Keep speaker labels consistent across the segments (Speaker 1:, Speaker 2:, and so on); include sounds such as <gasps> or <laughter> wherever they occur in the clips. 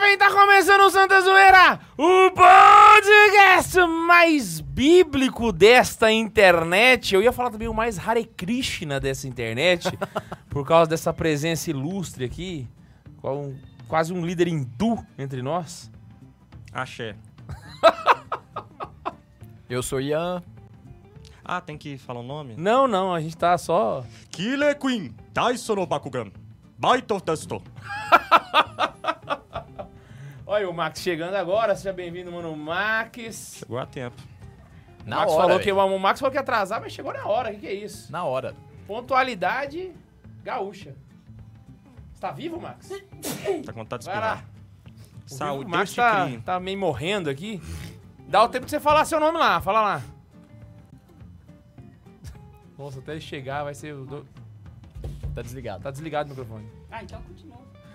Speaker 1: bem? Tá começando o Santa Zoeira, o podcast mais bíblico desta internet. Eu ia falar também o mais Hare Krishna
Speaker 2: <laughs>
Speaker 1: dessa internet, por causa dessa presença ilustre aqui, qual um- quase um líder hindu entre nós.
Speaker 3: Axé.
Speaker 2: Eu sou Ian.
Speaker 3: Ah, tem que falar o nome?
Speaker 1: Não, não, a gente tá só...
Speaker 3: Killer Queen, Daiso no Bakugan, Baito Testo.
Speaker 1: Olha o Max chegando agora, seja bem-vindo, mano, Max.
Speaker 3: Chegou a tempo.
Speaker 1: O
Speaker 2: Na
Speaker 1: Max,
Speaker 2: hora.
Speaker 1: falou que,
Speaker 2: velho.
Speaker 1: o Max falou que ia atrasar, mas chegou na hora, o que, que é isso?
Speaker 2: Na hora.
Speaker 1: Pontualidade gaúcha. Você tá vivo, Max?
Speaker 3: Tá com vontade de
Speaker 1: Vai lá.
Speaker 3: espirrar.
Speaker 1: O
Speaker 3: Saúde, Deus
Speaker 1: Max
Speaker 3: te
Speaker 1: tá,
Speaker 3: crie.
Speaker 1: tá meio morrendo aqui. Dá o tempo de você falar seu nome lá, fala lá. Nossa, até ele chegar vai ser. o do-
Speaker 2: Tá desligado.
Speaker 1: Tá desligado o microfone.
Speaker 4: Ah, então continua.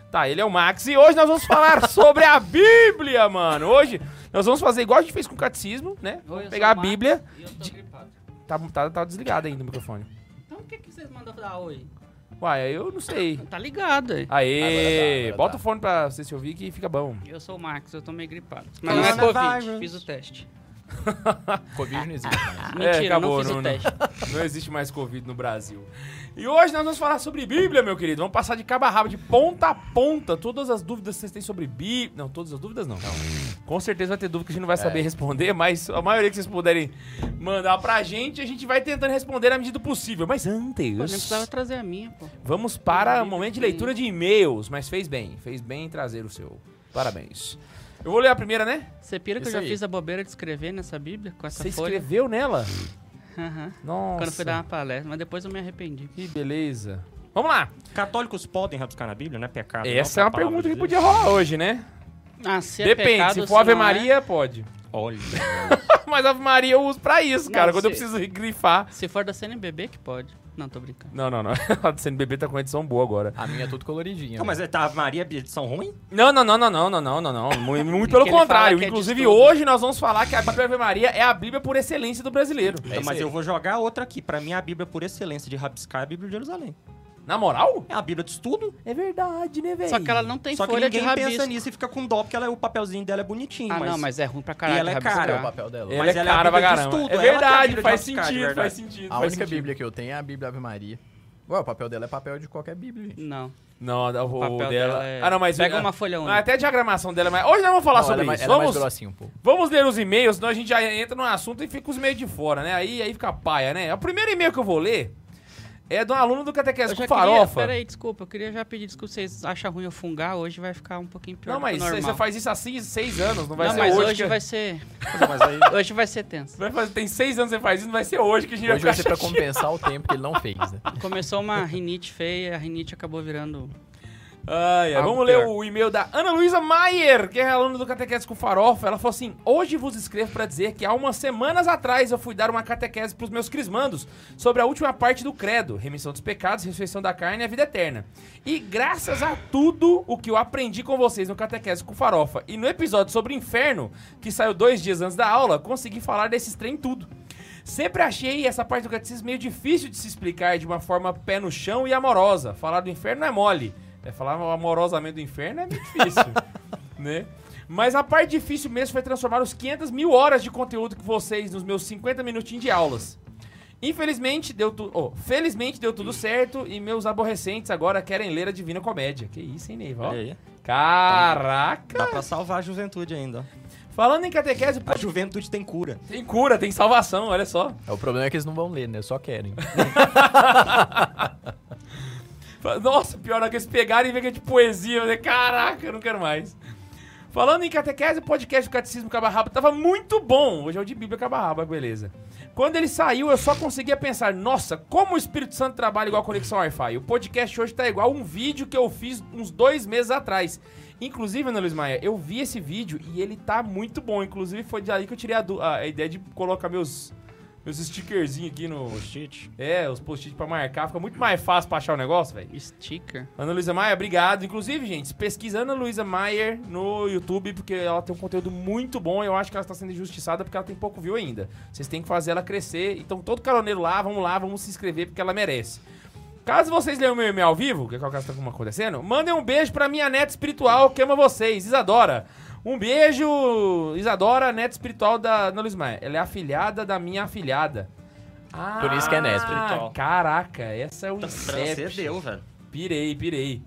Speaker 1: Tá, ele é o Max e hoje nós vamos <laughs> falar sobre a Bíblia, mano. Hoje nós vamos fazer igual a gente fez com o catecismo, né?
Speaker 4: Oi, eu
Speaker 1: Vamos
Speaker 4: sou
Speaker 1: pegar a
Speaker 4: o Max
Speaker 1: Bíblia.
Speaker 4: E eu tô
Speaker 1: de-
Speaker 4: gripado.
Speaker 1: Tá, tá, tá desligado ainda o microfone.
Speaker 4: Então o que, que vocês mandam dar oi?
Speaker 1: Uai, eu não sei.
Speaker 4: Tá ligado aí.
Speaker 1: Aê!
Speaker 2: Agora dá, agora
Speaker 1: bota
Speaker 2: dá.
Speaker 1: o fone pra você se ouvir que fica bom.
Speaker 4: Ah, Eu sou o Max, eu tô meio gripado. Mas não é Covid, fiz o teste.
Speaker 2: Covid não existe né? mais.
Speaker 4: Mentira,
Speaker 1: É, acabou,
Speaker 4: não fiz
Speaker 1: não-
Speaker 4: o
Speaker 1: não.
Speaker 4: teste.
Speaker 1: <laughs> Não existe mais Covid no Brasil. E hoje nós vamos falar sobre Bíblia, meu querido. Vamos passar de cabo a rabo, de ponta a ponta, todas as dúvidas que vocês têm sobre Bíblia. Não, todas as dúvidas não. Com certeza vai ter dúvida que a gente não vai
Speaker 4: É.
Speaker 1: saber responder, mas a maioria que vocês puderem mandar pra gente, a gente vai tentando responder na medida do possível. Mas antes,
Speaker 4: Pô, nem precisava trazer a minha, pô.
Speaker 1: vamos para o
Speaker 4: Bíblia
Speaker 1: momento de
Speaker 4: que-
Speaker 1: leitura de e-mails. Mas fez bem, fez bem em trazer o seu. Parabéns. Eu vou ler a primeira, né?
Speaker 4: Você pira que
Speaker 2: Isso
Speaker 4: eu já
Speaker 2: aí.
Speaker 4: fiz a bobeira de escrever nessa Bíblia, com essa
Speaker 1: Você
Speaker 4: folha?
Speaker 1: escreveu nela?
Speaker 4: Aham.
Speaker 1: Nossa.
Speaker 4: Quando eu fui dar uma palestra, mas depois eu me arrependi.
Speaker 1: Que beleza. Vamos lá.
Speaker 3: Católicos podem rabiscar na Bíblia, não é pecado.
Speaker 1: Essa
Speaker 3: não,
Speaker 1: é uma
Speaker 3: tá a palavra
Speaker 1: pergunta
Speaker 3: de
Speaker 1: que
Speaker 3: Deus.
Speaker 1: podia rolar hoje, né?
Speaker 4: Ah, se é
Speaker 1: Depende,
Speaker 4: pecado,
Speaker 1: se for Ave
Speaker 4: não é-
Speaker 1: Maria, pode. <laughs>
Speaker 3: Olha.
Speaker 1: Mas Ave Maria eu uso pra isso,
Speaker 4: Não,
Speaker 1: cara, quando eu
Speaker 4: se-
Speaker 1: preciso grifar.
Speaker 4: Se for da CNBB, que pode. Não, tô brincando.
Speaker 1: Não, não, <laughs> não. A do CNBB tá com uma edição boa agora.
Speaker 2: A minha é tudo coloridinha.
Speaker 3: Não, mas é, tá, a Maria é edição ruim? Então,
Speaker 1: Não, não, não, não, não, não, não, não, não. Mu- Muito pelo
Speaker 4: Porque ele fala
Speaker 1: contrário.
Speaker 4: que é de
Speaker 1: Inclusive,
Speaker 4: tudo.
Speaker 1: hoje nós vamos falar que a Bíblia Ave Maria é a Bíblia por excelência do brasileiro.
Speaker 2: É
Speaker 3: Então,
Speaker 2: isso
Speaker 3: mas
Speaker 2: aí.
Speaker 3: eu vou jogar outra aqui. Pra mim, a Bíblia por excelência de rabiscar é a Bíblia de Jerusalém.
Speaker 1: Na moral?
Speaker 3: É a Bíblia de estudo.
Speaker 1: É verdade, né, velho?
Speaker 4: Só que ela não tem
Speaker 3: só que
Speaker 4: folha de
Speaker 3: ninguém
Speaker 4: rabisco.
Speaker 3: pensa nisso e fica com dó, porque ela, o papelzinho dela é bonitinho.
Speaker 4: Ah, não, mas é ruim pra caralho.
Speaker 3: E ela é
Speaker 4: rabiscar.
Speaker 2: Cadê
Speaker 3: cara.
Speaker 2: o papel dela.
Speaker 1: Ela
Speaker 3: Mas
Speaker 1: é
Speaker 3: ela é a
Speaker 1: cara pra
Speaker 3: Bíblia de
Speaker 1: caramba.
Speaker 3: estudo,
Speaker 1: É
Speaker 3: ela que é a
Speaker 1: verdade,
Speaker 3: Bíblia
Speaker 1: faz
Speaker 3: de Oscar, de
Speaker 1: sentido, faz
Speaker 3: verdade.
Speaker 1: sentido.
Speaker 2: A
Speaker 1: faz
Speaker 2: única
Speaker 1: sentido.
Speaker 2: Bíblia que eu tenho é a Bíblia Ave Maria. Ué, o papel dela é papel de qualquer Bíblia, gente.
Speaker 4: Não.
Speaker 1: Não, a- o,
Speaker 4: O
Speaker 1: o
Speaker 4: papel
Speaker 1: dela.
Speaker 4: dela é-
Speaker 1: Ah, não, mas.
Speaker 4: Pega uma folha única.
Speaker 1: Até a diagramação dela, é mais. Hoje nós vamos falar
Speaker 2: Não,
Speaker 1: sobre
Speaker 2: ela, é mais-
Speaker 1: isso.
Speaker 2: ela é mais
Speaker 1: Vamos,
Speaker 2: grossinha um pouco.
Speaker 1: Vamos ler os e-mails, senão a gente já entra no assunto e fica os e-mails de fora, né? Aí, aí fica paia, né? O primeiro e-mail que eu vou ler é de um aluno do Catequese
Speaker 4: Eu
Speaker 1: com
Speaker 4: já
Speaker 1: Farofa.
Speaker 4: Queria, peraí, desculpa, eu queria já pedir desculpa. Vocês acham ruim eu fungar? Hoje vai ficar um pouquinho pior
Speaker 1: não,
Speaker 4: do que o
Speaker 1: mas você
Speaker 4: normal.
Speaker 1: você faz isso há seis, seis anos, não vai
Speaker 4: não,
Speaker 1: ser
Speaker 4: mas
Speaker 1: hoje.
Speaker 4: hoje
Speaker 1: que-
Speaker 4: vai ser.
Speaker 3: mas aí...
Speaker 4: Hoje vai ser tenso.
Speaker 1: <laughs> vai fazer- tem seis anos que você faz isso, não vai ser hoje que a gente
Speaker 2: Hoje
Speaker 1: vai
Speaker 2: vai
Speaker 1: ficar <laughs>
Speaker 2: ser pra
Speaker 1: chateado.
Speaker 2: compensar o tempo que ele não fez, né?
Speaker 4: Começou uma rinite feia, a rinite acabou virando.
Speaker 1: Ai, ai,
Speaker 4: Algo
Speaker 1: Vamos ler
Speaker 4: pior.
Speaker 1: o e-mail da Ana Luísa Maier, que é aluna do Catequese com Farofa. Ela falou assim: Hoje vos escrevo pra dizer que há umas semanas atrás eu fui dar uma catequese pros meus crismandos sobre a última parte do credo: remissão dos pecados, ressurreição da carne e a vida eterna. E graças a tudo o que eu aprendi com vocês no Catequese com Farofa e no episódio sobre inferno, que saiu dois dias antes da aula, consegui falar desses trem tudo. Sempre achei essa parte do catecismo meio difícil de se explicar de uma forma pé no chão e amorosa. Falar do inferno é mole. É, falar amorosamente do inferno é meio difícil, <laughs> né? Mas a parte difícil mesmo foi transformar os 500 mil horas de conteúdo que vocês nos meus 50 minutinhos de aulas. Infelizmente deu tudo. felizmente deu tudo certo e meus aborrecentes agora querem ler a Divina Comédia. Que isso, hein, Neiva? Ó.
Speaker 3: Olha aí.
Speaker 1: Caraca!
Speaker 3: Dá pra salvar a juventude ainda. ó.
Speaker 1: Falando em catequese, pô,
Speaker 3: A juventude tem cura.
Speaker 1: tem cura, tem salvação, olha só.
Speaker 2: É, O problema é que eles não vão ler, né? Só querem.
Speaker 1: Fala, Nossa, pior é que eles pegaram e veio de poesia. Eu falei, caraca, eu não quero mais. Falando em catequese, o podcast do Catecismo Cabarraba tava muito bom. Hoje é o de Bíblia Cabarraba, beleza. Quando ele saiu, eu só conseguia pensar, nossa, como o Espírito Santo trabalha igual a conexão Wi-Fi. O podcast hoje tá igual um vídeo que eu fiz uns dois meses atrás. Inclusive, Ana Luiz Maia, eu vi esse vídeo e ele tá muito bom. Inclusive, foi daí que eu tirei a, du- a- a ideia de colocar meus, meus stickerzinhos aqui no...
Speaker 3: Post-it.
Speaker 1: É, os post-it pra marcar. Fica muito mais fácil pra achar o negócio, velho.
Speaker 4: Sticker?
Speaker 1: Ana Luísa Maia, obrigado. Inclusive, gente, pesquisa Ana Luísa Maier no YouTube, porque ela tem um conteúdo muito bom e eu acho que ela está sendo injustiçada porque ela tem pouco view ainda. Vocês têm que fazer ela crescer. Então, todo caroneiro lá, vamos lá, vamos se inscrever porque ela merece. Caso vocês leiam meu e-mail ao vivo, que é o caso tá alguma acontecendo, mandem um beijo pra minha neta espiritual que ama vocês, Isadora. Um beijo, Isadora, neta espiritual da Ana Luiz Maia. Ela é afilhada da minha afilhada. Ah,
Speaker 5: Por isso que é neta espiritual.
Speaker 1: Caraca, essa é o
Speaker 5: Você
Speaker 1: Inception.
Speaker 5: deu, velho.
Speaker 1: Pirei, pirei.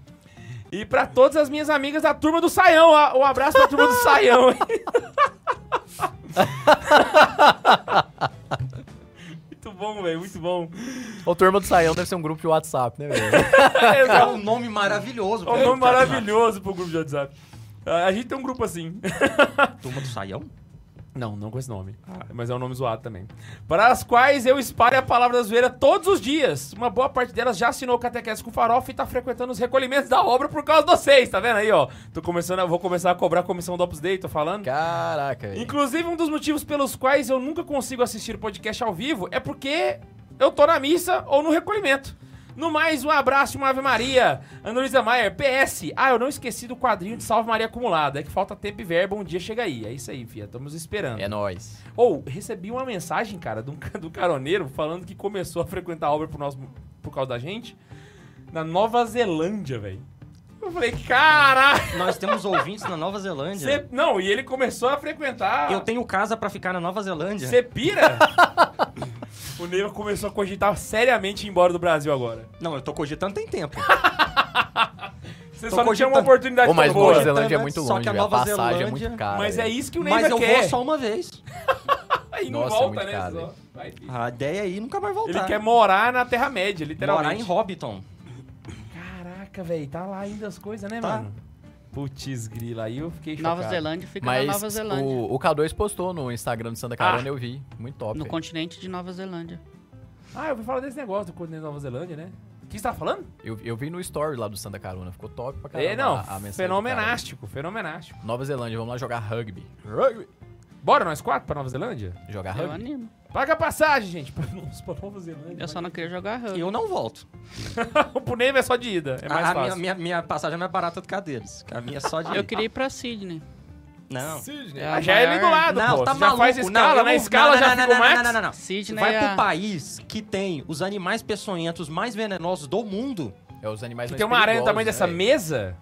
Speaker 1: E pra todas as minhas amigas da turma do Saião, a- um abraço pra turma do Saião. hein? <laughs> muito bom, velho, muito bom.
Speaker 2: O Turma do Saião deve ser um grupo de WhatsApp, né, velho?
Speaker 5: É
Speaker 1: Exato.
Speaker 5: um nome maravilhoso.
Speaker 1: É um
Speaker 5: velho.
Speaker 1: nome maravilhoso pro grupo de WhatsApp. Ah, A gente tem um grupo assim.
Speaker 5: Turma do Saião?
Speaker 1: Não, não com esse nome. Mas é um nome zoado também. Para as quais eu espalho a palavra da zoeira todos os dias. Uma boa parte delas já assinou o Catequese com Farofa e tá frequentando os recolhimentos da obra por causa de vocês, tá vendo aí, ó? Tô começando, a- vou começar a cobrar a comissão do Opus Dei, tô falando.
Speaker 2: Caraca, velho.
Speaker 1: Inclusive, um dos motivos pelos quais eu nunca consigo assistir podcast ao vivo é porque eu tô na missa ou no recolhimento. No mais, um abraço e uma Ave Maria. Ana Luísa Maier, PS. Ah, eu não esqueci do quadrinho de Salve Maria acumulado. É que falta tempo e verba, um dia chega aí. É isso aí, fia. Estamos esperando.
Speaker 2: É nóis.
Speaker 1: Ou recebi uma mensagem, cara, de um, ca- do caroneiro falando que começou a frequentar a obra por, nós, por causa da gente na Nova Zelândia, velho. Eu falei, caralho!
Speaker 5: Nós temos ouvintes na Nova Zelândia. né?"
Speaker 1: cê- Não, e ele começou a frequentar.
Speaker 5: Eu tenho casa pra ficar na Nova Zelândia.
Speaker 1: Você pira? <laughs> o Neiva começou a cogitar seriamente ir embora do Brasil agora.
Speaker 5: Não, eu tô cogitando tem
Speaker 1: <laughs>
Speaker 5: tempo.
Speaker 1: Você
Speaker 5: Tô
Speaker 1: só não tinha uma
Speaker 5: cogitando.
Speaker 1: oportunidade
Speaker 2: Ô, mas
Speaker 1: tão boa.
Speaker 2: Nova Zelândia é muito
Speaker 5: Só
Speaker 2: longe,
Speaker 5: que a
Speaker 2: velho. A
Speaker 5: Nova
Speaker 2: passagem é
Speaker 5: Zelândia-
Speaker 2: muito cara.
Speaker 1: Mas é
Speaker 2: velho.
Speaker 1: isso que o Neiva
Speaker 5: Mas eu
Speaker 1: quer.
Speaker 5: vou só uma vez.
Speaker 1: Aí não
Speaker 2: Nossa, é
Speaker 1: volta,
Speaker 2: muito
Speaker 1: né?
Speaker 2: caro,
Speaker 1: só.
Speaker 2: velho.
Speaker 1: Vai, filho.
Speaker 5: A ideia aí nunca vai voltar.
Speaker 1: Ele quer morar na Terra-média,
Speaker 5: morar em
Speaker 1: literalmente.
Speaker 5: Hobbiton.
Speaker 1: Caraca, velho, tá lá ainda as coisas, né,
Speaker 5: Tá.
Speaker 1: mano? Putz, grila, aí eu fiquei chocado.
Speaker 4: Nova Zelândia fica
Speaker 2: Mas
Speaker 4: na Nova Zelândia.
Speaker 2: O, o K2 postou no Instagram do Santa Carona, eu vi. Muito top.
Speaker 4: No
Speaker 2: velho.
Speaker 4: continente de Nova Zelândia.
Speaker 1: Ah, eu vou falar desse negócio do continente da Nova Zelândia, né? O que você tá falando?
Speaker 2: Eu, eu vi no story lá do Santa Carona. Ficou top pra caramba.
Speaker 1: é,
Speaker 2: a-
Speaker 1: não,
Speaker 2: a mensagem do cara.
Speaker 1: fenomenástico, fenomenástico.
Speaker 2: Nova Zelândia, vamos lá jogar rugby. Rugby.
Speaker 1: Bora nós quatro pra Nova Zelândia?
Speaker 2: Jogar
Speaker 4: Eu
Speaker 2: rugby?
Speaker 4: animo.
Speaker 1: Paga a passagem, gente, <laughs> pra Nossa, pra Nova Zelândia.
Speaker 4: Eu só não queria jogar rugby.
Speaker 5: Eu não volto.
Speaker 1: O Neiva é só de ida, é mais
Speaker 5: a a
Speaker 1: fácil.
Speaker 5: minha, minha, minha passagem é mais barata do que a deles. A minha é só de.
Speaker 4: Eu queria ir pra Sydney.
Speaker 5: Não.
Speaker 4: É
Speaker 1: Ah,
Speaker 4: a
Speaker 1: já é ali do
Speaker 4: maior-
Speaker 1: lado,
Speaker 5: Não,
Speaker 1: pô.
Speaker 5: tá
Speaker 1: Você
Speaker 5: maluco.
Speaker 1: já faz escala,
Speaker 5: não, eu-
Speaker 1: né? Escala
Speaker 5: não,
Speaker 1: já
Speaker 5: não,
Speaker 1: fica
Speaker 5: não,
Speaker 1: o
Speaker 5: não,
Speaker 1: Max.
Speaker 5: Não, não, não, não.
Speaker 4: Sydney
Speaker 5: Vai
Speaker 4: é
Speaker 5: pro
Speaker 4: a-
Speaker 5: país que tem os animais peçonhentos mais venenosos do mundo.
Speaker 2: É os animais
Speaker 1: Que
Speaker 2: mais
Speaker 1: Tem uma aranha do tamanho
Speaker 2: perigosos,
Speaker 1: dessa
Speaker 2: né,
Speaker 1: mesa.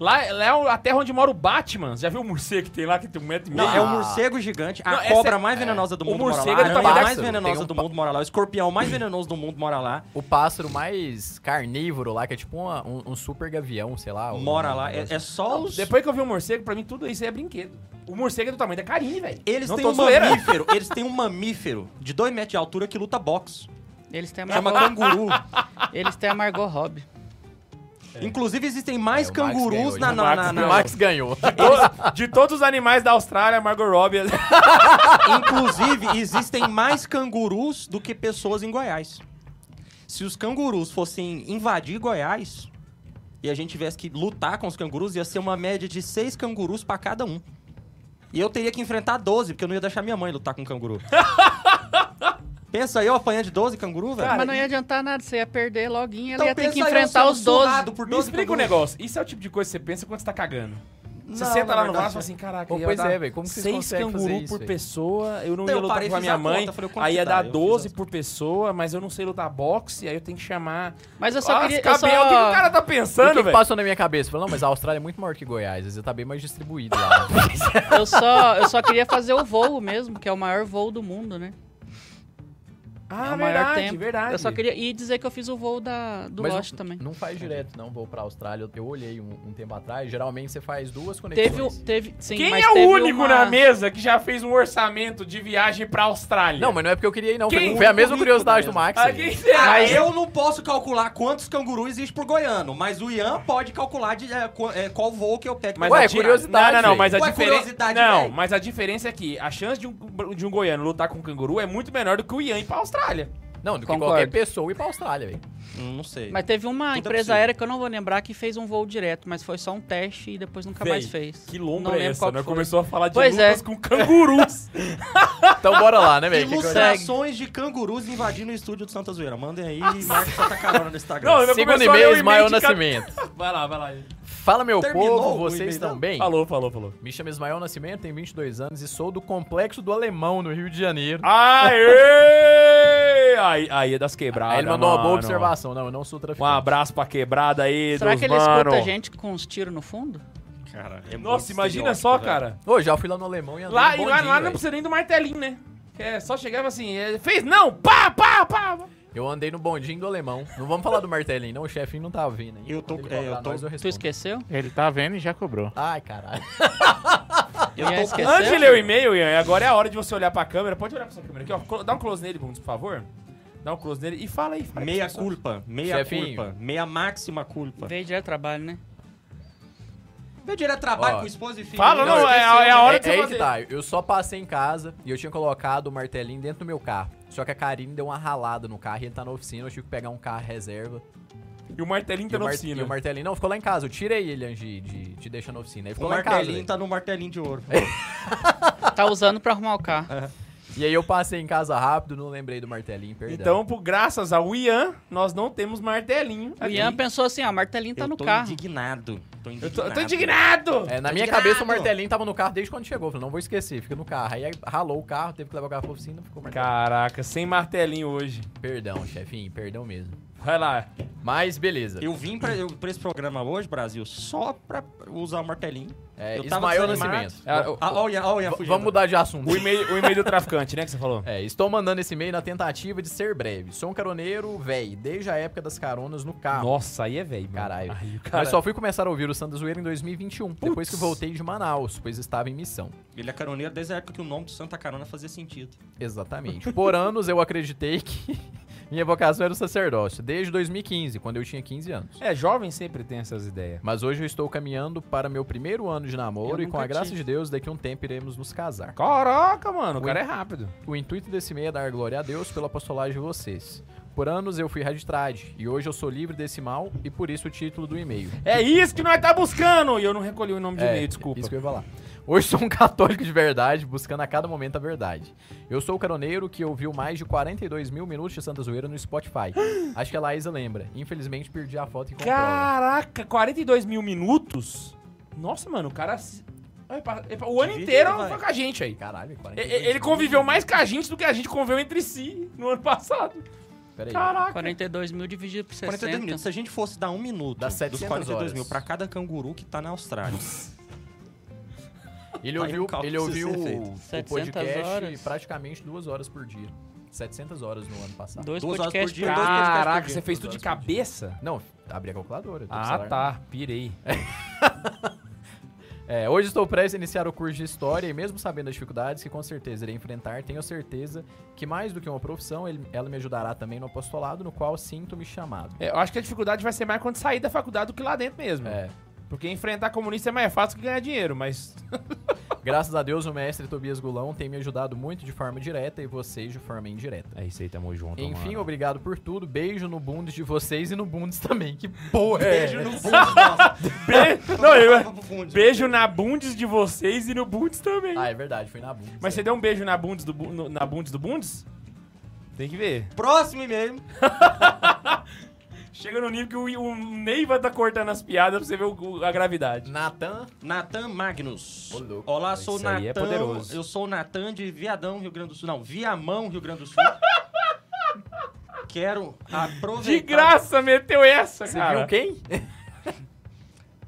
Speaker 1: Lá, lá é o- a terra onde mora o Batman. Você já viu o morcego que tem lá, que tem um metro e meio?
Speaker 5: Não, é o morcego gigigante, a
Speaker 1: Não, essa
Speaker 5: cobra
Speaker 1: é-
Speaker 5: mais venenosa do
Speaker 1: O
Speaker 5: mundo mora lá,
Speaker 1: morcego é
Speaker 5: a
Speaker 1: do
Speaker 5: aranha
Speaker 1: tamanho da-
Speaker 5: mais venenosa
Speaker 2: tem um
Speaker 5: do
Speaker 2: pa-
Speaker 5: mundo mora lá, o escorpião mais venenoso do mundo mora lá,
Speaker 2: O pássaro mais carnívoro lá, que é tipo uma- um, um super gavião, sei lá. um-
Speaker 5: mora lá.
Speaker 2: um
Speaker 5: É,
Speaker 2: negócio.
Speaker 5: é só os...
Speaker 1: Depois que eu vi o morcego, pra mim tudo isso aí é brinquedo. O morcego é do tamanho da Karine, velho.
Speaker 5: Eles
Speaker 1: Não
Speaker 5: têm
Speaker 1: tô
Speaker 5: um
Speaker 1: zoeira.
Speaker 5: mamífero, eles têm um mamífero de 2 metros de altura que luta boxe.
Speaker 4: Eles
Speaker 1: É
Speaker 4: têm a
Speaker 5: Chama
Speaker 4: Margot,
Speaker 5: canguru.
Speaker 1: <laughs>
Speaker 4: eles têm a Margot Robbie.
Speaker 5: Inclusive, existem mais
Speaker 2: É, o Max
Speaker 5: cangurus
Speaker 2: ganhou,
Speaker 5: na,
Speaker 2: o
Speaker 5: na,
Speaker 1: Max
Speaker 5: na-
Speaker 2: assim.
Speaker 5: na-
Speaker 2: O Max ganhou.
Speaker 1: <laughs> To- De todos os animais da Austrália, Margot Robbie...
Speaker 5: Inclusive, existem mais cangurus do que pessoas em Goiás. Se os cangurus fossem invadir Goiás e a gente tivesse que lutar com os cangurus, ia ser uma média de seis cangurus pra cada um. E eu teria que enfrentar 12, porque eu não ia deixar minha mãe lutar
Speaker 1: <laughs>
Speaker 5: com canguru. Pensa aí, eu apanhando de 12 canguru, velho.
Speaker 4: Mas não ia adiantar nada, você ia perder loguinho, ela
Speaker 5: Então
Speaker 4: ia ter
Speaker 5: pensa aí,
Speaker 4: que
Speaker 5: eu
Speaker 4: enfrentar
Speaker 5: sendo
Speaker 4: os 12.
Speaker 5: surrado Por
Speaker 1: Me
Speaker 5: 12
Speaker 1: explica um
Speaker 5: cangurus.
Speaker 1: negócio. Isso é o tipo de coisa que você pensa quando você tá cagando. Você
Speaker 5: Não,
Speaker 1: senta
Speaker 5: na
Speaker 1: lá no
Speaker 5: verdade,
Speaker 1: vaso e fala assim, caraca,
Speaker 2: Pô,
Speaker 1: ia
Speaker 2: pois
Speaker 1: dar
Speaker 2: é, velho, como que vocês
Speaker 1: seis
Speaker 2: conseguem
Speaker 1: canguru
Speaker 2: fazer isso,
Speaker 1: por
Speaker 2: velho?
Speaker 1: pessoa, eu não
Speaker 5: Então,
Speaker 1: ia
Speaker 5: eu
Speaker 1: lutar
Speaker 5: parei,
Speaker 1: com a
Speaker 5: fiz
Speaker 1: minha
Speaker 5: a
Speaker 1: mãe,
Speaker 5: conta, falei, eu
Speaker 1: aí ia
Speaker 5: quanto tá?
Speaker 1: dar
Speaker 5: Eu fiz
Speaker 1: 12
Speaker 5: as
Speaker 1: por pessoa, mas eu não sei lutar boxe, aí eu tenho que chamar...
Speaker 4: Mas eu só
Speaker 1: Nossa,
Speaker 4: queria. Eu
Speaker 1: cabelo,
Speaker 4: só...
Speaker 1: o que que o cara tá
Speaker 2: O
Speaker 1: pensando,
Speaker 2: que, que
Speaker 1: velho?
Speaker 2: passou na minha cabeça? Falei, não, mas a Austrália é muito maior que Goiás. Às vezes tá bem mais distribuído lá. né?
Speaker 1: <laughs>
Speaker 4: Eu só, eu só queria fazer o voo mesmo, que é o maior voo do mundo, né?
Speaker 1: Ah,
Speaker 4: é o
Speaker 1: verdade,
Speaker 4: maior tempo.
Speaker 1: verdade.
Speaker 4: Eu só queria e dizer que eu fiz o voo da, do
Speaker 2: Mas
Speaker 4: Lost
Speaker 2: não,
Speaker 4: também.
Speaker 2: Não faz direto, não. Vou pra Austrália. Eu- Eu olhei um, um tempo atrás. Geralmente você faz duas conexões.
Speaker 4: Teve, um- teve, sim,
Speaker 1: Quem
Speaker 4: mas
Speaker 1: é
Speaker 4: teve
Speaker 1: o único
Speaker 4: uma-
Speaker 1: na mesa que já fez um orçamento de viagem pra Austrália?
Speaker 2: Não, mas não é porque eu queria ir, não.
Speaker 1: Quem?
Speaker 2: Foi, foi a mesma
Speaker 5: Currículo
Speaker 2: curiosidade
Speaker 5: mesmo.
Speaker 2: do Max.
Speaker 1: Ah,
Speaker 2: aí.
Speaker 1: quem será?
Speaker 5: Ah,
Speaker 1: Mas-
Speaker 5: eu não posso calcular quantos cangurus existem por goiano, mas o Ian pode calcular de, é, qu- é, qual voo que eu pego.
Speaker 1: Mas
Speaker 2: Ué,
Speaker 1: a
Speaker 2: é
Speaker 1: di-
Speaker 2: curiosidade,
Speaker 1: Não, não, não, mas a
Speaker 5: velho. Ué,
Speaker 1: diferença.
Speaker 5: curiosidade,
Speaker 1: Não,
Speaker 5: velho.
Speaker 1: mas a diferença é que a chance de um, de um goiano lutar com um canguru é muito menor do que o Ian ir pra Austrália.
Speaker 2: Não, do que
Speaker 4: Concordo.
Speaker 2: qualquer pessoa ir pra Austrália, velho.
Speaker 5: Hum, Não sei.
Speaker 4: Mas teve uma
Speaker 1: Então,
Speaker 5: Tudo é
Speaker 4: empresa
Speaker 5: possível.
Speaker 4: aérea que eu não vou lembrar que fez um voo direto, mas foi só um teste e depois nunca mais
Speaker 1: Véi,
Speaker 4: fez.
Speaker 1: Que
Speaker 4: Não
Speaker 1: lombra é
Speaker 4: lembro
Speaker 1: essa,
Speaker 4: qual
Speaker 1: né?
Speaker 4: que foi.
Speaker 1: Começou a falar de
Speaker 4: Pois
Speaker 1: lutas
Speaker 4: é.
Speaker 1: com cangurus.
Speaker 2: Então bora lá, né, velho? Que coisa-
Speaker 5: Ilustrações de cangurus invadindo o estúdio do Santa Zoeira. Mandem aí e marca Santa Carona no Instagram.
Speaker 1: Não, eu-
Speaker 2: Segundo
Speaker 1: Começou a ler o
Speaker 2: e-mail,
Speaker 1: e-mail
Speaker 2: Ismael
Speaker 1: de cada-
Speaker 2: Nascimento.
Speaker 1: <laughs> vai lá, vai lá.
Speaker 2: Fala, meu
Speaker 5: Terminou
Speaker 2: povo,
Speaker 5: o
Speaker 2: vocês
Speaker 5: e-mail,
Speaker 2: estão
Speaker 5: não?
Speaker 2: bem?
Speaker 1: Falou, falou, falou.
Speaker 2: Me chamo Ismael Nascimento, tenho 22 anos e sou do Complexo do Alemão, no Rio de Janeiro.
Speaker 1: Aê! aí, aí é das quebradas.
Speaker 2: Aí ele mandou uma boa
Speaker 1: mano.
Speaker 2: observação. Não, eu não sou
Speaker 1: Um
Speaker 2: traficante.
Speaker 1: abraço pra quebrada aí,
Speaker 4: Será
Speaker 1: dos
Speaker 4: que ele
Speaker 1: mano.
Speaker 4: escuta a gente com os tiros no fundo?
Speaker 3: Cara, é muito
Speaker 1: Nossa, imagina só,
Speaker 3: estereótipo, velho.
Speaker 1: cara.
Speaker 2: Ô, já fui lá na Alemanha. andei
Speaker 1: Lá,
Speaker 2: no
Speaker 1: e lá,
Speaker 2: bondinho,
Speaker 1: lá não
Speaker 2: velho.
Speaker 1: precisa nem do martelinho, né? É, só chegava assim, é, fez não, pá, pá, pá.
Speaker 2: Eu andei no bondinho do alemão. Não vamos falar do martelinho, não. O chefinho não tava vindo. ainda.
Speaker 3: Eu tô-
Speaker 2: Quando ele
Speaker 3: é, eu
Speaker 2: cobrar
Speaker 3: tô-
Speaker 2: nós, eu
Speaker 4: Tu
Speaker 2: respondo.
Speaker 4: esqueceu?
Speaker 6: Ele tá vendo e já cobrou.
Speaker 2: Ai, caralho.
Speaker 4: Eu tô... esqueceu?
Speaker 1: Antes de ler o e-mail, Ian, agora é a hora de você olhar pra câmera. Pode olhar pra sua câmera aqui, ó. Clo- Dá um close nele, Bundes, por favor. Dá um close nele e fala aí. Fala aí,
Speaker 3: Meia
Speaker 1: pessoal.
Speaker 3: culpa, meia
Speaker 2: Chefinho.
Speaker 3: culpa, meia máxima culpa.
Speaker 4: Veio direto ao trabalho, né?
Speaker 5: Vê direto é trabalho
Speaker 2: Ó.
Speaker 5: com esposa e filho.
Speaker 1: Fala,
Speaker 5: Não,
Speaker 1: não, é, a- é a hora de
Speaker 2: é, é
Speaker 1: você
Speaker 2: aí
Speaker 1: fazer.
Speaker 2: que tá. Eu só passei em casa e eu tinha colocado o martelinho dentro do meu carro. Só que a Karine deu uma ralada no carro e ele tá na oficina. Eu tive que pegar um carro reserva.
Speaker 1: E o martelinho
Speaker 2: E
Speaker 1: tá
Speaker 2: o,
Speaker 1: na
Speaker 2: mar- e
Speaker 1: oficina.
Speaker 2: o martelinho. Não, ficou lá em casa. Eu tirei ele antes de, de, de deixar na oficina. Ele
Speaker 5: O
Speaker 2: ficou lá em casa.
Speaker 5: martelinho
Speaker 2: velho.
Speaker 5: tá no martelinho de ouro.
Speaker 4: Tá usando pra arrumar o carro.
Speaker 3: tá-
Speaker 2: E aí eu passei em casa rápido, não lembrei do martelinho, perdão.
Speaker 1: Então, por, graças ao Ian, nós não temos martelinho.
Speaker 4: O
Speaker 1: É aqui.
Speaker 4: Ian pensou assim, ó, martelinho tá
Speaker 5: eu
Speaker 4: no
Speaker 5: tô
Speaker 4: carro.
Speaker 5: indignado. Tô indignado.
Speaker 1: Eu tô, eu tô indignado!
Speaker 2: É, na minha cabeça o martelinho tava no carro desde quando chegou. Eu Falei, não vou esquecer, fica no carro. Aí ralou o carro, teve que levar o carro pra oficina, ficou o martelinho.
Speaker 1: Caraca, sem martelinho hoje.
Speaker 2: Perdão, chefinho, perdão mesmo.
Speaker 1: Vai lá.
Speaker 2: Mas beleza.
Speaker 5: Eu vim pra, eu, pra esse programa hoje, Brasil, só pra usar o martelinho.
Speaker 2: É,
Speaker 5: eu tava
Speaker 2: Ismael
Speaker 5: desanimado.
Speaker 2: Nascimento.
Speaker 1: Ah, o-
Speaker 5: Ah, olha, olha,
Speaker 2: É, V-
Speaker 5: fugindo.
Speaker 2: Vamos mudar de assunto.
Speaker 1: O e-mail, o e-mail do traficante, né, que você falou?
Speaker 2: É, estou mandando esse e-mail na tentativa de ser breve. Sou um caroneiro, véi, desde a época das caronas no carro.
Speaker 1: Nossa, aí é velho.
Speaker 2: Ah. Caralho.
Speaker 1: cara...
Speaker 2: Mas só fui começar a ouvir o Santa Zoeira em 2021, depois que voltei de Manaus, pois estava em missão.
Speaker 5: Ele é caroneiro desde a época que o nome do Santa Carona fazia sentido.
Speaker 2: Exatamente. Por anos eu acreditei que <laughs> minha vocação era o sacerdócio, desde 2015, quando eu tinha 15 anos.
Speaker 1: É, jovem sempre tem essas ideias.
Speaker 2: Mas hoje eu estou caminhando para meu primeiro ano de namoro e
Speaker 4: Eu
Speaker 2: com
Speaker 4: nunca
Speaker 2: a graça
Speaker 4: tive.
Speaker 2: de Deus, daqui a um tempo iremos nos casar.
Speaker 1: Caraca, mano, o cara é rápido.
Speaker 2: O intuito desse meio é dar glória a Deus pela apostolagem de vocês. Por anos eu fui raditrade e hoje eu sou livre desse mal e por isso o título do e-mail.
Speaker 1: É isso que nós tá buscando! E eu não recolhi o nome de
Speaker 2: É,
Speaker 1: e-mail, desculpa.
Speaker 2: Isso que eu ia falar. Hoje sou um <laughs> católico de verdade, buscando a cada momento a verdade. Eu sou o caroneiro que ouviu mais de 42 mil minutos de Santa Zoeira no
Speaker 1: <gasps>
Speaker 2: Spotify. Acho que a Laísa lembra. Infelizmente perdi a foto e comprova.
Speaker 1: Caraca, 42 mil minutos? Nossa, mano, o cara. se- Olha, pa- ele pa- O ano
Speaker 5: Divide,
Speaker 1: inteiro
Speaker 5: vai.
Speaker 1: foi com a gente aí.
Speaker 2: Caralho, 42
Speaker 1: E- e- Ele conviveu mais com a gente do que a gente conviveu entre si no ano passado.
Speaker 2: Peraí.
Speaker 1: Caraca.
Speaker 4: 42 mil dividido por 60.
Speaker 5: 42 minutos. Se a gente fosse dar um minuto
Speaker 2: Dá
Speaker 5: dos
Speaker 2: 700
Speaker 5: 42
Speaker 2: horas.
Speaker 5: mil pra cada canguru que tá na Austrália.
Speaker 2: Ele
Speaker 5: Tá
Speaker 2: ouviu,
Speaker 5: em cálculo
Speaker 2: ele
Speaker 5: precisa
Speaker 2: ouviu
Speaker 5: ser feito.
Speaker 2: o, o
Speaker 4: 700
Speaker 2: podcast
Speaker 4: horas.
Speaker 2: praticamente duas horas por dia. 700 horas no ano passado.
Speaker 4: Dois
Speaker 5: Duas horas por
Speaker 4: podcasts
Speaker 5: dia,
Speaker 4: por
Speaker 5: dois
Speaker 4: dia.
Speaker 5: podcasts por
Speaker 1: Caraca,
Speaker 5: dia.
Speaker 1: você fez tudo de cabeça?
Speaker 2: Não, abri a calculadora. tô com o
Speaker 1: Ah,
Speaker 2: celular
Speaker 1: tá. Pirei.
Speaker 2: É, hoje estou prestes a iniciar o curso de História e mesmo sabendo as dificuldades que com certeza irei enfrentar, tenho certeza que mais do que uma profissão, ele- ela me ajudará também no apostolado, no qual sinto-me chamado.
Speaker 1: É, eu acho que a dificuldade vai ser mais quando sair da faculdade do que lá dentro
Speaker 5: Hum.
Speaker 1: mesmo.
Speaker 2: É,
Speaker 1: Porque enfrentar comunista é mais fácil que ganhar dinheiro, mas.
Speaker 2: graças a Deus o mestre Tobias Gulão tem me ajudado muito de forma direta e vocês de forma indireta.
Speaker 1: É isso aí, tamo junto.
Speaker 2: Enfim, obrigado por tudo. Beijo no bundes de vocês e no bundes também. Que porra! é
Speaker 5: Beijo no fundo, nossa.
Speaker 1: Be... <laughs> Não, eu...
Speaker 5: Vamos pro fundo.
Speaker 1: Beijo na bundes de vocês e no bundes também.
Speaker 2: Ah, é verdade, foi na bundes.
Speaker 1: Mas você deu um beijo na bundes do, bu- no- na bundes, do bundes? Tem que ver.
Speaker 5: Próximo e-mail.
Speaker 1: Chega no nível que o, o Neiva tá cortando as piadas pra você ver o- o- a gravidade.
Speaker 2: Natan,
Speaker 5: Natan Magnus.
Speaker 2: Ô, louco.
Speaker 5: Olá, sou o
Speaker 1: Isso aí é
Speaker 5: Natan.
Speaker 1: poderoso.
Speaker 5: eu sou o Natan de Viadão, Rio Grande do Sul. Não, Viamão, Rio Grande
Speaker 1: <laughs>
Speaker 5: do Sul. Quero aproveitar.
Speaker 1: De graça meteu essa,
Speaker 2: você
Speaker 1: cara.
Speaker 2: viu quem?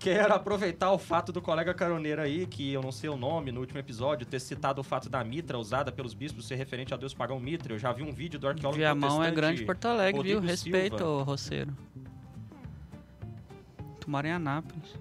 Speaker 5: Quero aproveitar o fato do colega caroneiro aí, que eu não sei o nome, no último episódio, ter citado o fato da mitra usada pelos bispos ser referente a Deus pagão mitra. Eu já vi um vídeo do arqueólogo
Speaker 4: Viamão é
Speaker 5: protestante
Speaker 4: grande Porto Alegre, viu?
Speaker 5: Rodrigo
Speaker 4: Respeita,
Speaker 5: Silva.
Speaker 4: ô roceiro. Tu mora em Anápolis.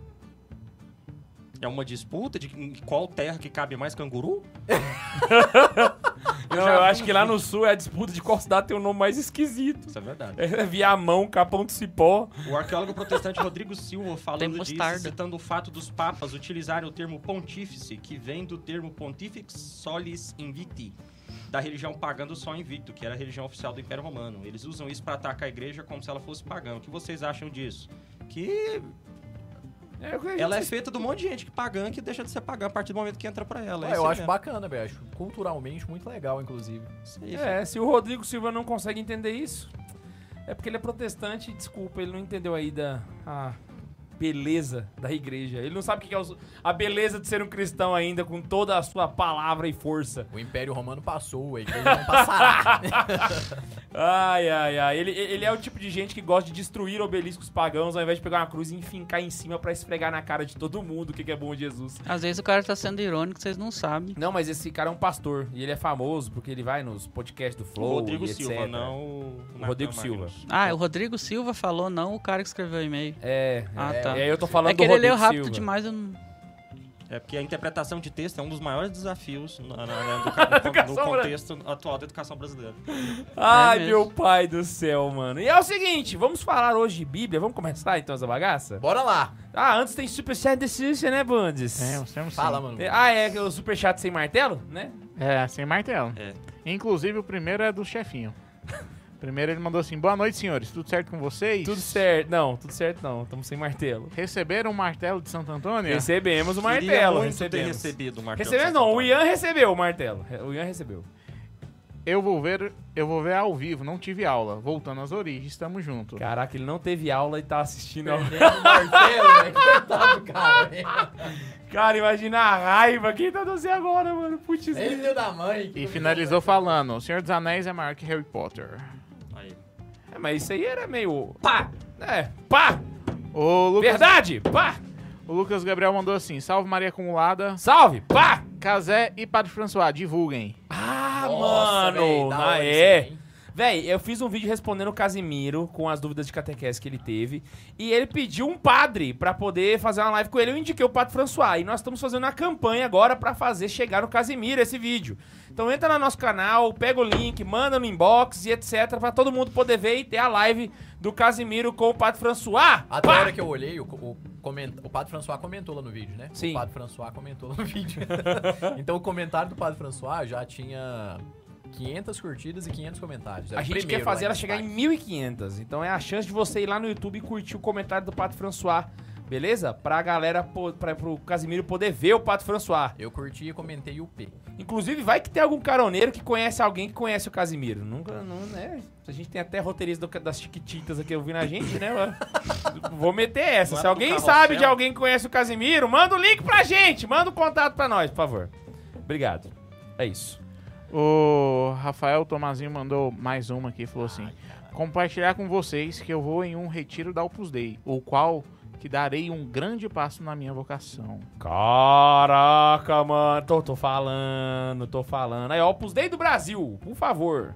Speaker 5: É uma disputa de em qual terra que cabe mais canguru?
Speaker 1: <laughs> Não, eu acho que lá no sul é a disputa de qual cidade tem o nome mais esquisito.
Speaker 5: Isso é verdade.
Speaker 1: É Viamão, Capão do Cipó.
Speaker 5: O arqueólogo protestante Rodrigo Silva
Speaker 4: Tem
Speaker 5: falando disso,
Speaker 4: mostarda.
Speaker 5: citando o fato dos papas utilizarem o termo pontífice, que vem do termo pontifex solis invicti, da religião pagã do sol invicto, que era a religião oficial do Império Romano. Eles usam isso para atacar a igreja como se ela fosse pagã. O que vocês acham disso? Que
Speaker 1: É, o que a gente
Speaker 5: ela é feita de um monte de gente que pagã que deixa de ser pagã a partir do momento que entra para ela.
Speaker 2: Ué,
Speaker 5: É isso
Speaker 2: <laughs> eu
Speaker 5: aí
Speaker 2: acho
Speaker 5: mesmo.
Speaker 2: bacana, velho. Acho culturalmente muito legal, inclusive.
Speaker 5: Isso aí,
Speaker 1: É, se o Rodrigo Silva não consegue entender isso, é porque ele é protestante, desculpa, ele não entendeu ainda a beleza da igreja. Ele não sabe o que é os- a beleza de ser um cristão ainda, com toda a sua palavra e força. <laughs>
Speaker 2: O Império Romano passou, a igreja não passará.
Speaker 1: Ai, ai, ai. Ele, ele é o tipo de gente que gosta de destruir obeliscos pagãos ao invés de pegar uma cruz e enfincar em cima pra esfregar na cara de todo mundo o que, que é bom de Jesus.
Speaker 4: Às vezes o cara tá sendo irônico, vocês não sabem.
Speaker 1: Não, mas esse cara é um pastor e ele é famoso porque ele vai nos podcasts do Flow
Speaker 5: Rodrigo
Speaker 1: e etc.
Speaker 5: Silva, não o Natan
Speaker 1: Rodrigo
Speaker 5: Magnus.
Speaker 4: Ah, o Rodrigo Silva falou não, o cara que escreveu o e-mail.
Speaker 1: É,
Speaker 4: Ah,
Speaker 1: é,
Speaker 4: tá.
Speaker 1: é, eu tô falando
Speaker 4: é que
Speaker 1: do
Speaker 4: ele leu
Speaker 1: Rodrigo
Speaker 4: rápido
Speaker 1: Silva.
Speaker 4: demais, eu não...
Speaker 5: É porque a interpretação de texto é um dos maiores desafios na, na- na
Speaker 1: <laughs>
Speaker 5: educa-
Speaker 1: Educação
Speaker 5: no contexto atual da educação brasileira.
Speaker 1: Ai,
Speaker 4: É mesmo.
Speaker 1: meu pai do céu, mano. E é o seguinte, vamos falar hoje de Bíblia. Vamos começar então essa bagaça?
Speaker 2: Bora lá.
Speaker 1: Ah, antes tem Super Chat Decision, né, Bundes?
Speaker 5: É,
Speaker 6: um
Speaker 2: Fala, mano.
Speaker 1: Ah, é o Super Chat sem martelo, né?
Speaker 6: É, sem martelo.
Speaker 5: É.
Speaker 6: Inclusive, o primeiro é do chefinho. Primeiro ele mandou assim, boa noite, senhores. Tudo certo com vocês?
Speaker 1: Tudo certo. Não, tudo certo não. Estamos sem martelo.
Speaker 6: Receberam o martelo de Santo Antônio?
Speaker 1: Recebemos o
Speaker 5: É. Queria
Speaker 1: martelo.
Speaker 5: muito ter
Speaker 1: Recebemos.
Speaker 5: recebido o martelo.
Speaker 1: Recebemos
Speaker 5: de
Speaker 1: não, um
Speaker 5: Santo
Speaker 1: o
Speaker 5: Antônio.
Speaker 1: Ian recebeu o martelo. É, O Ian recebeu.
Speaker 6: Eu vou ver, eu vou ver ao vivo, não tive aula. Voltando às origens, tamo junto.
Speaker 1: Caraca, ele não teve aula e tá assistindo. ao-
Speaker 2: Perdendo o martelo, um velho. Coitado, do cara. velho.
Speaker 1: Cara, imagina a raiva. Quem tá doce agora, mano? Putz.
Speaker 5: É
Speaker 2: Nem filho da mãe.
Speaker 6: E finalizou falando, o Senhor dos Anéis é maior que Harry Potter.
Speaker 5: Aí.
Speaker 1: É, mas isso aí era meio. Pá! É, pá!
Speaker 6: O Lucas,
Speaker 1: Verdade! Pá!
Speaker 6: o Lucas Gabriel mandou assim, salve Maria Acumulada,
Speaker 1: Salve! Pá!
Speaker 6: Casé e Padre François, divulguem.
Speaker 1: Ah,
Speaker 2: Nossa,
Speaker 1: mano!
Speaker 2: velho, da
Speaker 1: ah,
Speaker 2: hora isso
Speaker 1: é!
Speaker 2: aí, hein?
Speaker 1: Véi, eu fiz um vídeo respondendo o Casimiro com as dúvidas de catequese que ele teve. E ele pediu um padre pra poder fazer uma live com ele. Eu indiquei o Padre François. E nós estamos fazendo uma campanha agora pra fazer chegar no Casimiro esse vídeo. Então entra no nosso canal, pega o link, manda no inbox e etc. Pra todo mundo poder ver e ter a live do Casimiro com o Padre François.
Speaker 2: Até
Speaker 1: Pá!
Speaker 2: a hora que eu olhei, o, o, coment... o Padre François comentou lá no vídeo, né?
Speaker 1: Sim.
Speaker 2: O Padre François comentou lá no <laughs>
Speaker 1: <laughs>
Speaker 2: vídeo. então o comentário do Padre François já tinha 500 curtidas e 500 comentários. Era É
Speaker 1: A
Speaker 2: o
Speaker 1: gente quer
Speaker 2: primeiro lá
Speaker 1: fazer ela
Speaker 2: no
Speaker 1: chegar em
Speaker 2: destaque.
Speaker 1: 1.500. Então é a chance de você ir lá no YouTube e curtir o comentário do Pato François. Beleza? Pra galera, po- pra, pro Casimiro poder ver o Pato François.
Speaker 2: Eu curti e comentei o
Speaker 1: <laughs>
Speaker 2: P.
Speaker 1: Inclusive, vai que tem algum caroneiro que conhece alguém que conhece o Casimiro. Nunca, não, né? A gente tem até roteirista do- das Chiquititas aqui ouvindo a gente, né? mano? Vou meter essa. Se
Speaker 5: Lá do
Speaker 1: alguém
Speaker 5: carrossel.
Speaker 1: sabe de alguém que conhece o Casimiro, manda o link pra gente. Manda o contato pra nós, por favor. Obrigado. É isso.
Speaker 6: O Rafael Tomazinho mandou mais uma aqui, falou assim: compartilhar com vocês que eu vou em um retiro da Opus Dei, o qual que darei um grande passo na minha vocação.
Speaker 1: Caraca, mano. Tô, tô falando, tô falando. Aí, ó, Opus Dei do Brasil, por favor.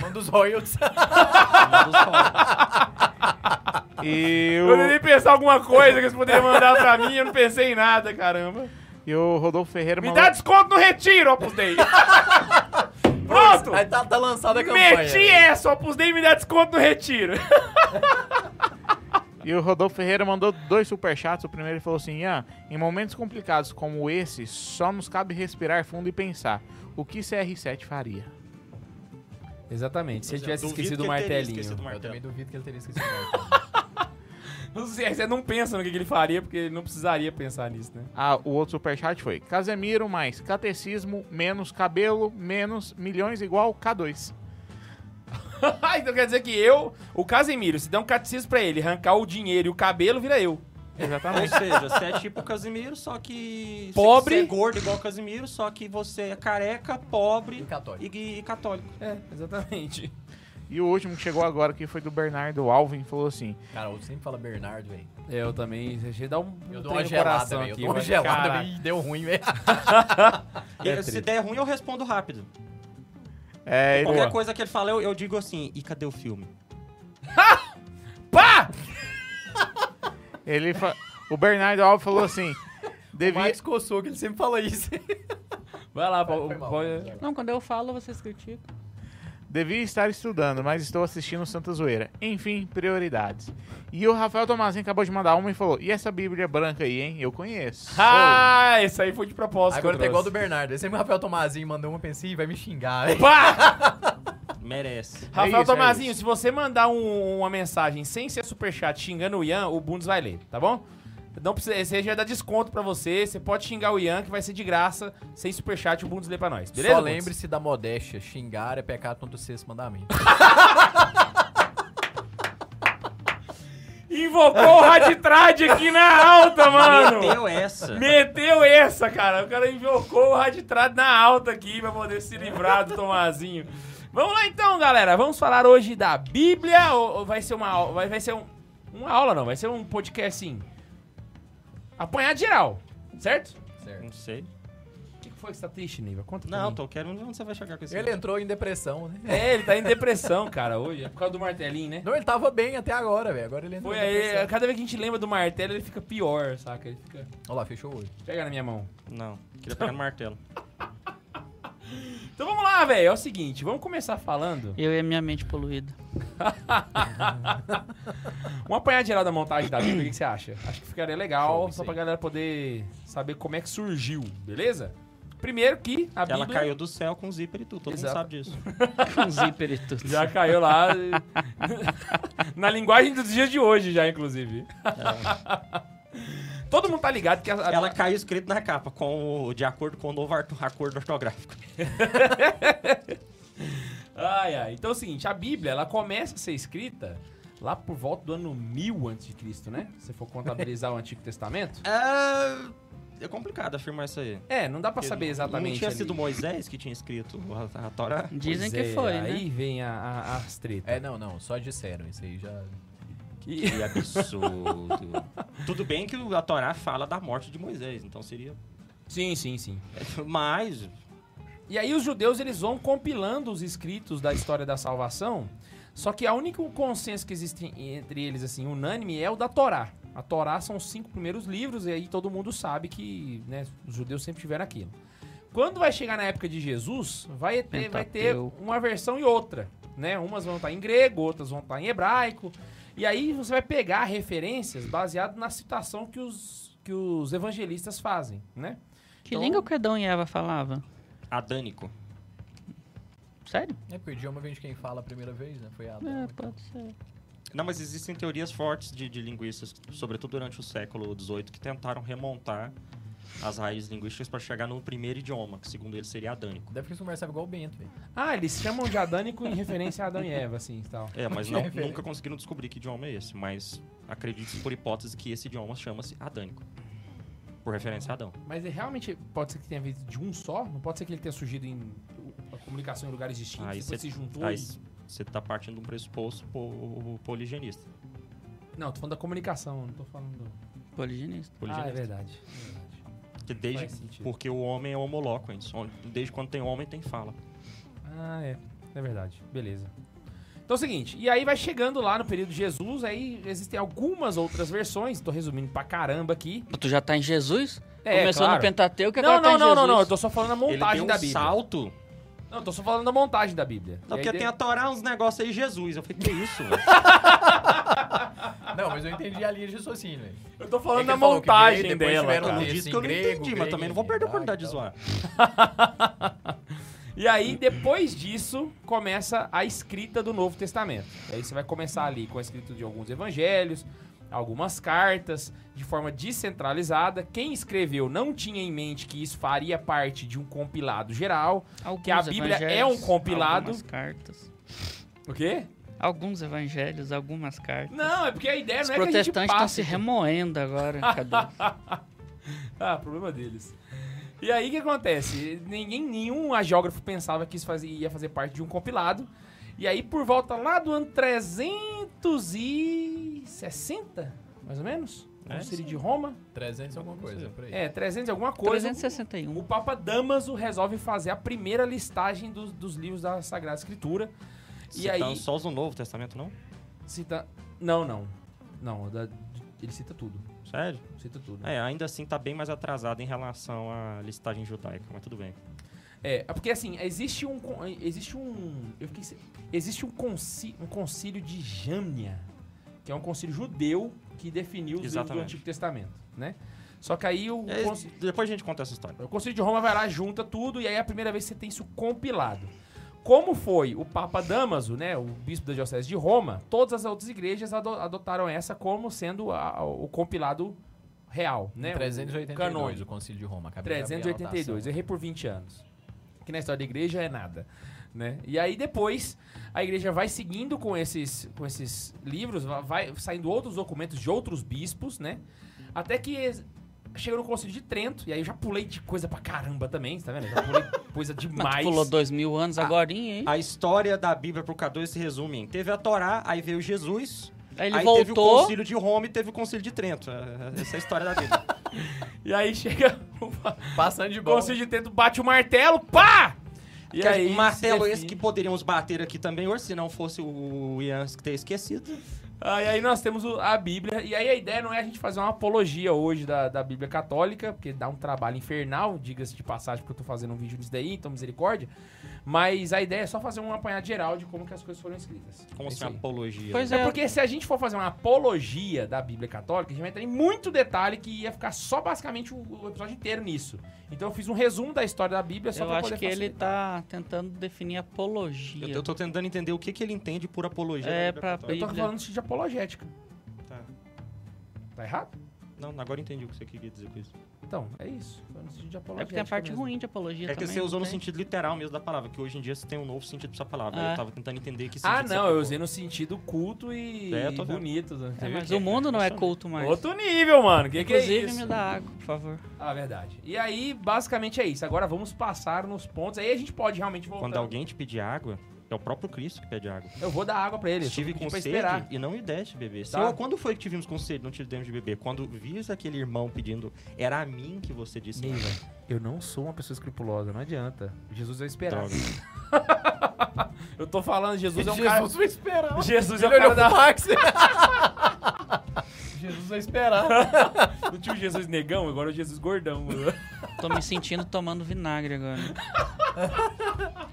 Speaker 2: Manda os <laughs> royalties.
Speaker 6: E
Speaker 1: Ah. Eu
Speaker 6: o,
Speaker 1: tentei pensar alguma coisa que eles poderiam mandar pra mim, eu não pensei em nada, caramba.
Speaker 6: e o Rodolfo Ferreira
Speaker 1: Me
Speaker 6: mandou.
Speaker 1: dá desconto no retiro, Opus Dei. Pronto!
Speaker 2: Aí tá, tá lançada a campanha.
Speaker 1: Meti
Speaker 2: velho.
Speaker 1: essa, Opus Dei me dá desconto no retiro.
Speaker 6: <laughs> E o Rodolfo Ferreira mandou dois superchats. O primeiro ele falou assim: Ian, em momentos complicados como esse, só nos cabe respirar fundo e pensar. O que CR7 faria?
Speaker 1: Exatamente, se ele tivesse
Speaker 5: Duvido
Speaker 1: esquecido o
Speaker 5: que ele teria
Speaker 1: martelinho.
Speaker 5: esquecido o
Speaker 2: Eu também
Speaker 5: martelo.
Speaker 2: duvido que ele teria esquecido. o martelo.
Speaker 1: Você não pensa no que que ele faria, porque ele não precisaria pensar nisso, né? <laughs>
Speaker 6: Ah, o outro superchat foi: Casemiro mais catecismo menos cabelo menos milhões igual K2.
Speaker 1: então quer dizer que eu, o Casemiro, se der um catecismo pra ele, arrancar o dinheiro e o cabelo, vira eu.
Speaker 5: Ou seja, você é tipo o Casimiro, só que.
Speaker 1: Pobre.
Speaker 5: Você é gordo igual o Casimiro, só que você é careca, pobre
Speaker 2: E é católico.
Speaker 5: e- e católico.
Speaker 1: <laughs> É, exatamente.
Speaker 6: E o último que chegou agora que foi do Bernardo Alvin, falou assim:
Speaker 2: Cara, eu sempre falo Bernardo, velho.
Speaker 1: É, eu também. Achei dar um.
Speaker 2: Eu
Speaker 1: um
Speaker 2: dou uma
Speaker 1: trem no
Speaker 2: gelada,
Speaker 1: coração
Speaker 2: velho. Eu
Speaker 1: aqui,
Speaker 2: dou uma
Speaker 1: mas,
Speaker 2: gelada,
Speaker 1: cara,
Speaker 2: velho. Ih, Deu ruim, velho.
Speaker 5: E
Speaker 1: é
Speaker 5: se der ruim, eu respondo rápido.
Speaker 6: É, ele-
Speaker 5: Qualquer coisa que ele fala, eu, eu digo assim, e cadê o filme?
Speaker 1: Pá!
Speaker 6: ele fa- o Bernardo Alvin falou assim:
Speaker 2: Teve...
Speaker 6: devia,
Speaker 2: coçou que ele sempre fala isso.
Speaker 1: <laughs> Vai lá,
Speaker 2: Foi mal.
Speaker 1: pode.
Speaker 4: Não, quando eu falo, vocês criticam.
Speaker 6: devia estar estudando, mas estou assistindo Santa Zoeira. Enfim, prioridades. E o Rafael Tomazinho acabou de mandar uma e falou: E essa Bíblia branca aí, hein? Eu conheço.
Speaker 1: Ah, isso aí foi de propósito.
Speaker 2: Agora
Speaker 1: que
Speaker 2: tá
Speaker 1: eu
Speaker 2: igual do
Speaker 1: trouxe.
Speaker 2: Bernardo. Esse mesmo Rafael Tomazinho mandou uma, eu pensei, "Ih, vai me xingar, velho. <laughs>
Speaker 1: Pá!
Speaker 5: Merece.
Speaker 1: Rafael
Speaker 6: isso, é
Speaker 1: Tomazinho,
Speaker 6: isso.
Speaker 1: se você mandar um- uma mensagem sem ser superchat xingando o Ian, o Bundes vai ler, tá bom? Não precisa, esse aí já dá desconto pra você. Você pode xingar o Ian, que vai ser de graça. Sem superchat, o Bundes lê pra nós, beleza?
Speaker 2: Só
Speaker 1: Bundes?
Speaker 2: lembre-se da modéstia. Xingar é pecado contra o sexto
Speaker 1: <laughs>
Speaker 2: mandamento.
Speaker 1: Invocou o Raditrade aqui
Speaker 2: <laughs>
Speaker 1: na alta, mano!
Speaker 5: Meteu essa.
Speaker 1: Meteu essa, cara. O cara invocou o Raditrado na alta aqui pra poder se livrar do Tomazinho. Vamos lá então, galera. Vamos falar hoje da Bíblia. Ou, ou vai ser uma au- vai, vai ser um, uma aula não, vai ser um podcast assim. Apanhado geral, certo?
Speaker 2: Certo.
Speaker 5: Não sei.
Speaker 1: O que que foi que você tá triste, Neiva? Conta pra
Speaker 5: Não,
Speaker 1: mim.
Speaker 5: tô querendo onde você vai chegar com isso.
Speaker 2: Ele entrou em depressão, né?
Speaker 1: É, ele tá em depressão, cara, hoje. É por causa do martelinho, né?
Speaker 2: Não, ele tava bem até agora, velho. Agora ele entrou
Speaker 1: Foi
Speaker 2: em depressão.
Speaker 1: aí, cada vez que a gente lembra do martelo, ele fica pior, saca? Ele fica.
Speaker 2: Olha lá, fechou o olho.
Speaker 1: Pega na minha mão.
Speaker 5: Não, queria pegar no martelo.
Speaker 1: Então vamos lá, velho. É o seguinte, vamos começar falando.
Speaker 4: Eu e a minha mente poluída.
Speaker 1: <laughs> Um apanhado geral da montagem da Bíblia, o que que você acha? Acho que ficaria legal, só pra galera poder saber como é que surgiu, beleza? Primeiro que a
Speaker 5: Ela
Speaker 1: Bíblia
Speaker 5: caiu do céu com zíper e tudo, todo
Speaker 1: Exato.
Speaker 5: mundo sabe disso.
Speaker 1: Um
Speaker 4: Com zíper e tudo.
Speaker 1: já caiu lá <laughs> na linguagem dos dias de hoje já, inclusive. Todo mundo tá ligado que a, a-
Speaker 5: É. Ela caiu escrito na capa, com o, de acordo com o novo arto- acordo ortográfico.
Speaker 1: Ai, ai. Então é o seguinte, a Bíblia, ela começa a ser escrita lá por volta do ano 1000 antes de Cristo, né? Se for contabilizar
Speaker 5: <laughs>
Speaker 1: o Antigo Testamento.
Speaker 5: É, é complicado afirmar isso aí.
Speaker 1: É, não dá pra
Speaker 5: Porque
Speaker 1: saber
Speaker 5: não-
Speaker 1: exatamente.
Speaker 5: Não tinha
Speaker 1: ali.
Speaker 5: sido Moisés que tinha escrito a, a Torá?
Speaker 4: Dizem
Speaker 1: Pois
Speaker 4: que
Speaker 1: é,
Speaker 4: foi, né?
Speaker 1: Aí vem a, a, as tretas.
Speaker 2: É, não, não. Só disseram. Isso aí já...
Speaker 1: E-
Speaker 5: Que absurdo. Tudo bem que a Torá fala da morte de Moisés, então seria... é,
Speaker 1: Sim, sim, sim.
Speaker 5: Mas,
Speaker 1: E aí os judeus eles vão compilando os escritos da história da salvação. Só que o único consenso que existe entre eles, assim, unânime, é o da Torá. A Torá são os cinco primeiros livros, e aí todo mundo sabe que né, os judeus sempre tiveram aquilo. Quando vai chegar na época de Jesus, vai ter, vai ter
Speaker 4: Pentateuco.
Speaker 1: uma versão e outra. Né? Umas vão estar em grego, outras vão estar em hebraico. E aí você vai pegar referências baseado na citação que os, que os evangelistas fazem, né?
Speaker 4: Que
Speaker 1: Então-
Speaker 4: língua que Adão e Eva falavam?
Speaker 5: adânico.
Speaker 4: Sério?
Speaker 2: É porque o idioma vem de quem fala a primeira vez, né? Foi a...
Speaker 4: É, pode ser.
Speaker 5: Não, mas existem teorias fortes de, de linguistas, sobretudo durante o século XVIII, que tentaram remontar as raízes linguísticas para chegar no primeiro idioma, que segundo eles seria adânico.
Speaker 2: Deve que esse conversava igual o Bento, velho.
Speaker 1: Ah, eles chamam de adânico em referência a Adão e Eva, assim, e tal.
Speaker 5: É, mas não-
Speaker 2: referência.
Speaker 5: nunca conseguiram descobrir que idioma é esse, mas acredite por hipótese que esse idioma chama-se adânico. Por referência a Adão.
Speaker 1: Mas ele realmente pode ser que tenha vindo de um só? Não pode ser que ele tenha surgido em a comunicação em lugares distintos,
Speaker 5: Aí
Speaker 1: depois
Speaker 5: cê-
Speaker 1: se juntou
Speaker 5: Aí
Speaker 1: e-
Speaker 5: você tá partindo de um pressuposto po-
Speaker 1: Ah,
Speaker 5: poligenista.
Speaker 1: é Não, tô falando da comunicação, não tô falando... do-
Speaker 4: Poligenista.
Speaker 1: Ah, é
Speaker 5: poligenista.
Speaker 1: verdade.
Speaker 5: Que
Speaker 1: Faz
Speaker 5: desde,
Speaker 1: sentido.
Speaker 5: porque o homem é homoloquens. on- Desde quando tem homem, tem fala.
Speaker 1: Ah, é. É verdade. Beleza. Então é o seguinte, e aí vai chegando lá no período de Jesus, aí existem algumas outras versões, tô resumindo pra caramba aqui.
Speaker 4: Tu já tá em Jesus?
Speaker 1: É,
Speaker 4: Começou
Speaker 1: claro.
Speaker 4: no Pentateuco e agora
Speaker 1: Não, não,
Speaker 4: tá em
Speaker 1: não,
Speaker 4: Jesus.
Speaker 1: não, não, eu tô só falando a
Speaker 5: Ele
Speaker 1: montagem
Speaker 5: deu
Speaker 1: da
Speaker 5: um
Speaker 1: Bíblia.
Speaker 5: salto.
Speaker 1: Não, eu tô só falando da montagem da Bíblia.
Speaker 5: Não,
Speaker 1: E aí
Speaker 5: porque
Speaker 1: de-
Speaker 5: tem a Torá uns negócios aí, Jesus. Eu falei, que isso? velho?
Speaker 2: Não, mas eu entendi a linha de raciocínio, velho.
Speaker 1: Eu tô
Speaker 2: É
Speaker 1: falando
Speaker 2: que
Speaker 1: da
Speaker 2: ele falou que veio,
Speaker 1: montagem
Speaker 2: depois
Speaker 1: dela,
Speaker 2: tiveram
Speaker 1: cara.
Speaker 5: Não
Speaker 2: Esse
Speaker 5: disse que eu não
Speaker 2: grego,
Speaker 5: entendi,
Speaker 2: grego,
Speaker 5: mas também não vou perder a
Speaker 2: hebraico,
Speaker 5: oportunidade de
Speaker 2: tal.
Speaker 5: zoar.
Speaker 1: E aí, depois disso, começa a escrita do Novo Testamento. E aí você vai começar ali com a escrita de alguns evangelhos, algumas cartas, de forma descentralizada. Quem escreveu não tinha em mente que isso faria parte de um compilado geral.
Speaker 4: Alguns
Speaker 1: Que a Bíblia é
Speaker 4: evangelhos,
Speaker 1: um compilado.
Speaker 4: Algumas cartas.
Speaker 1: O quê?
Speaker 4: Alguns evangelhos, algumas cartas.
Speaker 1: Não, é porque a ideia
Speaker 4: Os
Speaker 1: não é que a gente
Speaker 4: protestantes estão
Speaker 1: passe...
Speaker 4: se
Speaker 1: <laughs>
Speaker 4: remoendo agora. Cadê?
Speaker 1: Ah, problema deles. E aí o que acontece? Ninguém, nenhum geógrafo pensava que isso fazia, ia fazer parte de um compilado. E aí, por volta lá do ano 360, mais ou menos,
Speaker 5: É,
Speaker 1: Concílio
Speaker 5: sim.
Speaker 1: de Roma.
Speaker 2: 300 alguma coisa, por aí.
Speaker 1: É, 300 e alguma coisa.
Speaker 4: 361.
Speaker 1: O Papa Damaso resolve fazer a primeira listagem dos, dos livros da Sagrada Escritura. E
Speaker 5: Citar
Speaker 1: aí,
Speaker 5: tá Só os do Novo Testamento, não?
Speaker 1: cita... Não, não. Não, da- ele cita tudo.
Speaker 5: Sério?
Speaker 1: Cita tudo.
Speaker 5: É, ainda assim tá bem mais atrasado em relação à listagem judaica, mas tudo bem.
Speaker 1: É, porque assim, existe um. con- Existe um. Eu fiquei, se- existe um, conci, um concílio de Jâmnia, que é um concílio judeu que definiu os livros do
Speaker 5: Exatamente.
Speaker 1: Antigo Testamento, né? Só que aí o,
Speaker 5: É,
Speaker 1: conci-
Speaker 5: depois a gente conta essa história.
Speaker 1: o concílio de Roma vai lá, junta tudo, e aí é a primeira vez que você tem isso compilado. Como foi o Papa Damaso, né, o bispo da diocese de Roma, todas as outras igrejas ado- adotaram essa como sendo a- o compilado real, né? o
Speaker 2: 382,
Speaker 1: canônico.
Speaker 2: o Concílio de Roma. acabei de abrir a
Speaker 1: 382,
Speaker 2: anotação.
Speaker 1: errei por 20 anos. Que na história da igreja é nada, né? E aí depois a igreja vai seguindo com esses, com esses livros, va- vai saindo outros documentos de outros bispos, né? Até que es- chega no Conselho de Trento, e aí eu já pulei de coisa pra caramba também, tá vendo? Já pulei coisa
Speaker 4: Mas tu
Speaker 1: demais.
Speaker 4: pulou dois mil anos
Speaker 1: Ah,
Speaker 4: agora, hein?
Speaker 5: A história da Bíblia pro K2 se resume em... Teve a Torá, aí veio Jesus...
Speaker 4: Aí ele
Speaker 5: aí teve o
Speaker 4: voltou.
Speaker 5: concílio de Roma e teve o concílio de Trento. É, Essa é a história da Bíblia.
Speaker 1: E aí chega o
Speaker 2: Passando de bola.
Speaker 1: Conselho de Trento, bate o martelo, pá! E
Speaker 5: Que
Speaker 1: aí,
Speaker 5: o um martelo
Speaker 1: se
Speaker 5: esse que
Speaker 1: define.
Speaker 5: poderíamos bater aqui também hoje, se não fosse o Ian ter esquecido.
Speaker 1: Ah, Aí, aí nós temos o- a Bíblia, e aí a ideia não é a gente fazer uma apologia hoje da, da Bíblia Católica, porque dá um trabalho infernal, diga-se de passagem, porque eu tô fazendo um vídeo disso daí, então misericórdia. Mas a ideia é só fazer um apanhado geral de como que as coisas foram escritas.
Speaker 5: Como
Speaker 1: É
Speaker 5: se
Speaker 1: isso aí.
Speaker 5: uma apologia.
Speaker 4: Pois
Speaker 1: É
Speaker 4: é.
Speaker 1: porque se a gente for fazer uma apologia da Bíblia Católica, a gente vai entrar em muito detalhe que ia ficar só basicamente o, o episódio inteiro nisso. Então eu fiz um resumo da história da Bíblia é só
Speaker 4: Eu
Speaker 1: pra
Speaker 4: acho
Speaker 1: poder
Speaker 4: que ele
Speaker 1: facilitar.
Speaker 4: tá tentando definir apologia.
Speaker 5: Eu, eu tô tentando entender o que, que ele entende por apologia. da
Speaker 4: É,
Speaker 5: Bíblia
Speaker 4: pra-
Speaker 5: católica.
Speaker 1: Eu tô
Speaker 4: Bíblia.
Speaker 1: falando de apologética.
Speaker 5: Tá.
Speaker 1: Tá errado?
Speaker 5: Não, agora eu entendi o que você queria dizer com isso.
Speaker 1: Então, é isso. Falando no sentido de
Speaker 4: É
Speaker 1: apologética.
Speaker 4: porque tem a parte
Speaker 1: mesmo.
Speaker 4: ruim de apologia
Speaker 5: É que
Speaker 4: também.
Speaker 5: você usou
Speaker 4: não
Speaker 5: no
Speaker 4: tem?
Speaker 5: sentido literal mesmo da palavra, que hoje em dia você tem um novo sentido pra essa palavra.
Speaker 4: É.
Speaker 5: Eu tava tentando entender que sentido
Speaker 1: Ah,
Speaker 5: você
Speaker 1: não, eu
Speaker 5: aplicou.
Speaker 1: usei no sentido culto e,
Speaker 5: É, eu
Speaker 1: e
Speaker 5: tô vendo.
Speaker 1: bonito. né? Você
Speaker 4: É,
Speaker 1: viu
Speaker 4: mas
Speaker 1: que-
Speaker 4: o mundo não é culto mais.
Speaker 1: Outro nível, mano. Que que é
Speaker 4: Inclusive,
Speaker 1: isso?
Speaker 4: me dá água, por favor.
Speaker 1: Ah, verdade. E aí, basicamente é isso. Agora vamos passar nos pontos. Aí a gente pode realmente voltar.
Speaker 5: Quando alguém te pedir água, é o próprio Cristo que pede água.
Speaker 1: Eu vou dar água pra ele. eu só
Speaker 5: Estive
Speaker 1: pedi
Speaker 5: com
Speaker 1: pra
Speaker 5: sede
Speaker 1: esperar.
Speaker 5: e não me deste beber.
Speaker 1: Tá.
Speaker 5: Senhor, quando foi que tivemos com sede e não te demos de beber? Quando vias aquele irmão pedindo, era a mim que você disse.
Speaker 1: Neiva, eu não sou uma pessoa escrupulosa, não adianta. Jesus vai esperar.
Speaker 5: Droga.
Speaker 1: Eu tô falando, Jesus é um cara.
Speaker 2: Jesus vai esperar.
Speaker 1: <laughs> Jesus é o
Speaker 2: Ele olhou
Speaker 1: cara
Speaker 2: pro
Speaker 1: da.
Speaker 2: Max. <laughs> Jesus vai esperar.
Speaker 1: Não tinha <laughs> o Jesus negão, agora é o Jesus gordão.
Speaker 4: Tô me sentindo tomando
Speaker 1: <laughs>
Speaker 4: vinagre agora.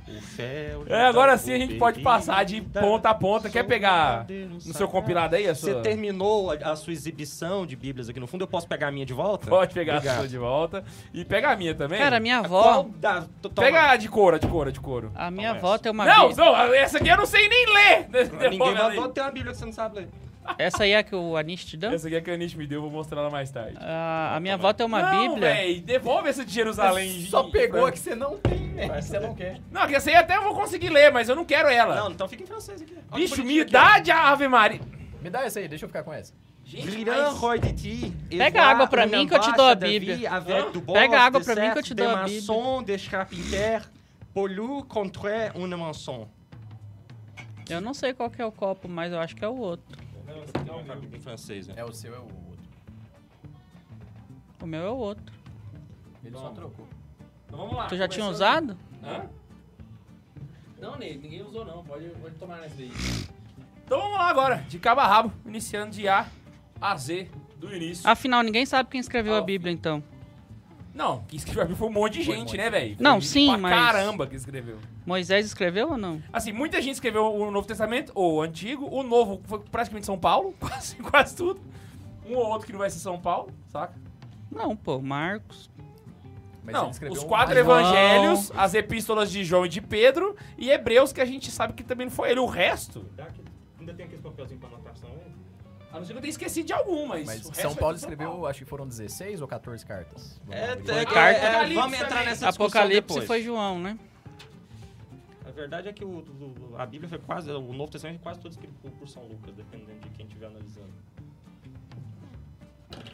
Speaker 5: O céu.
Speaker 1: É, agora sim a gente pode passar de ponta a ponta. Quer
Speaker 5: um
Speaker 1: pegar no seu compilado aí, a
Speaker 5: Você
Speaker 1: sua?
Speaker 5: terminou a, a sua exibição de Bíblias aqui no fundo, eu posso pegar a minha de volta?
Speaker 1: Pode pegar a sua
Speaker 5: Então, Obrigado.
Speaker 1: de volta. E pega a minha também.
Speaker 4: Cara, a minha
Speaker 5: Qual
Speaker 4: avó.
Speaker 5: da- to- toma.
Speaker 1: Pega a de couro, a de couro, a de couro.
Speaker 4: A minha
Speaker 5: Qual
Speaker 4: avó
Speaker 5: essa?
Speaker 4: tem uma.
Speaker 1: Não,
Speaker 4: bi-
Speaker 1: não, essa aqui eu não sei nem ler.
Speaker 5: Ninguém
Speaker 1: Devolve ela aí.
Speaker 5: mandou ter uma Bíblia que você não sabe ler.
Speaker 4: Essa aí é a que o Anish te deu?
Speaker 1: Essa aqui é que a Anish me deu, vou mostrar ela mais tarde.
Speaker 4: Ah, a minha avó tem uma
Speaker 1: não,
Speaker 4: Bíblia.
Speaker 1: véi, devolve essa Tá de Jerusalém.
Speaker 2: Só pegou a que
Speaker 1: aqui.
Speaker 2: você não tem, né? velho. que Você não quer.
Speaker 1: Não, que essa aí até eu vou conseguir ler, mas eu não quero ela.
Speaker 5: Não, então fica em francês aqui. Olha que
Speaker 1: Bicho, me
Speaker 5: bonitinho aqui,
Speaker 1: dá de Ave Maria.
Speaker 2: Me dá essa aí, deixa eu ficar com essa.
Speaker 5: ó.
Speaker 1: Gente,
Speaker 5: Virin roi de ti,
Speaker 4: Pega
Speaker 5: Evoa
Speaker 4: água pra
Speaker 5: une
Speaker 4: mim que eu te dou a
Speaker 5: ambassade
Speaker 4: Bíblia.
Speaker 5: vie avec du bord,
Speaker 4: Pega água
Speaker 5: des
Speaker 4: pra mim que eu
Speaker 5: cerfs,
Speaker 4: te dou a
Speaker 5: des
Speaker 4: Bíblia.
Speaker 5: maçons, des charpentiers, pollu contre une menson.
Speaker 4: Eu não sei qual que é o copo, mas eu acho que é o outro.
Speaker 5: Em francês, né?
Speaker 2: É o seu, é o outro.
Speaker 4: O meu é o outro.
Speaker 2: Ele só trocou.
Speaker 1: Então vamos
Speaker 5: Ah,
Speaker 1: lá.
Speaker 4: Tu já tinha
Speaker 1: começando-
Speaker 4: usado?
Speaker 1: Hã? Não, Ney, ninguém usou não. Pode, pode tomar nessa daí. Então vamos lá agora, de cabo a rabo, iniciando de A a Z do início.
Speaker 4: Afinal, ninguém sabe quem escreveu
Speaker 5: Ah,
Speaker 4: a
Speaker 1: Alf.
Speaker 4: Bíblia, então.
Speaker 1: Não, quem escreveu foi um monte de
Speaker 2: Foi um
Speaker 1: gente,
Speaker 2: monte
Speaker 1: né,
Speaker 2: de
Speaker 1: velho?
Speaker 4: Não,
Speaker 1: Foi
Speaker 4: sim,
Speaker 1: pra
Speaker 4: mas-
Speaker 1: caramba que escreveu.
Speaker 4: Moisés escreveu ou não?
Speaker 1: Assim, muita gente escreveu o Novo Testamento, ou o Antigo. O Novo foi praticamente São Paulo, <laughs> quase, quase tudo. Um ou outro que não vai ser São Paulo, saca?
Speaker 4: Não, pô, Marcos.
Speaker 2: Mas
Speaker 1: não,
Speaker 2: ele escreveu
Speaker 1: os
Speaker 2: um-
Speaker 1: quatro
Speaker 4: Mas não.
Speaker 1: evangelhos, as epístolas de João e de Pedro, e Hebreus, que a gente sabe que também não foi ele. O resto,
Speaker 5: Ainda tem aqueles papelzinhos com anotação aí?
Speaker 1: a não ser que eu tenha esquecido de algum, mas.
Speaker 2: Mas
Speaker 1: o resto
Speaker 2: São
Speaker 1: é
Speaker 2: Paulo
Speaker 1: tudo
Speaker 2: escreveu, acho que foram 16 ou 14 cartas. Vamos
Speaker 5: É,
Speaker 2: abrir.
Speaker 5: é,
Speaker 4: carta.
Speaker 5: é, é, vamos
Speaker 1: Apocalipse
Speaker 5: entrar
Speaker 1: também.
Speaker 5: nessa discussão
Speaker 4: Apocalipse
Speaker 5: depois.
Speaker 4: foi João, né?
Speaker 5: A verdade é que o, o- a Bíblia foi quase, o Novo Testamento é quase todo escrito por, por São Lucas, dependendo de quem estiver analisando.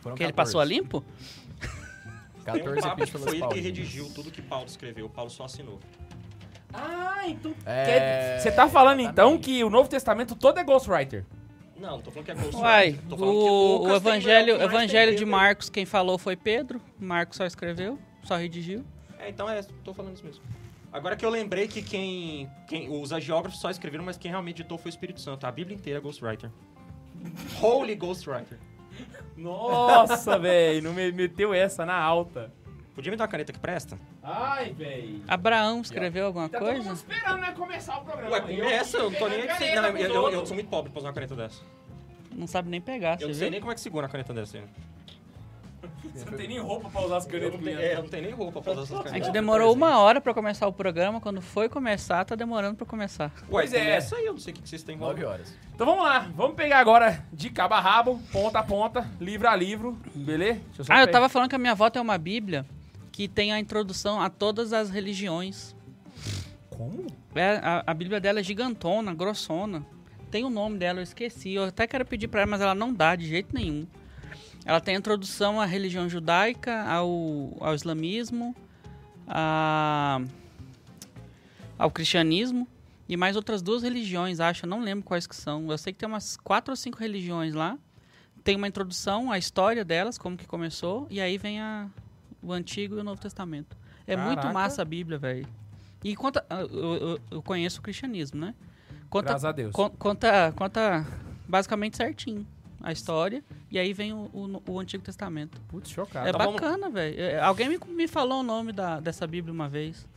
Speaker 2: Foram
Speaker 4: Porque ele
Speaker 2: 14.
Speaker 4: passou a limpo?
Speaker 5: Tem
Speaker 2: 14
Speaker 5: um Papa que
Speaker 2: epístolas
Speaker 5: foi ele que
Speaker 2: paulinas.
Speaker 5: redigiu tudo que Paulo escreveu, Paulo só assinou.
Speaker 1: Ah, então.
Speaker 2: É,
Speaker 1: quer- Você tá falando então
Speaker 2: exatamente.
Speaker 1: que o Novo Testamento todo é Ghostwriter?
Speaker 5: Não, tô falando que é Ghost
Speaker 4: Uai,
Speaker 5: Rider, tô falando que
Speaker 4: o, o
Speaker 5: Lucas tem-
Speaker 4: evangelho,
Speaker 5: é o que mais
Speaker 4: evangelho
Speaker 5: tem
Speaker 4: de
Speaker 5: Bíblia.
Speaker 4: Marcos, quem falou foi Pedro. Marcos só escreveu, só redigiu.
Speaker 5: É, então é, tô falando isso mesmo. Agora que eu lembrei que quem, quem os agiógrafos só escreveram, mas quem realmente editou foi o Espírito Santo. A Bíblia inteira é Ghostwriter. Holy Ghostwriter.
Speaker 1: <laughs> Nossa, velho, não me meteu essa na alta.
Speaker 5: Podia me dar uma caneta que presta?
Speaker 1: Ai, velho.
Speaker 4: Abraão escreveu alguma
Speaker 1: Tá todo mundo
Speaker 4: Ah, coisa?
Speaker 1: esperando, né, começar o programa.
Speaker 5: Ué, começa, eu não tô nem aí que você- não, eu, eu- eu sou muito pobre pra usar uma caneta dessa.
Speaker 4: Não sabe nem pegar,
Speaker 5: Eu
Speaker 4: você
Speaker 5: não sei
Speaker 4: viu?
Speaker 5: nem como é que segura uma caneta dessa. aí.
Speaker 1: Você não tem nem roupa pra usar as
Speaker 5: Eu não
Speaker 1: canetas.
Speaker 5: tenho, é, eu não tenho nem roupa pra usar essas
Speaker 4: A gente
Speaker 5: canetas.
Speaker 4: É demorou uma hora pra começar o programa. Quando foi começar, tá demorando pra começar.
Speaker 5: Ué,
Speaker 1: Pois é.
Speaker 5: começa aí, eu não sei o que que vocês têm
Speaker 2: 9 horas.
Speaker 5: é.
Speaker 1: Então vamos lá, vamos pegar agora de cabo a rabo, ponta a ponta, livro a livro, beleza? Deixa só
Speaker 4: Ah, eu
Speaker 1: pegar.
Speaker 4: tava falando que a minha avó tem uma Bíblia que tem a introdução a todas as religiões.
Speaker 1: Como?
Speaker 4: É, a, a Bíblia dela é gigantona, grossona. Tem o nome dela, eu esqueci. Eu até quero pedir pra ela, mas ela não dá de jeito nenhum. Ela tem a introdução à religião judaica, ao, ao islamismo, a- ao cristianismo e mais outras duas religiões, acho. Eu não lembro quais que são. Eu sei que tem umas quatro ou cinco religiões lá. Tem uma introdução à história delas, como que começou, e aí vem a- o Antigo e o Novo Testamento. É
Speaker 1: Caraca.
Speaker 4: muito massa a Bíblia, velho. E conta. ah, Eu, eu- eu conheço o cristianismo, né? Conta
Speaker 1: Graças a Deus.
Speaker 4: Con- Conta, conta basicamente certinho a história. E aí vem o, o, o Antigo Testamento.
Speaker 1: Putz, chocado. Tá
Speaker 4: é
Speaker 5: então vamos-
Speaker 4: bacana, velho. É, Alguém me, me falou o nome da, dessa Bíblia uma vez.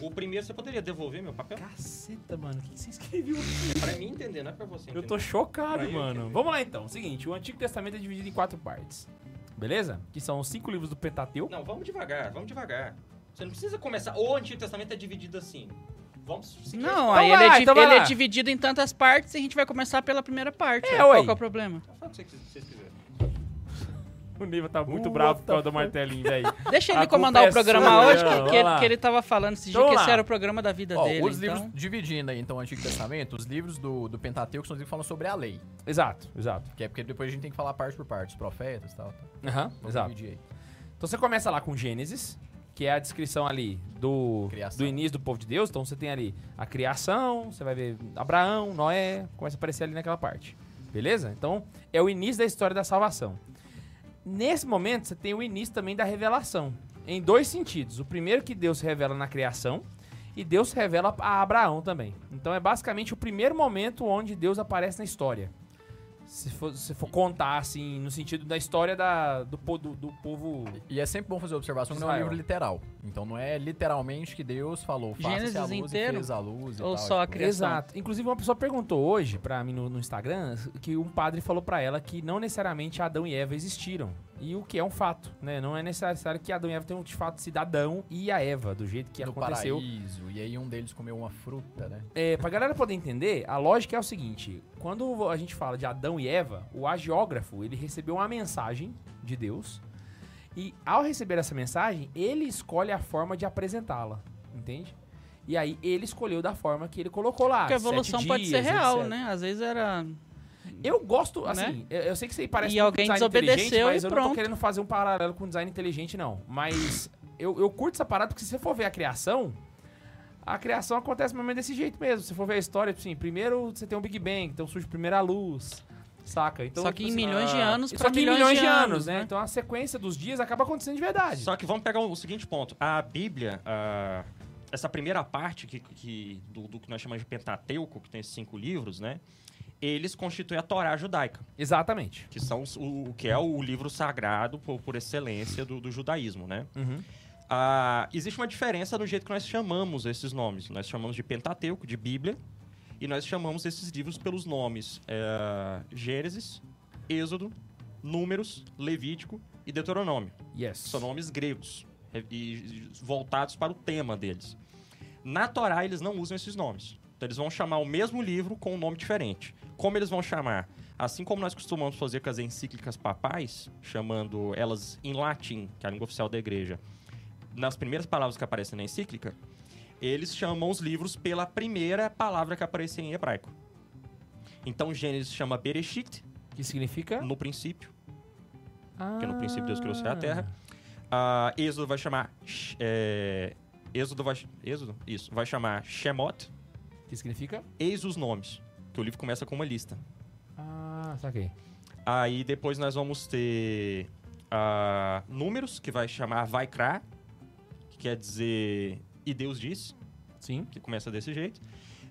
Speaker 5: O primeiro você poderia devolver meu papel?
Speaker 1: Caceta, mano. O que que você escreveu?
Speaker 5: Pra mim entender, não é pra você
Speaker 1: Eu
Speaker 5: entender.
Speaker 1: tô chocado,
Speaker 5: Pra eu
Speaker 1: mano.
Speaker 5: entender.
Speaker 1: Vamos lá então. Seguinte, o Antigo Testamento é dividido em quatro partes. Beleza? Que são os cinco livros do Pentateuco. <laughs>
Speaker 5: Não, vamos devagar, vamos devagar. Você não precisa começar. O Antigo Testamento é dividido assim. Vamos seguir a
Speaker 4: Não,
Speaker 1: Então
Speaker 4: aí
Speaker 1: vai
Speaker 4: ele, é,
Speaker 1: lá,
Speaker 4: di-
Speaker 1: então vai
Speaker 4: ele é
Speaker 1: lá.
Speaker 4: dividido em tantas partes e a gente vai começar pela primeira parte.
Speaker 1: É,
Speaker 4: ué. Qual
Speaker 1: ué.
Speaker 4: que é o problema?
Speaker 5: história. Fala o que vocês vocês quiserem.
Speaker 1: O Niva tá muito
Speaker 2: Puta
Speaker 1: bravo por causa do
Speaker 2: foi.
Speaker 1: martelinho,
Speaker 5: <laughs>
Speaker 1: velho.
Speaker 4: Deixa
Speaker 1: A
Speaker 4: ele comandar
Speaker 1: culpa
Speaker 4: o
Speaker 1: é
Speaker 4: programa
Speaker 1: sua,
Speaker 4: hoje,
Speaker 1: Leandro.
Speaker 4: que, que
Speaker 1: Vai
Speaker 4: ele,
Speaker 1: lá.
Speaker 4: que ele tava falando esse dia
Speaker 1: Então
Speaker 4: que
Speaker 1: lá.
Speaker 4: esse era o programa da vida
Speaker 2: Ó,
Speaker 4: dele.
Speaker 2: os
Speaker 4: então.
Speaker 2: livros dividindo aí, então, o Antigo Testamento, os livros do, do Pentateuco são os livros que falam sobre a lei.
Speaker 1: Exato, exato.
Speaker 2: Que é porque depois a gente tem que falar parte por parte, os profetas e tal. tal.
Speaker 1: Aham,
Speaker 2: Vamos
Speaker 1: exato.
Speaker 2: dividir aí.
Speaker 1: Então você começa lá com Gênesis, que é a descrição ali do,
Speaker 2: Criação.
Speaker 1: do início do povo de Deus. Então você tem ali a criação, você vai ver Abraão, Noé, começa a aparecer ali naquela parte. Beleza? Então é o início da história da salvação. Nesse momento você tem o início também da revelação, em dois sentidos. O primeiro que Deus revela na criação e Deus revela a Abraão também. Então é basicamente o primeiro momento onde Deus aparece na história. Se for, se for contar assim, no sentido da história da, do, po- do, do povo
Speaker 2: E é sempre bom fazer a observação que não é um
Speaker 1: Israel.
Speaker 2: livro literal. Então não é literalmente que Deus falou, faça-se a
Speaker 4: Gênesis
Speaker 2: luz
Speaker 4: inteiro?
Speaker 2: e fez a luz e
Speaker 4: Ou
Speaker 2: tal,
Speaker 4: só a
Speaker 2: tipo,
Speaker 4: criação.
Speaker 1: Exato. Inclusive, uma pessoa perguntou hoje pra mim no, no Instagram que um padre falou pra ela que não necessariamente Adão e Eva existiram. E o que é um fato, né? Não é necessário que Adão e Eva tenham de fato sido Adão e a Eva, do jeito que
Speaker 2: no
Speaker 1: aconteceu.
Speaker 2: paraíso, e aí um deles comeu uma fruta, né?
Speaker 1: É, pra galera poder entender, a lógica é o seguinte: quando a gente fala de Adão e Eva, o agiógrafo ele recebeu uma mensagem de Deus. E ao receber essa mensagem, ele escolhe a forma de apresentá-la, entende? E aí ele escolheu da forma que ele colocou lá.
Speaker 4: Porque a
Speaker 1: sete
Speaker 4: evolução pode ser
Speaker 1: dias,
Speaker 4: real,
Speaker 1: etc.
Speaker 4: né? Às vezes era.
Speaker 1: Eu gosto, assim,
Speaker 4: Né?
Speaker 1: eu, eu sei que isso aí parece
Speaker 4: E
Speaker 1: muito
Speaker 4: alguém
Speaker 1: design
Speaker 4: desobedeceu
Speaker 1: inteligente, mas
Speaker 4: e
Speaker 1: eu não tô
Speaker 4: pronto.
Speaker 1: querendo fazer um paralelo com design inteligente, não. Mas eu, eu curto essa parada porque se você for ver a criação, a criação acontece mais ou menos desse jeito mesmo. Se você for ver a história, assim, primeiro você tem um Big Bang, então surge primeiro a luz, saca? Então,
Speaker 4: Só que
Speaker 1: tipo
Speaker 4: em
Speaker 1: assim,
Speaker 4: milhões de
Speaker 5: ah,
Speaker 4: anos
Speaker 1: só
Speaker 4: pra
Speaker 1: que em
Speaker 4: milhões, de anos, né?
Speaker 1: Então a sequência dos dias acaba acontecendo de verdade.
Speaker 5: Só que vamos pegar o seguinte ponto. A Bíblia, a- essa primeira parte que, que- do, do que nós chamamos de Pentateuco, que tem esses cinco livros, né? Eles constituem a Torá judaica,
Speaker 1: Exatamente.
Speaker 5: que, são os- o, o que é o livro sagrado por, por excelência do, do judaísmo, né?
Speaker 1: Uhum.
Speaker 5: Ah, existe uma diferença no jeito que nós chamamos esses nomes. Nós chamamos de Pentateuco, de Bíblia, e nós chamamos esses livros pelos nomes eh, Gênesis, Êxodo, Números, Levítico e Deuteronômio
Speaker 1: Yes.
Speaker 5: são nomes gregos e- e voltados para o tema deles. Na Torá, eles não usam esses nomes. Então, eles vão chamar o mesmo livro com um nome diferente. Como eles vão chamar? Assim como nós costumamos fazer com as encíclicas papais, chamando elas em latim, que é a língua oficial da igreja, nas primeiras palavras que aparecem na encíclica, eles chamam os livros pela primeira palavra que aparecer em hebraico. Então, Gênesis chama Bereshit,
Speaker 1: Que significa?
Speaker 5: no princípio,
Speaker 1: Ah.
Speaker 5: porque é no princípio Deus criou o céu e a terra. Ah, Êxodo vai chamar. sh- É, Êxodo vai. Êxodo? Isso. Vai chamar Shemot.
Speaker 1: Que significa?
Speaker 5: Eis os nomes. Que o livro começa com uma lista.
Speaker 1: Ah, saquei.
Speaker 5: Aí depois nós vamos ter. ah, números, que vai chamar Vaikra. Que quer dizer. E Deus diz.
Speaker 1: Sim.
Speaker 5: Que começa desse jeito.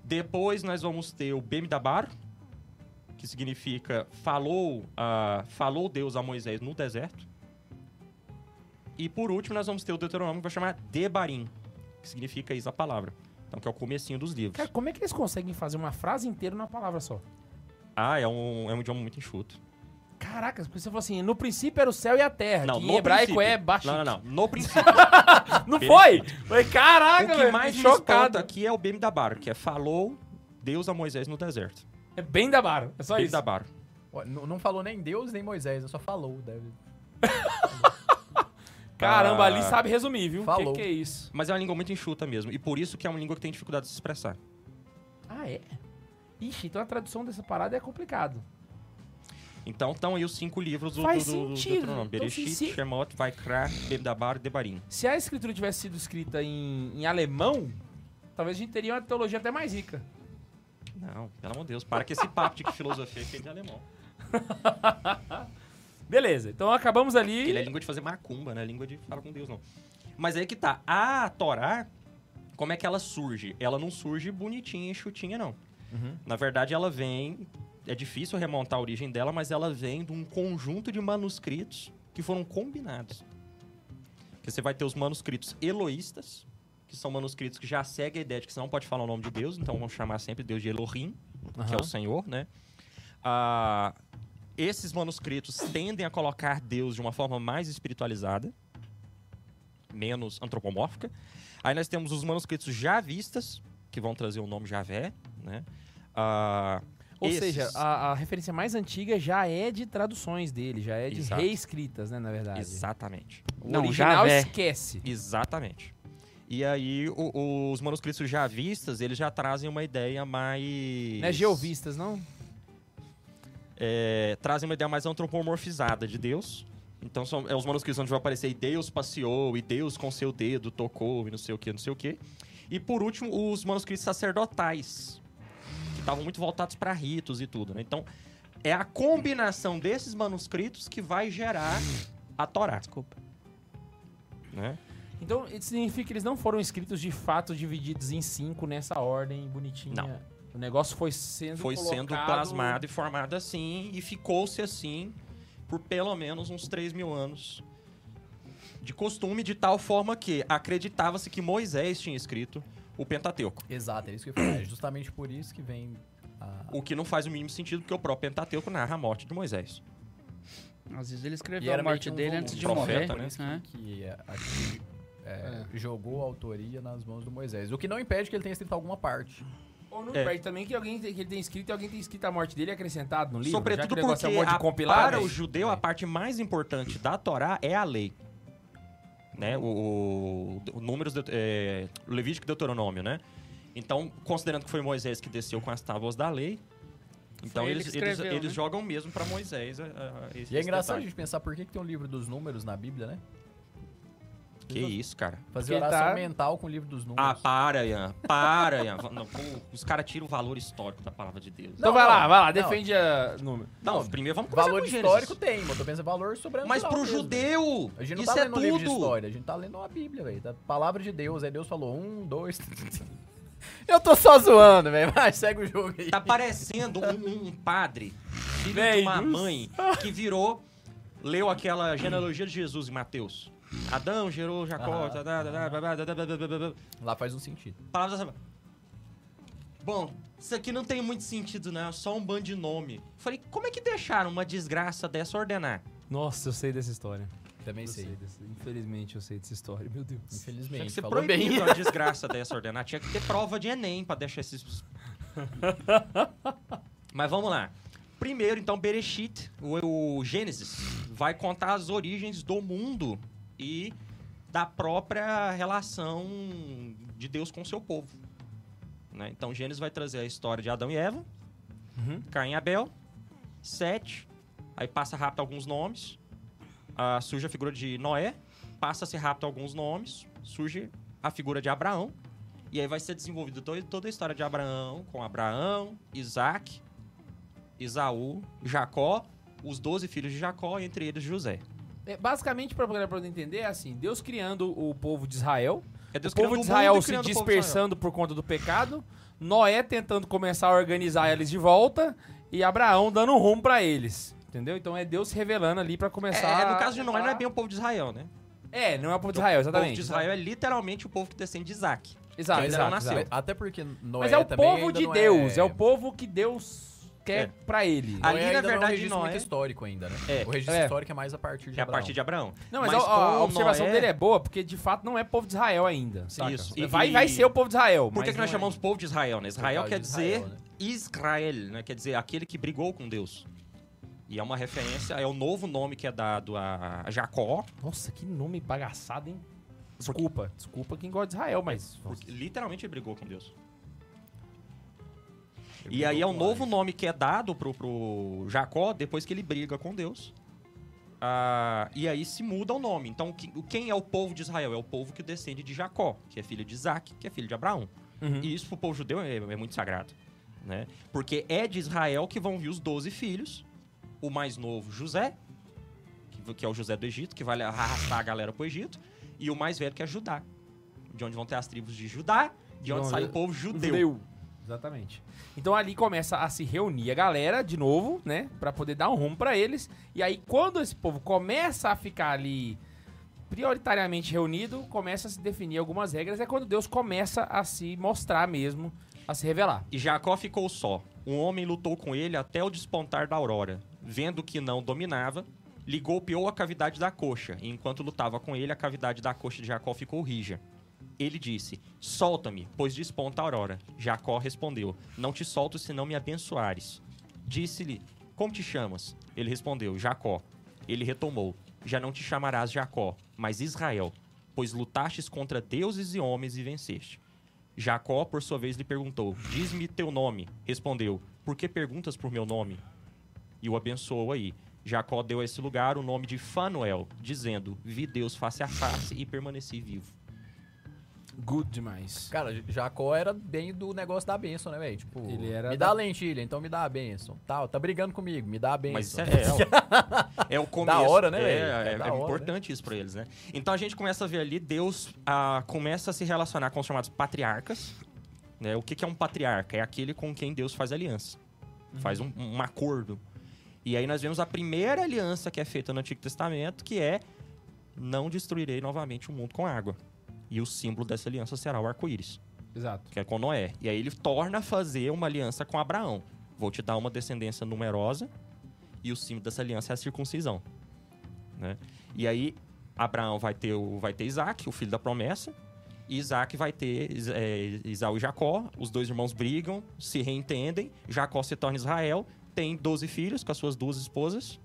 Speaker 5: Depois nós vamos ter o Bemidabar. Que significa falou, ah, falou Deus a Moisés no deserto. E por último, nós vamos ter o Deuteronômio que vai chamar Debarim, que significa isso a palavra. Então, que é o comecinho dos livros.
Speaker 1: Cara, como é que eles conseguem fazer uma frase inteira numa palavra só?
Speaker 5: Ah, é um, é um idioma muito enxuto.
Speaker 1: Caraca, porque você falou assim, no princípio era o céu e a terra.
Speaker 5: Não,
Speaker 1: que em
Speaker 5: no
Speaker 1: hebraico
Speaker 5: princípio.
Speaker 1: é baixo.
Speaker 5: Não, não, não. No princípio.
Speaker 1: <laughs> Não foi? Foi caraca,
Speaker 5: o que
Speaker 1: velho,
Speaker 5: mais me
Speaker 1: fiquei
Speaker 5: espanta aqui é o Bemidabar, que é falou Deus a Moisés no deserto.
Speaker 1: É bem da barra, é só isso.
Speaker 5: Bemidabar.
Speaker 2: Ó, n- Não falou nem Deus nem Moisés, né? só falou. deve-
Speaker 1: Caramba,
Speaker 5: Ah.
Speaker 1: ali sabe resumir, viu?
Speaker 2: Falou.
Speaker 1: Que que é isso?
Speaker 5: Mas é uma língua muito enxuta mesmo. E por isso que é uma língua que tem dificuldade de se expressar.
Speaker 1: Ah, é? Ixi, então a tradução dessa parada é complicado.
Speaker 5: Então estão aí os cinco livros do,
Speaker 1: Faz
Speaker 5: do, do, do
Speaker 1: sentido.
Speaker 5: Deuteronômio.
Speaker 1: Então,
Speaker 5: Bereshit,
Speaker 1: se- se-
Speaker 5: Shemot, Vaikra, Bedabar, Debarim.
Speaker 1: Se a escritura tivesse sido escrita em, em alemão, talvez a gente teria uma teologia até mais rica.
Speaker 5: Não, pelo amor de Deus, para com esse papo de que filosofia é feita de alemão.
Speaker 1: Beleza, então acabamos ali.
Speaker 5: Ele é língua de fazer macumba, né? Língua de falar com Deus, não. Mas aí que tá. A Torá, como é que ela surge? Ela não surge bonitinha e chutinha, não. Na verdade, ela vem. É difícil remontar a origem dela, mas ela vem de um conjunto de manuscritos que foram combinados. Porque você vai ter os manuscritos eloístas, que são manuscritos que já seguem a ideia de que você não pode falar o nome de Deus, então vão chamar sempre Deus de Elohim, que é
Speaker 1: Aham.
Speaker 5: o Senhor, né? Ah, esses manuscritos tendem a colocar Deus de uma forma mais espiritualizada, menos antropomórfica. Aí nós temos os manuscritos javistas, que vão trazer o nome Javé, né? Ah,
Speaker 1: Ou
Speaker 5: esses-
Speaker 1: seja, a, a referência mais antiga já é de traduções dele, já é de
Speaker 5: Exato.
Speaker 1: reescritas, né, na verdade.
Speaker 5: Exatamente.
Speaker 1: O
Speaker 4: Não,
Speaker 1: original
Speaker 5: é.
Speaker 4: Javé.
Speaker 1: esquece.
Speaker 5: Exatamente. E aí, o- os manuscritos javistas, eles já trazem uma ideia mais...
Speaker 1: Não é geovistas, não?
Speaker 5: é, trazem uma ideia mais antropomorfizada de Deus. Então são é, os manuscritos onde vai aparecer e Deus passeou, e Deus com seu dedo tocou, e não sei o que, não sei o que. E por último, os manuscritos sacerdotais, que estavam muito voltados para ritos e tudo, né? Então é a combinação desses manuscritos que vai gerar a Torá,
Speaker 4: Desculpa.
Speaker 5: né?
Speaker 1: Então, isso significa que eles não foram escritos de fato divididos em cinco nessa ordem bonitinha.
Speaker 5: Não.
Speaker 1: O negócio foi sendo
Speaker 5: Foi sendo
Speaker 1: colocado-
Speaker 5: plasmado e formado assim, e ficou-se assim por pelo menos uns 3 mil anos. De costume, de tal forma que acreditava-se que Moisés tinha escrito o Pentateuco.
Speaker 2: Exato, é isso que eu falei. É justamente por isso que vem a...
Speaker 5: O que não faz o mínimo sentido, porque o próprio Pentateuco narra a morte de Moisés.
Speaker 4: Às vezes
Speaker 2: E
Speaker 4: ele escreveu
Speaker 2: era
Speaker 4: a
Speaker 2: meio
Speaker 4: morte
Speaker 2: que um
Speaker 4: dele
Speaker 2: volume,
Speaker 4: antes de
Speaker 5: um
Speaker 4: morrer.
Speaker 5: profeta, né?
Speaker 4: né?
Speaker 2: que é, acho que, é, jogou a autoria nas mãos do Moisés. O que não impede que ele tenha escrito alguma parte.
Speaker 1: Ou não
Speaker 5: É.
Speaker 1: perde também que alguém tem- que ele tem escrito e alguém tem escrito a morte dele acrescentado no livro. já que
Speaker 5: Sobretudo
Speaker 1: o negócio
Speaker 5: porque,
Speaker 1: é um monte de
Speaker 5: a-
Speaker 1: compilado.
Speaker 5: para
Speaker 1: né?
Speaker 5: o judeu, a parte mais importante da Torá é a lei. Né? O, o, o Números, de, é, Levítico e Deuteronômio, né? Então, considerando que foi Moisés que desceu com as tábuas da lei, então
Speaker 4: ele
Speaker 5: eles,
Speaker 4: que
Speaker 5: eles,
Speaker 4: escreveu,
Speaker 5: eles
Speaker 4: né?
Speaker 5: jogam mesmo para Moisés. a- a- a- esse-
Speaker 2: E é
Speaker 5: esse
Speaker 2: engraçado a
Speaker 5: detalhe.
Speaker 2: gente pensar por que, que tem um livro dos números na Bíblia, né?
Speaker 5: Que isso, cara.
Speaker 2: Fazer
Speaker 1: Porque
Speaker 2: oração
Speaker 1: tá-
Speaker 2: mental com o livro dos
Speaker 5: Ah,
Speaker 2: números.
Speaker 5: para, Ian. Para, Ian. <laughs> Não, pô, os caras tiram o valor histórico da palavra de Deus.
Speaker 1: Então
Speaker 2: Não,
Speaker 1: vai
Speaker 2: não,
Speaker 1: lá, vai lá,
Speaker 2: não.
Speaker 1: defende a número.
Speaker 5: Não, primeiro vamos começar
Speaker 2: valor
Speaker 5: com Gênesis.
Speaker 2: histórico tem, mas é eu tô pensando em valor sobrenatural.
Speaker 5: Mas pro
Speaker 2: mesmo. né?
Speaker 5: judeu,
Speaker 2: A gente não
Speaker 5: isso
Speaker 2: tá
Speaker 5: é
Speaker 2: lendo um livro de
Speaker 5: tudo.
Speaker 2: história, a gente tá lendo uma Bíblia, velho. Da palavra de Deus, aí Deus falou um, dois. <laughs> três. Eu tô só zoando, velho. <laughs> Mas segue o jogo aí.
Speaker 5: Tá parecendo um, um padre, filho de
Speaker 1: Véi
Speaker 5: uma
Speaker 1: do
Speaker 5: mãe, que virou, leu aquela genealogia de Jesus em Mateus. Adão gerou Jacó.
Speaker 2: Ah.
Speaker 5: tá, tá, tá, tá, blá, blá, blá, blá, blá, blá, blá.
Speaker 2: Lá faz um sentido.
Speaker 5: Palavras assim. Bom, isso aqui não tem muito sentido, não. É só um bando de nome. Falei, como é que deixaram uma desgraça dessa ordenar?
Speaker 1: Nossa, eu sei dessa história.
Speaker 2: Também
Speaker 1: Eu sei
Speaker 2: sei.
Speaker 1: dessa- Infelizmente eu sei dessa história, meu Deus.
Speaker 5: Tinha que
Speaker 2: Infelizmente,
Speaker 5: ser
Speaker 2: falou
Speaker 5: proibido
Speaker 2: bem. <laughs>
Speaker 5: uma desgraça dessa ordenar. Tinha que ter prova de Enem pra
Speaker 2: <laughs>
Speaker 5: deixar esses. Mas vamos lá. Primeiro, então, Bereshit, o, o Gênesis, vai contar as origens do mundo e da própria relação de Deus com o seu povo. né? Então, Gênesis vai trazer a história de Adão e Eva,
Speaker 1: Uhum.
Speaker 5: Caim e Abel, Sete, aí passa rápido alguns nomes, ah, surge a figura de Noé, passa-se rápido alguns nomes, surge a figura de Abraão, e aí vai ser desenvolvida to- toda a história de Abraão, com Abraão, Isaac, Isaú, Jacó, os 12 filhos de Jacó, entre eles José.
Speaker 1: É, basicamente, pra galera poder entender, é assim: Deus criando o povo de Israel,
Speaker 5: É Deus
Speaker 1: o povo
Speaker 5: criando
Speaker 1: de
Speaker 5: mundo e
Speaker 1: Israel se
Speaker 5: criando o povo de Israel.
Speaker 1: dispersando por conta do pecado, Noé tentando começar a organizar eles de volta e Abraão dando um rumo pra eles. Entendeu? Então é Deus se revelando ali pra começar.
Speaker 5: É, é, no caso de
Speaker 1: a-
Speaker 5: Noé, não é bem o povo de Israel, né?
Speaker 1: É, não é o povo Tá. de Israel,
Speaker 5: O povo
Speaker 1: exatamente.
Speaker 5: de Israel é literalmente o povo que é descende de Isaac.
Speaker 2: <laughs>
Speaker 1: Exato,
Speaker 5: ainda
Speaker 1: exato,
Speaker 5: não
Speaker 1: exato.
Speaker 5: nasceu.
Speaker 2: Até porque Noé
Speaker 1: Mas é o
Speaker 2: também
Speaker 1: povo
Speaker 2: ainda
Speaker 1: de
Speaker 2: não
Speaker 1: Deus, é... o povo que Deus quer
Speaker 5: É.
Speaker 1: pra ele.
Speaker 5: Ah,
Speaker 2: Noé
Speaker 5: Ali, na
Speaker 2: ainda não é um
Speaker 5: verdade,
Speaker 2: registro muito
Speaker 5: Noé-
Speaker 2: histórico ainda, né?
Speaker 5: É.
Speaker 2: O registro
Speaker 1: É.
Speaker 2: histórico é mais a partir de
Speaker 5: Que é a partir de
Speaker 2: Abraão.
Speaker 5: Abraão.
Speaker 1: Não, mas, a- a, a
Speaker 5: com
Speaker 1: observação
Speaker 5: Noé-
Speaker 1: dele é boa, porque de fato não é povo de Israel ainda. saca?
Speaker 5: Isso, e-
Speaker 1: vai,
Speaker 5: e-
Speaker 1: vai ser o povo de Israel.
Speaker 5: Por que,
Speaker 1: mas
Speaker 5: que nós
Speaker 1: não é.
Speaker 5: chamamos povo de Israel, né? Israel
Speaker 2: causa
Speaker 5: quer
Speaker 2: de
Speaker 5: dizer
Speaker 2: Israel, né?
Speaker 5: Israel, né? Quer dizer aquele que brigou com Deus. E é uma referência, é o novo nome que é dado a a Jacó,
Speaker 1: Nossa, que nome bagaçado, hein? Desculpa, É, desculpa quem gosta de Israel, mas.
Speaker 5: porque literalmente ele brigou com Deus. E aí é um novo nome que é dado pro, pro Jacó depois que ele briga com Deus. Ah, e aí se muda o nome. Então, que- quem é o povo de Israel? É o povo que descende de Jacó, que é filho de Isaac, que é filho de Abraão.
Speaker 1: Uhum.
Speaker 5: E isso pro povo judeu é, é muito sagrado. Né? Porque é de Israel que vão vir os 12 filhos. O mais novo, José, que, que é o José do Egito, que vai arrastar a galera pro Egito. E o mais velho, que é Judá. De onde vão ter as tribos de Judá, de onde
Speaker 1: Não,
Speaker 5: sai
Speaker 1: eu-
Speaker 5: o povo judeu.
Speaker 1: Exatamente. Então ali começa a se reunir a galera de novo, né? Pra poder dar um rumo pra eles. E aí, quando esse povo começa a ficar ali prioritariamente reunido, começa a se definir algumas regras. É quando Deus começa a se mostrar mesmo, a se revelar.
Speaker 5: E Jacó ficou só. Um homem lutou com ele até o despontar da aurora. Vendo que não dominava, lhe golpeou a cavidade da coxa. E enquanto lutava com ele, a cavidade da coxa de Jacó ficou rija. Ele disse: Solta-me, pois desponta a aurora. Jacó respondeu: Não te solto se não me abençoares. Disse-lhe: Como te chamas? Ele respondeu: Jacó. Ele retomou: Já não te chamarás Jacó, mas Israel, pois lutastes contra deuses e homens e venceste. Jacó, por sua vez, lhe perguntou: Diz-me teu nome. Respondeu: Por que perguntas por meu nome? E o abençoou aí. Jacó deu a esse lugar o nome de Fanuel, dizendo: Vi Deus face a face e permaneci vivo.
Speaker 1: Good demais.
Speaker 2: Cara, J- Jacó era bem do negócio da benção, né, velho? Tipo,
Speaker 1: Ele era
Speaker 2: me
Speaker 1: da-
Speaker 2: dá a lentilha, então me dá a benção. Tal, tá brigando comigo, me dá a benção.
Speaker 5: Mas isso é, é, ó, é o
Speaker 2: <laughs>
Speaker 5: começo.
Speaker 2: Da hora, né,
Speaker 5: É,
Speaker 2: velho?
Speaker 5: É,
Speaker 2: É da
Speaker 5: é
Speaker 2: hora,
Speaker 5: importante isso pra eles, né? Então a gente começa a ver ali, Deus ah, começa a se relacionar com os chamados patriarcas. né? O que, que é um patriarca? É aquele com quem Deus faz aliança.
Speaker 2: Uhum.
Speaker 5: Faz um, um acordo. E aí nós vemos a primeira aliança que é feita no Antigo Testamento, que é não destruirei novamente o mundo com água. E o símbolo dessa aliança será o arco-íris
Speaker 1: Exato.
Speaker 5: que é com Noé. E aí ele torna a fazer uma aliança com Abraão. Vou te dar uma descendência numerosa e o símbolo dessa aliança é a circuncisão. Né? E aí Abraão vai ter, o, vai ter Isaac, o filho da promessa, e Isaac vai ter Is- é, Isaú e Jacó. Os dois irmãos brigam, se reentendem, Jacó se torna Israel, tem 12 filhos com as suas duas esposas.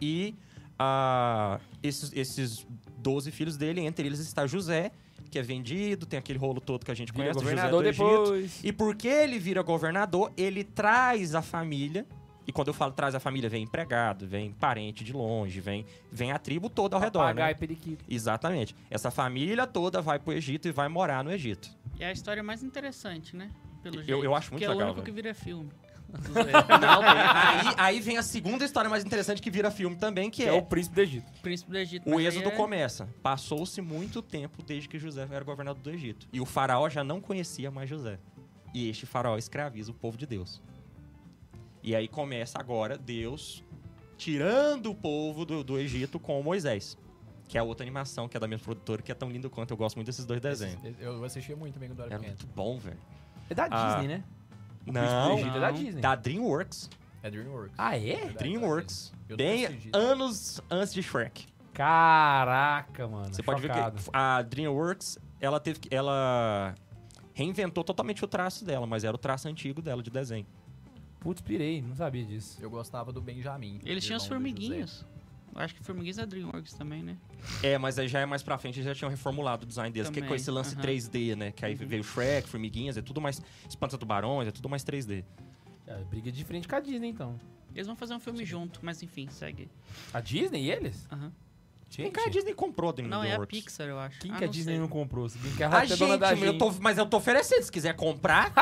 Speaker 5: E ah, esses, esses 12 filhos dele, entre eles está José, que é vendido, tem aquele rolo todo que a gente
Speaker 1: Vira
Speaker 5: conhece, do José é
Speaker 1: governador
Speaker 5: do Egito.
Speaker 1: depois.
Speaker 5: E porque ele vira governador, ele traz a família. E quando eu falo traz a família, vem empregado, vem parente de longe, vem, vem a tribo toda ao redor.
Speaker 1: Papagaio
Speaker 5: Né?
Speaker 1: e periquito.
Speaker 5: Exatamente. Essa família toda vai pro Egito e vai morar no Egito.
Speaker 4: E é a história mais interessante, né? Pelo
Speaker 5: Eu-
Speaker 4: jeito,
Speaker 5: eu acho muito
Speaker 4: que é
Speaker 5: legal,
Speaker 4: o único
Speaker 5: velho.
Speaker 4: que vira filme.
Speaker 5: <laughs> Não, tem- aí, aí vem a segunda história mais interessante que vira filme também, que
Speaker 1: Que é o
Speaker 5: é
Speaker 1: príncipe do Egito.
Speaker 4: Príncipe do Egito.
Speaker 5: o
Speaker 4: mas aí
Speaker 5: Um Êxodo
Speaker 4: é-
Speaker 5: começa. Passou-se muito tempo desde que José era governador do Egito. E o faraó já não conhecia mais José. E este faraó escraviza o povo de Deus. E aí começa agora Deus tirando o povo do, do Egito com Moisés. Que é a outra animação, que é da mesma produtora, que é tão lindo quanto. Eu gosto muito desses dois desenhos.
Speaker 2: Eu assistia muito também quando eu era
Speaker 5: Era
Speaker 2: pequeno.
Speaker 5: muito bom, velho.
Speaker 1: É da
Speaker 5: Ah.
Speaker 1: Disney, né? O
Speaker 5: Não,
Speaker 1: Egito é da
Speaker 4: não.
Speaker 1: Disney.
Speaker 5: da DreamWorks.
Speaker 2: É DreamWorks.
Speaker 1: Ah, é?
Speaker 2: da-
Speaker 5: DreamWorks.
Speaker 2: Eu nunca
Speaker 5: Bem
Speaker 2: assisti.
Speaker 5: anos antes de Shrek.
Speaker 1: Caraca, mano.
Speaker 5: Você pode ver
Speaker 1: chocado.
Speaker 5: que a DreamWorks, ela teve que- ela reinventou totalmente o traço dela, mas era o traço antigo dela de desenho.
Speaker 1: Putz, pirei. Não sabia disso.
Speaker 2: Eu gostava do Benjamin.
Speaker 4: Eles
Speaker 2: irmão
Speaker 4: tinham os
Speaker 2: do
Speaker 4: formiguinhos. Eu acho que formiguinhos é DreamWorks também, né?
Speaker 5: É, mas aí já é mais pra frente, eles já tinham reformulado o design deles, que é com
Speaker 4: Também,
Speaker 5: esse lance
Speaker 4: aham.
Speaker 5: 3D, né? Que aí veio Shrek, Formiguinhas, é tudo mais... Espanta-tubarões, é tudo mais 3D.
Speaker 1: É, briga de frente com a Disney, então.
Speaker 4: Eles vão fazer um filme junto, mas enfim, segue.
Speaker 1: A Disney e eles?
Speaker 4: Aham.
Speaker 5: Vem cá, a Disney comprou a Dream-
Speaker 4: Não, é a
Speaker 5: DreamWorks.
Speaker 4: Pixar, eu acho.
Speaker 1: Quem
Speaker 4: Ah,
Speaker 1: que a
Speaker 4: não
Speaker 1: Disney
Speaker 4: sei.
Speaker 1: não comprou? Se bem que ela
Speaker 5: A
Speaker 1: tá
Speaker 5: gente,
Speaker 1: dona da
Speaker 5: mas eu
Speaker 1: gente.
Speaker 5: tô- mas eu tô oferecendo, se quiser comprar...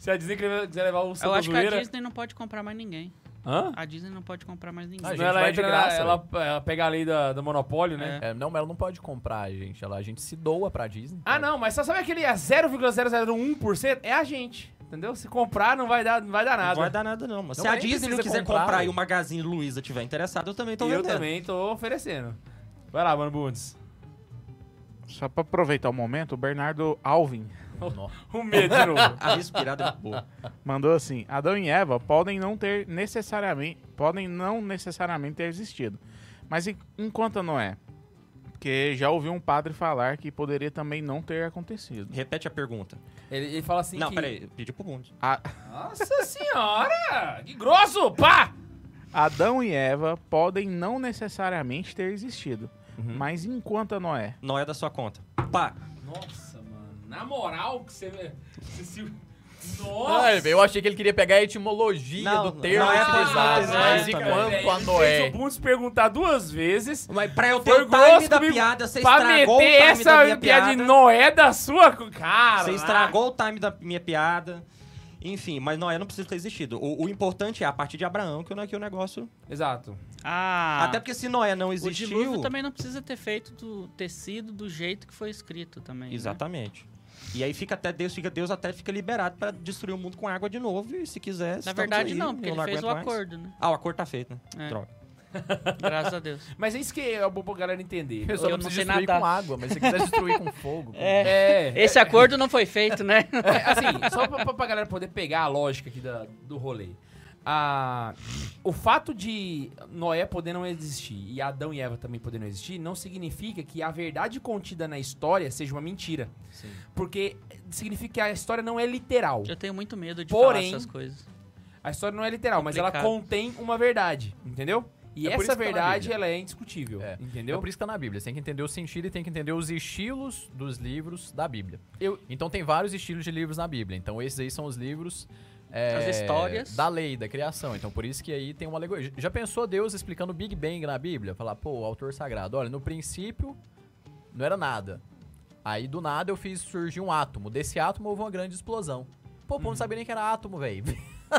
Speaker 1: Se a Disney quiser quiser levar o
Speaker 4: Eu
Speaker 1: Santa
Speaker 4: acho que a
Speaker 1: Zoeira...
Speaker 4: Disney não pode comprar mais ninguém.
Speaker 1: Hã?
Speaker 4: A Disney não pode comprar mais
Speaker 5: Ah,
Speaker 4: ninguém. Ah,
Speaker 2: A gente
Speaker 1: Não, ela,
Speaker 2: vai de
Speaker 1: entra na-
Speaker 2: graça,
Speaker 1: ela, ela pega a lei da- do monopólio, né?
Speaker 4: É.
Speaker 2: É, não, mas ela não pode comprar a gente. Ela, a gente se doa pra Disney.
Speaker 1: Ah, não, mas só sabe aquele é 0,001%? É a gente, entendeu? Se comprar, não vai dar, não vai dar nada.
Speaker 5: Não vai dar nada, não. Mas
Speaker 2: Não,
Speaker 5: se a
Speaker 2: mas nem
Speaker 5: Disney não
Speaker 2: precisa
Speaker 5: quiser
Speaker 2: comprar,
Speaker 5: comprar, e
Speaker 2: velho.
Speaker 5: o Magazine Luiza tiver interessado, eu também tô
Speaker 1: eu
Speaker 5: vendendo.
Speaker 1: também tô oferecendo. Vai lá, Mano Bundes.
Speaker 6: Só pra aproveitar o momento, o Bernardo Alvin
Speaker 1: <laughs>
Speaker 2: Nó.
Speaker 1: O medo de
Speaker 5: <laughs>
Speaker 1: novo.
Speaker 5: A respirada é boa.
Speaker 6: mandou assim: Adão e Eva podem não ter necessariamente, podem não necessariamente ter existido. Mas en- enquanto não é, porque já ouvi um padre falar que poderia também não ter acontecido.
Speaker 5: Repete a pergunta.
Speaker 1: Ele, ele fala assim
Speaker 5: não,
Speaker 1: que...
Speaker 5: peraí, pedi pro mundo.
Speaker 6: A-
Speaker 1: Nossa senhora! Que grosso! Pá!
Speaker 6: Adão e Eva podem não necessariamente ter existido.
Speaker 3: Uhum.
Speaker 6: Mas enquanto não é,
Speaker 5: Não é da sua conta. Pá,
Speaker 1: Nossa, mano. Na moral, que você. você se- Nossa!
Speaker 2: Ai, velho, eu achei que ele queria pegar a etimologia
Speaker 5: Não,
Speaker 2: do termo
Speaker 5: não é
Speaker 2: utilizado,
Speaker 5: possível,
Speaker 2: mas
Speaker 5: né,
Speaker 2: enquanto a
Speaker 1: Ele
Speaker 2: Noé...
Speaker 1: é fez o Bundes perguntar duas vezes
Speaker 5: Mas pra eu ter
Speaker 1: Foi
Speaker 5: o time
Speaker 1: grosso
Speaker 5: da
Speaker 1: comigo
Speaker 5: piada, você
Speaker 1: pra
Speaker 5: estragou o
Speaker 1: meter
Speaker 5: time da minha
Speaker 1: essa piada de
Speaker 5: piada.
Speaker 1: Noé da sua... co- Cara!
Speaker 5: Você estragou o time da minha piada. Enfim, mas Noé não precisa ter existido. O, o importante é a partir de Abraão que, o- que o negócio...
Speaker 1: Exato.
Speaker 4: Ah,
Speaker 5: Até porque se Noé não
Speaker 4: o dilúvio
Speaker 5: existiu...
Speaker 4: também não precisa ter feito do tecido do jeito que foi escrito também. né?
Speaker 5: Exatamente. E aí fica até Deus, fica Deus até fica liberado pra destruir o mundo com água de novo e se quiser.
Speaker 4: Na
Speaker 5: estamos
Speaker 4: verdade,
Speaker 5: aí,
Speaker 4: não, porque
Speaker 5: eu
Speaker 4: ele fez
Speaker 5: aguento
Speaker 4: o
Speaker 5: mais.
Speaker 4: acordo, né?
Speaker 5: Ah, o acordo tá feito, né?
Speaker 4: É.
Speaker 5: Droga.
Speaker 4: Graças a Deus.
Speaker 1: Mas é isso que é bom pra galera entender.
Speaker 2: Eu só
Speaker 4: Eu
Speaker 2: não
Speaker 4: não
Speaker 2: preciso
Speaker 4: sei
Speaker 2: destruir
Speaker 4: nadar.
Speaker 2: com água, mas se quiser destruir com fogo... com-
Speaker 1: É, é,
Speaker 4: Esse acordo não foi feito, né?
Speaker 1: É, assim, só pra, pra- pra galera poder pegar a lógica aqui da- do rolê. Ah, o fato de Noé poder não existir e Adão e Eva também poder não existir não significa que a verdade contida na história seja uma mentira. Porque significa que a história não é literal.
Speaker 4: <laughs> Eu tenho muito medo de
Speaker 1: Porém,
Speaker 4: falar essas coisas.
Speaker 1: A história não é literal, mas ela
Speaker 4: Complicado.
Speaker 1: contém uma verdade, entendeu? E
Speaker 2: É por isso
Speaker 1: essa
Speaker 2: que tá na
Speaker 1: verdade,
Speaker 2: Bíblia.
Speaker 1: ela é indiscutível,
Speaker 2: É. É
Speaker 1: entendeu?
Speaker 2: por isso que tá na Bíblia. Você tem que entender o sentido e tem que entender os estilos dos livros da Bíblia.
Speaker 1: Eu-
Speaker 2: Então tem vários estilos de livros na Bíblia. Então esses aí são os livros. é,
Speaker 4: As histórias.
Speaker 2: Da lei, da criação. Então por isso que aí tem uma alegoria. Já pensou Deus explicando o Big Bang na Bíblia? Falar, pô, o autor sagrado, olha, no princípio não era nada. Aí do nada eu fiz surgir um átomo. Desse átomo houve uma grande explosão. Pô, pô, não sabia nem que era átomo, velho.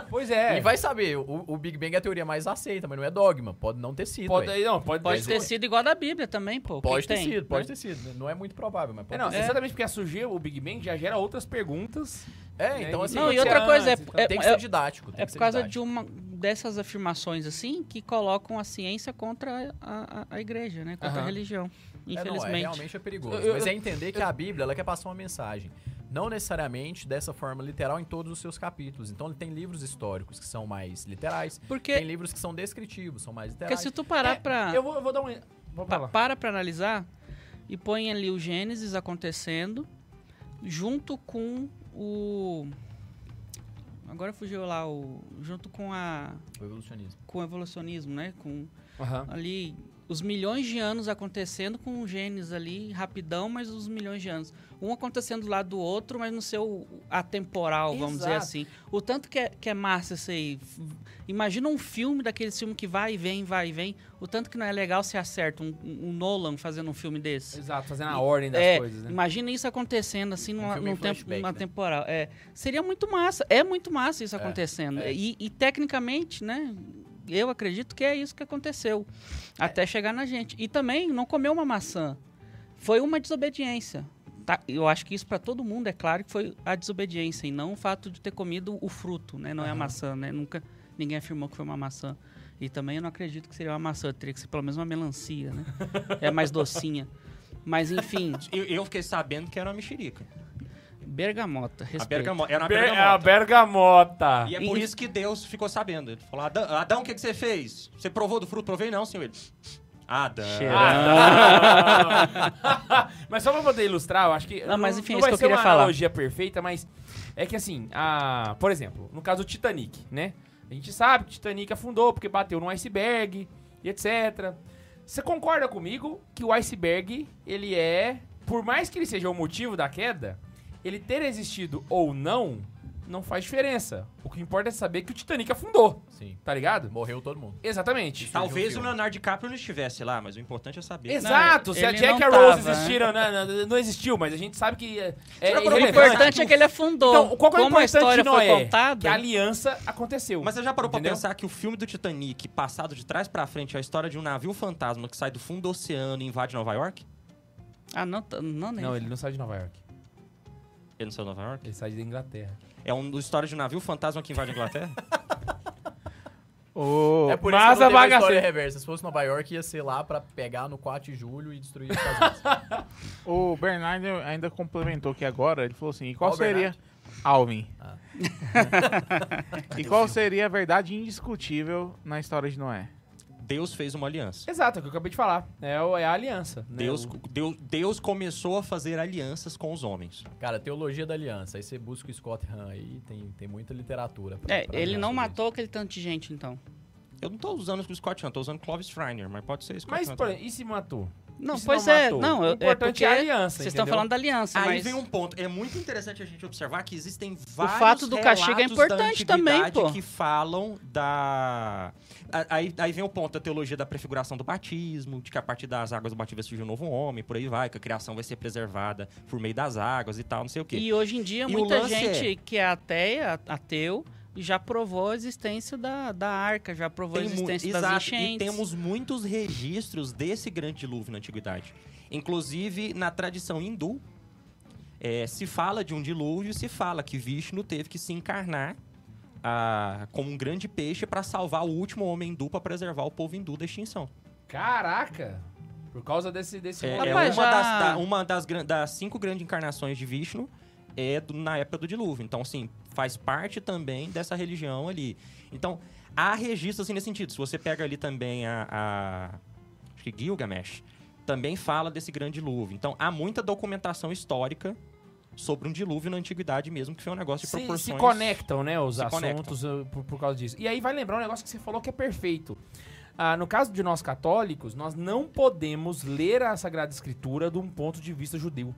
Speaker 1: Pois Uhum. é.
Speaker 2: E vai saber, o, o Big Bang é a teoria mais aceita, mas não é dogma. Pode não ter sido.
Speaker 1: pode,
Speaker 2: véi.
Speaker 1: não, pode,
Speaker 4: Pode
Speaker 1: mas-
Speaker 4: ter sido igual da Bíblia também, pô. O que
Speaker 2: Pode
Speaker 4: que
Speaker 2: ter
Speaker 4: tem,
Speaker 2: sido,
Speaker 4: né?
Speaker 2: pode ter sido. né? Não é muito provável, mas
Speaker 1: É,
Speaker 2: pode
Speaker 1: não,
Speaker 2: ter sido.
Speaker 1: exatamente porque surgiu o Big Bang já gera outras perguntas.
Speaker 2: É, então
Speaker 1: né?
Speaker 2: assim.
Speaker 4: Não,
Speaker 2: tem
Speaker 4: e
Speaker 2: que
Speaker 4: outra
Speaker 2: ser-
Speaker 4: coisa, é,
Speaker 1: antes,
Speaker 4: é,
Speaker 2: tem que
Speaker 4: é-
Speaker 2: ser didático. tem
Speaker 4: é
Speaker 2: que
Speaker 4: por
Speaker 2: ser
Speaker 4: causa de
Speaker 2: didático.
Speaker 4: uma dessas afirmações assim que colocam a ciência contra a, a- a igreja, né? Contra
Speaker 1: Aham.
Speaker 4: a religião.
Speaker 2: É, não, é,
Speaker 4: Infelizmente.
Speaker 2: realmente é perigoso.
Speaker 1: Eu- eu-
Speaker 2: mas é entender que a Bíblia ela quer passar uma mensagem. Não necessariamente dessa forma literal em todos os seus capítulos. Então ele tem livros históricos que são mais literais. Tem
Speaker 4: porque,
Speaker 2: livros que são descritivos, são mais
Speaker 4: porque
Speaker 2: literais.
Speaker 4: se tu parar pra.
Speaker 1: Eu vou, eu vou dar um. Vou
Speaker 4: Ah. Pa-
Speaker 1: falar.
Speaker 4: para pra analisar e põe ali o Gênesis acontecendo junto com o agora fugiu lá o junto com a
Speaker 2: O tipo, evolucionismo.
Speaker 4: com o evolucionismo, né? Com
Speaker 1: Aham.
Speaker 4: ali os milhões de anos acontecendo com o Gênesis ali rapidão, mas os milhões de anos, um acontecendo do lado do outro, mas no seu atemporal, vamos dizer
Speaker 1: Exato.
Speaker 4: assim. O tanto que é, que é massa isso aí. F- Imagina um filme daquele filme que vai e vem, vai e vem. O tanto que não é legal se acerta um, um Nolan fazendo um filme desse.
Speaker 1: Exato, fazendo a ordem das
Speaker 4: É,
Speaker 1: coisas, né?
Speaker 4: imagina isso acontecendo assim numa,
Speaker 2: Um filme em
Speaker 4: num tempo,
Speaker 2: flashback,
Speaker 4: numa
Speaker 2: né?
Speaker 4: temporal. É, seria muito massa. É muito massa isso
Speaker 2: É,
Speaker 4: acontecendo.
Speaker 2: é.
Speaker 4: E, e tecnicamente, né? Eu acredito que é isso que aconteceu. Até chegar na gente. E também não comeu uma maçã. Foi uma desobediência. Tá? Eu acho que isso para todo mundo é claro que foi a desobediência e não o fato de ter comido o fruto, né? Não é a maçã, né? Nunca ninguém afirmou que foi uma maçã. E também eu não acredito que seria uma maçã, teria que ser pelo menos uma melancia, né? É mais docinha. Mas enfim,
Speaker 5: Eu, eu fiquei sabendo que era uma mexerica.
Speaker 4: bergamota,
Speaker 5: A
Speaker 4: respeito.
Speaker 5: bergamota. Era uma
Speaker 1: Ber-
Speaker 5: bergamota.
Speaker 1: É, a bergamota.
Speaker 5: E é por
Speaker 4: E-
Speaker 5: isso que Deus ficou sabendo. Ele falou: Adão, Adão, o que, que você fez? Você provou do fruto? Provei não, senhor. Ele. Adão.
Speaker 1: Ah,
Speaker 4: <laughs>
Speaker 1: não. mas só pra poder ilustrar, eu acho que.
Speaker 4: Não, mas enfim, é
Speaker 1: não
Speaker 4: isso
Speaker 1: vai
Speaker 4: que eu
Speaker 1: ser
Speaker 4: queria
Speaker 1: uma
Speaker 4: falar.
Speaker 1: analogia perfeita, mas é que assim, a, por exemplo, no caso do Titanic, né? A gente sabe que o Titanic afundou porque bateu num iceberg e etc. Você concorda comigo que o iceberg, ele é. Por mais que ele seja o motivo da queda, ele ter existido ou não, não faz diferença. O que importa é saber que o Titanic afundou,
Speaker 2: Sim.
Speaker 1: tá ligado?
Speaker 2: Morreu todo mundo.
Speaker 1: Exatamente.
Speaker 5: Talvez o Leonardo DiCaprio não estivesse lá, mas o importante é saber.
Speaker 1: Exato,
Speaker 4: Não,
Speaker 1: se a
Speaker 4: ele
Speaker 1: Jack e a
Speaker 4: não tava,
Speaker 1: Rose existiram, né, né, não, existiu, mas a gente sabe que é, é
Speaker 5: Tira pra-
Speaker 4: O
Speaker 1: irrelevante.
Speaker 4: importante é que ele afundou.
Speaker 1: Então, qual que é o
Speaker 4: Como a
Speaker 1: importante
Speaker 4: história
Speaker 1: de Noé?
Speaker 4: foi
Speaker 1: Que
Speaker 4: contada,
Speaker 1: a aliança aconteceu.
Speaker 5: Mas você já parou pra
Speaker 1: Entendeu?
Speaker 5: pensar que o filme do Titanic, passado de trás pra frente, é a história de um navio fantasma que sai do fundo do oceano e invade Nova York?
Speaker 4: Ah, não, tá- não, nem.
Speaker 1: Não, ele não sai de Nova York.
Speaker 5: Ele não saiu de Nova York?
Speaker 1: Ele sai da Inglaterra.
Speaker 5: É uma história de um navio fantasma que invade
Speaker 1: <laughs>
Speaker 5: a Inglaterra?
Speaker 6: Ô,
Speaker 2: É por
Speaker 1: Mas
Speaker 2: isso que não teve a
Speaker 1: a
Speaker 2: história
Speaker 1: bagaceira-
Speaker 2: reversa. Se fosse Nova York, ia ser lá pra pegar no 4 de julho e destruir as casas.
Speaker 6: O Bernardo ainda complementou que agora, ele falou assim, e qual
Speaker 2: Qual
Speaker 6: seria... Alvin.
Speaker 2: Ah.
Speaker 6: <laughs> e qual seria a verdade indiscutível na história de Noé?
Speaker 5: Deus fez uma aliança.
Speaker 1: Exato, é o que eu acabei de falar. É, o- é a aliança. né?
Speaker 5: Deus,
Speaker 1: O-
Speaker 5: Deus, Deus começou a fazer alianças com os homens.
Speaker 2: Cara, teologia da aliança. Aí você busca o Scott Hahn aí, tem, tem muita literatura. pra-
Speaker 4: É,
Speaker 2: pra
Speaker 4: ele
Speaker 2: olhar
Speaker 4: não
Speaker 2: sobre isso.
Speaker 4: matou aquele tanto de gente, então.
Speaker 5: Eu não tô usando o Scott Hunt, tô usando Clovis Freiner, mas pode ser Scott
Speaker 1: Mas,
Speaker 5: Hunt.
Speaker 1: por exemplo, e se matou?
Speaker 4: Não,
Speaker 1: Isso
Speaker 4: pois
Speaker 1: não
Speaker 4: é.
Speaker 1: matou.
Speaker 4: Não,
Speaker 1: O
Speaker 4: eu- é
Speaker 1: importante
Speaker 4: porque
Speaker 1: é a aliança,
Speaker 4: Vocês estão
Speaker 1: entendeu?
Speaker 4: falando da aliança,
Speaker 5: Aí
Speaker 4: mas
Speaker 5: vem um ponto. É muito interessante a gente observar que existem
Speaker 4: o
Speaker 5: vários
Speaker 4: fato do cachê é
Speaker 5: relatos da
Speaker 4: importante também,
Speaker 5: antiguidade
Speaker 4: pô.
Speaker 5: que falam da... a- Aí, aí vem o ponto da teologia da prefiguração do batismo, de que a partir das águas do batismo vai surgir um novo homem, por aí vai, que a criação vai ser preservada por meio das águas e tal, não sei o quê.
Speaker 4: E hoje em dia,
Speaker 5: E o
Speaker 4: muita
Speaker 5: lance
Speaker 4: gente que é ateia, a- ateu, já provou a existência da, da arca, já provou a
Speaker 5: Tem mu-
Speaker 4: existência das
Speaker 5: exato, E
Speaker 4: enchentes.
Speaker 5: temos muitos registros desse grande dilúvio na antiguidade. Inclusive, na tradição hindu, é, se fala de um dilúvio, se fala que Vishnu teve que se encarnar ah, como um grande peixe para salvar o último homem hindu para preservar o povo hindu da extinção.
Speaker 1: Caraca! Por causa desse... desse
Speaker 5: É, é
Speaker 1: rolê.
Speaker 4: Rapaz,
Speaker 5: uma,
Speaker 4: já-
Speaker 5: das, da- uma das, gran- das cinco grandes encarnações de Vishnu é do- na época do dilúvio. Então, assim, faz parte também dessa religião ali. Então, há registros assim nesse sentido. Se você pega ali também a. a acho que Gilgamesh também fala desse grande dilúvio. Então, há muita documentação histórica sobre um dilúvio na antiguidade mesmo, que foi um negócio de
Speaker 1: se,
Speaker 5: proporções.
Speaker 1: se conectam, né, os
Speaker 5: Se
Speaker 1: assuntos uh, por, por causa disso. E aí vai lembrar um negócio que você falou que é perfeito. Ah, no caso de nós católicos, nós não podemos ler a Sagrada Escritura de um ponto de vista judeu.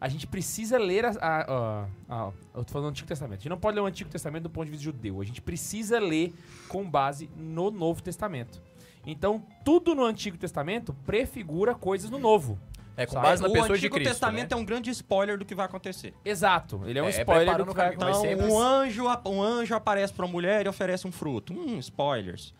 Speaker 1: A gente precisa ler a. a- a- a- eu tô falando do Antigo Testamento. A gente não pode ler o Antigo Testamento do ponto de vista judeu. A gente precisa ler com base no Novo Testamento. Então, tudo no Antigo Testamento prefigura coisas no Novo.
Speaker 2: É com
Speaker 1: Sabe?
Speaker 2: base na
Speaker 5: o
Speaker 2: pessoa
Speaker 5: Antigo
Speaker 2: de Cristo.
Speaker 5: Testamento
Speaker 2: né?
Speaker 5: é um grande spoiler do que vai acontecer.
Speaker 1: Exato. Ele é um
Speaker 2: É, é
Speaker 1: spoiler
Speaker 2: preparando
Speaker 1: do que
Speaker 2: o
Speaker 1: vai
Speaker 2: caminho. Mas
Speaker 1: acontecer.
Speaker 5: Então,
Speaker 2: sempre
Speaker 5: um
Speaker 2: assim.
Speaker 5: anjo, ap- um anjo aparece para uma mulher e oferece um fruto. Hum, spoilers.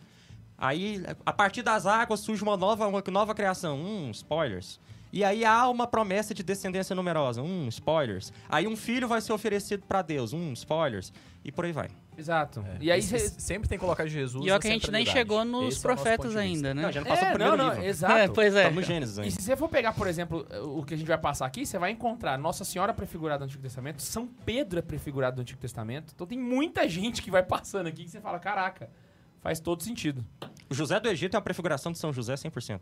Speaker 5: Aí, a partir das águas surge uma nova, uma nova criação. Hum, spoilers. E aí há uma promessa de descendência numerosa. Hum, spoilers. Aí um filho vai ser oferecido para Deus. Hum, spoilers. E por aí vai.
Speaker 1: Exato.
Speaker 5: um-
Speaker 2: É.
Speaker 1: E aí
Speaker 2: Isso-
Speaker 1: você.
Speaker 2: sempre tem que colocar Jesus.
Speaker 4: E ó,
Speaker 2: na
Speaker 4: que a gente nem
Speaker 2: centralidade.
Speaker 4: chegou nos
Speaker 2: Esse é o nosso
Speaker 4: profetas
Speaker 2: ponto de vista.
Speaker 4: ainda, né?
Speaker 5: Não, já não passou o
Speaker 1: não,
Speaker 5: primeiro
Speaker 1: não,
Speaker 5: livro.
Speaker 1: exato.
Speaker 4: <laughs> É, pois é.
Speaker 5: Estamos no Gênesis
Speaker 1: E
Speaker 5: ainda.
Speaker 1: se você for pegar, por exemplo, o que a gente vai passar aqui, você vai encontrar Nossa Senhora prefigurada no Antigo Testamento, São Pedro é prefigurado no Antigo Testamento. Então tem muita gente que vai <laughs> passando aqui que você fala, caraca, faz todo sentido.
Speaker 5: O José do Egito é a prefiguração de São José 100%.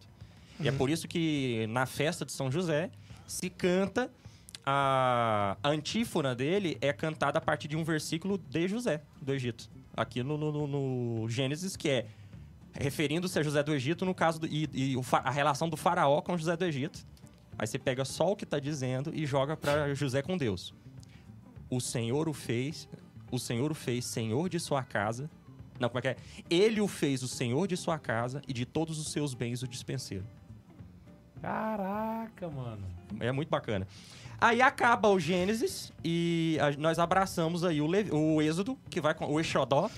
Speaker 5: E é por isso que na festa de São José se canta a a antífona dele é cantada a partir de um versículo de José do Egito. Aqui no, no- no- no Gênesis, que é referindo-se a José do Egito no caso do, e, e o fa- a relação do faraó com José do Egito. Aí você pega só o que está dizendo e joga para José com Deus. O Senhor o fez, o Senhor o fez senhor de sua casa. Não, como é que é? Ele o fez o senhor de sua casa e de todos os seus bens o dispenseiro.
Speaker 1: Caraca, mano.
Speaker 5: É muito bacana. Aí acaba o Gênesis e a- nós abraçamos aí o, Le- o Êxodo, que vai com o Exodó,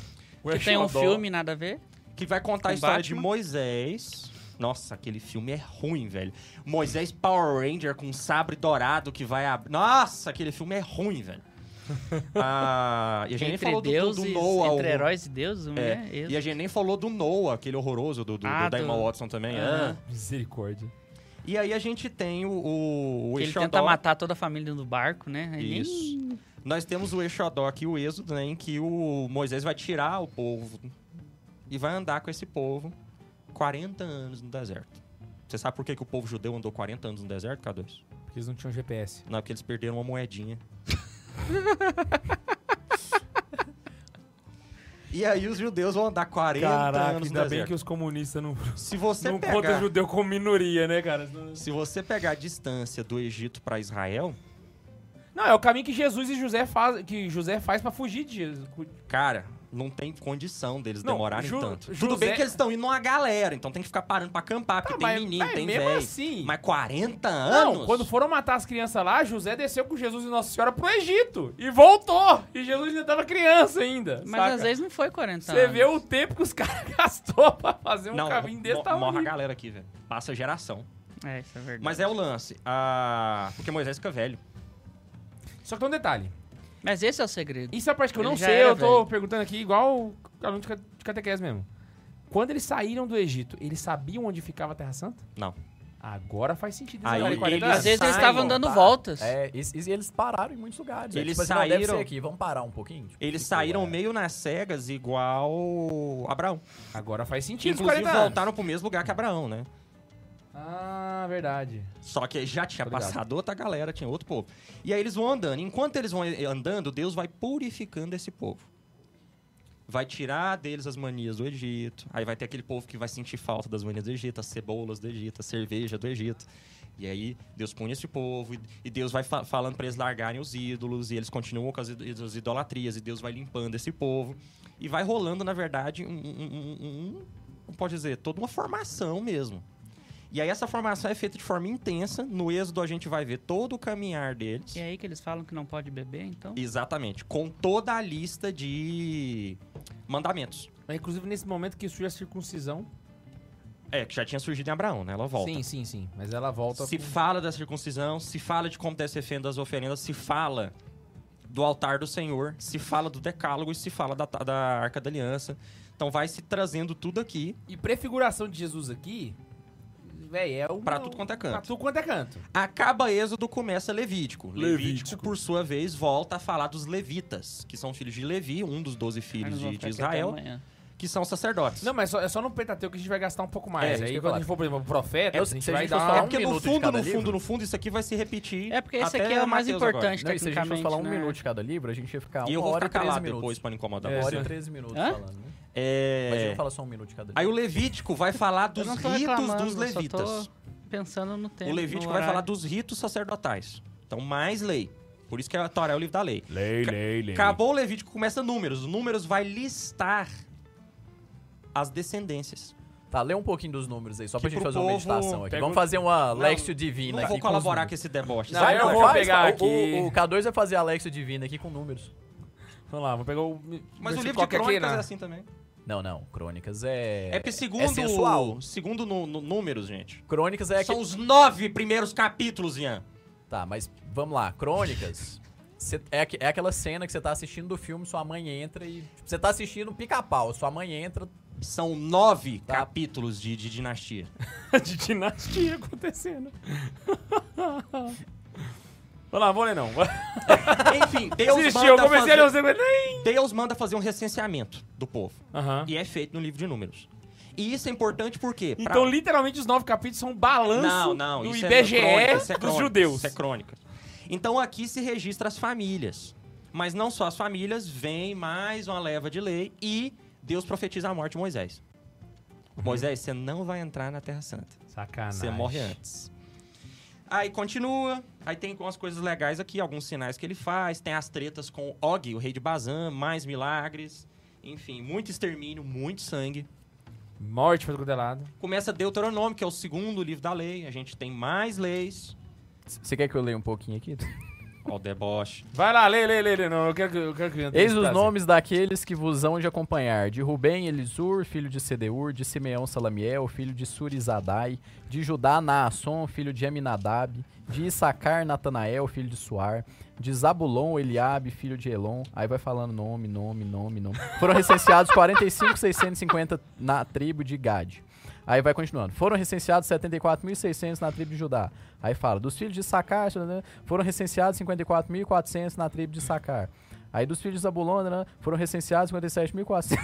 Speaker 4: Que tem um filme, nada a ver.
Speaker 5: que vai contar a
Speaker 4: Com
Speaker 5: história de
Speaker 4: Batman.
Speaker 5: Moisés. Nossa, aquele filme é ruim, velho. Moisés Power Ranger com um sabre dourado que vai abrir. Nossa, aquele filme é ruim,
Speaker 4: <laughs>
Speaker 5: velho. Ah, e a gente nem
Speaker 4: Entre
Speaker 5: falou do- do,
Speaker 4: deuses,
Speaker 5: do Noah.
Speaker 4: entre
Speaker 5: o-
Speaker 4: heróis e deuses, não
Speaker 5: É,
Speaker 4: é?
Speaker 5: E a gente nem falou do Noah, aquele horroroso do, do, do
Speaker 4: Ah, do-
Speaker 5: Damon Watson também.
Speaker 4: Aham.
Speaker 5: Ah.
Speaker 1: Misericórdia.
Speaker 5: E aí a gente tem o, o, o
Speaker 4: Que ele
Speaker 5: Exodó.
Speaker 4: tenta matar toda a família do barco, né? Aí nem-
Speaker 5: Isso. Nós temos o Exodó aqui, o Êxodo, né, em que o Moisés vai tirar o povo e vai andar com esse povo 40 anos no deserto. Você sabe por que, que o povo judeu andou 40 anos no deserto, K2?
Speaker 1: Porque eles não tinham GPS.
Speaker 5: Não, porque eles perderam
Speaker 1: <laughs>
Speaker 5: uma moedinha. e aí os judeus vão andar 40 anos no deserto.
Speaker 1: os comunistas <laughs> não,
Speaker 5: Se você pegar...
Speaker 1: judeu como minoria, né, cara?
Speaker 5: Se você pegar a distância do Egito para Israel,
Speaker 1: Não, é o caminho que Jesus e José faz, que José faz para fugir de Jesus.
Speaker 5: Cara, não tem condição deles
Speaker 1: Não,
Speaker 5: demorarem
Speaker 1: Ju-
Speaker 5: tanto.
Speaker 1: José-
Speaker 5: Tudo bem que eles estão indo uma galera, então tem que ficar parando pra acampar, porque
Speaker 1: Ah,
Speaker 5: tem menino, tem
Speaker 1: mesmo
Speaker 5: velho.
Speaker 1: assim.
Speaker 5: Mas 40
Speaker 1: Não,
Speaker 5: anos?
Speaker 1: quando foram matar as crianças lá, José desceu com Jesus e Nossa Senhora pro Egito. E voltou. E Jesus ainda tava criança ainda.
Speaker 4: Mas às vezes não foi 40
Speaker 1: Você
Speaker 4: anos.
Speaker 1: vê o tempo que os <laughs> caras gastou pra fazer um
Speaker 5: não,
Speaker 1: caminho desse
Speaker 5: mo- morre a
Speaker 1: tamanho.
Speaker 5: galera aqui, velho. Passa geração.
Speaker 4: É, isso é verdade. Mas,
Speaker 5: Mas é o lance. Ah, porque Moisés fica velho.
Speaker 1: Só que tem um detalhe.
Speaker 4: esse é o segredo.
Speaker 1: Isso é a parte que eu
Speaker 4: Ele
Speaker 1: não
Speaker 4: já
Speaker 1: sei,
Speaker 4: era
Speaker 1: eu tô
Speaker 4: velho.
Speaker 1: perguntando aqui igual o aluno de ca- de catequese mesmo. Quando eles saíram do Egito, eles sabiam onde ficava a Terra Santa?
Speaker 5: Não.
Speaker 1: Agora faz sentido.
Speaker 5: Aí
Speaker 1: andarem 40
Speaker 5: eles-
Speaker 1: anos.
Speaker 4: Às vezes eles
Speaker 5: saem,
Speaker 4: estavam
Speaker 5: ó,
Speaker 4: dando
Speaker 2: tá.
Speaker 4: voltas.
Speaker 2: É, e, e eles pararam em muitos lugares. é,
Speaker 5: Eles
Speaker 2: tipo assim, não, deve
Speaker 5: saíram-
Speaker 2: ser aqui, vamos parar um pouquinho. Tipo,
Speaker 5: Eles
Speaker 2: tipo,
Speaker 5: saíram
Speaker 2: é,
Speaker 5: meio nas cegas, igual Abraão.
Speaker 1: Agora faz sentido. os
Speaker 5: Inclusive
Speaker 1: 40 anos.
Speaker 5: voltaram pro mesmo lugar que Abraão, né?
Speaker 1: Ah, verdade.
Speaker 5: Só que já tinha
Speaker 1: Tô ligado.
Speaker 5: passado outra galera, tinha outro povo. E aí eles vão andando. Enquanto eles vão andando, Deus vai purificando esse povo. vai tirar deles as manias do Egito. Aí vai ter aquele povo que vai sentir falta das manias do Egito, as cebolas do Egito, a cerveja do Egito. E aí Deus punha esse povo e- e Deus vai fa- falando para eles largarem os ídolos e eles continuam com as, id- as idolatrias e Deus vai limpando esse povo e vai rolando na verdade um, um- um- um- um- como pode dizer toda uma formação mesmo. E aí essa formação é feita de forma intensa. No êxodo a gente vai ver todo o caminhar deles.
Speaker 4: E é aí que eles falam que não pode beber, então?
Speaker 5: Exatamente, com toda a lista de mandamentos.
Speaker 1: Mas, inclusive, nesse momento que surge a circuncisão.
Speaker 5: É, que já tinha surgido em Abraão, né? Ela volta.
Speaker 1: Sim, sim, sim. Mas ela volta.
Speaker 5: se fala da circuncisão, se fala de como deve ser feita as oferendas, se fala do altar do Senhor, se fala do decálogo e se fala da, ta- da Arca da Aliança. Então vai se trazendo tudo aqui.
Speaker 1: E prefiguração de Jesus aqui. Véi, é um.
Speaker 5: Pra tudo quanto é canto.
Speaker 1: Pra tudo quanto é canto.
Speaker 5: Acaba Êxodo, começa Levítico. Levítico.
Speaker 1: Levítico.
Speaker 5: por sua vez, volta a falar dos levitas, que são filhos de Levi, um dos doze
Speaker 4: Aí
Speaker 5: filhos
Speaker 4: nós vamos
Speaker 5: de, de
Speaker 4: Ah, ficar aqui até
Speaker 5: Israel,
Speaker 4: amanhã.
Speaker 5: que são sacerdotes.
Speaker 1: Não, mas só, é só no Pentateuco que a gente vai gastar um pouco
Speaker 2: É,
Speaker 1: mais.
Speaker 2: isso que
Speaker 1: aí
Speaker 2: eu ia
Speaker 1: quando a
Speaker 2: falar.
Speaker 1: gente for, por exemplo, profeta,
Speaker 2: É,
Speaker 1: a
Speaker 2: se
Speaker 1: gente
Speaker 2: a
Speaker 1: vai
Speaker 2: gente
Speaker 1: dar
Speaker 2: fosse
Speaker 1: uma...
Speaker 2: falar
Speaker 5: É porque
Speaker 2: um
Speaker 5: no
Speaker 2: minuto de
Speaker 5: fundo,
Speaker 2: cada
Speaker 5: no
Speaker 2: livro?
Speaker 5: fundo, no fundo, isso aqui vai se repetir.
Speaker 4: É porque esse
Speaker 5: até
Speaker 4: aqui é o mais
Speaker 5: Mateus agora.
Speaker 4: importante,
Speaker 2: Não, e se a gente
Speaker 4: tecnicamente.
Speaker 2: fosse falar um
Speaker 4: né?
Speaker 2: minuto de cada livro, a gente ia ficar
Speaker 5: E eu
Speaker 2: uma
Speaker 5: vou
Speaker 2: hora
Speaker 5: ficar
Speaker 2: e 13
Speaker 5: calado
Speaker 2: minutos. É.
Speaker 5: depois pra não incomodar
Speaker 2: Uma
Speaker 5: você.
Speaker 2: hora e 13 minutos
Speaker 4: Hã?
Speaker 2: falando, né?
Speaker 5: É...
Speaker 2: Mas eu fala só um minuto de cada
Speaker 5: Aí
Speaker 2: livro.
Speaker 5: o Levítico vai falar dos
Speaker 4: Eu não tô
Speaker 5: ritos
Speaker 4: reclamando,
Speaker 5: dos
Speaker 4: eu só tô
Speaker 5: levitas.
Speaker 4: Pensando no tempo.
Speaker 5: O Levítico
Speaker 4: no
Speaker 5: vai
Speaker 4: horário.
Speaker 5: falar dos ritos sacerdotais. Então, mais lei. Por isso que a Torá é o livro da lei.
Speaker 3: Lei, lei, lei.
Speaker 5: Acabou o Levítico, começa números. O números vai listar as descendências.
Speaker 2: Tá, lê um pouquinho dos números aí, só
Speaker 5: Que
Speaker 2: pra gente
Speaker 5: pro
Speaker 2: fazer uma
Speaker 5: povo
Speaker 2: meditação aqui.
Speaker 3: pega
Speaker 2: Vamos
Speaker 3: um-
Speaker 2: fazer uma Lexio
Speaker 5: Não
Speaker 2: Divina aqui.
Speaker 5: vou
Speaker 2: né? com os
Speaker 5: colaborar com
Speaker 2: números.
Speaker 5: esse deboche.
Speaker 1: Não,
Speaker 5: Vai,
Speaker 1: eu
Speaker 5: vai.
Speaker 1: vou
Speaker 2: faz,
Speaker 1: pegar
Speaker 2: o-
Speaker 1: aqui.
Speaker 2: O, o K2 vai fazer a Lexio Divina aqui com números.
Speaker 1: Vamos lá, vamos pegar o.
Speaker 5: Mas o
Speaker 1: versículo
Speaker 5: livro de
Speaker 1: aqui, né?
Speaker 5: crônicas é assim também.
Speaker 2: Não, não. Crônicas é.
Speaker 5: É porque segundo,
Speaker 2: sensual.
Speaker 5: segundo nu- nu- números, gente.
Speaker 2: Crônicas é.
Speaker 5: São
Speaker 2: que-
Speaker 5: os nove primeiros capítulos, Ian.
Speaker 2: Tá, mas vamos lá. Crônicas. cê- é, aque- é aquela cena que você tá assistindo do filme, sua mãe entra e. Tipo, você tá assistindo pica-pau, sua mãe entra.
Speaker 5: São nove
Speaker 2: Tá.
Speaker 5: capítulos de, de dinastia.
Speaker 1: <laughs>
Speaker 5: é-
Speaker 1: de dinastia acontecendo. <laughs> Vamos lá, vou ler não.
Speaker 5: Enfim, Deus
Speaker 1: Desistiu, eu
Speaker 5: manda
Speaker 1: comecei a ler um
Speaker 5: fazer...
Speaker 1: os Nem.
Speaker 5: Deus manda fazer um recenseamento do povo.
Speaker 1: Aham.
Speaker 5: E é feito no livro de números. E isso é importante porque.
Speaker 1: Então, literalmente, os nove capítulos são um balanço
Speaker 5: não, não,
Speaker 1: do
Speaker 5: isso é
Speaker 1: IBGE
Speaker 5: crônica, isso é
Speaker 1: dos
Speaker 5: crônica,
Speaker 1: judeus.
Speaker 5: Isso é crônica. Então aqui se registra as famílias. Mas não só as famílias, vem mais uma leva de lei e Deus profetiza a morte de Moisés.
Speaker 1: Uhum.
Speaker 5: Moisés, você não vai entrar na Terra Santa.
Speaker 1: Sacanagem.
Speaker 5: Você morre antes. Aí continua. Aí tem algumas coisas legais aqui, alguns sinais que ele faz. Tem as tretas com Og, o rei de Bazan, mais milagres. Enfim, muito extermínio, muito sangue.
Speaker 1: Morte para todo é lado.
Speaker 5: Começa Deuteronômio, que é o segundo livro da lei. A gente tem mais leis.
Speaker 2: Você quer que eu leia um pouquinho aqui?
Speaker 5: Ó, o deboche.
Speaker 1: Vai lá, lê, lê, lê, lê. Não, eu quero que eu quero que eu
Speaker 2: Eis os
Speaker 1: trazer.
Speaker 2: nomes daqueles que vos hão de acompanhar: de Rubem, Elisur, filho de Sedeur, de Simeão, Salamiel, filho de Surizadai, de Judá, Naasson, filho de Aminadab, de Issacar, Natanael, filho de Suar, de Zabulon, Eliabe, filho de Elon. Aí vai falando nome, nome, nome, nome. Foram recenseados 45,650 na tribo de Gad. Aí vai continuando. Foram recenseados 74.600 na tribo de Judá. Aí fala, dos filhos de Sacar, foram recenseados 54.400 na tribo de Sacar. Aí dos filhos de Zabulon, né, foram recenseados
Speaker 5: <laughs>
Speaker 2: 57.400.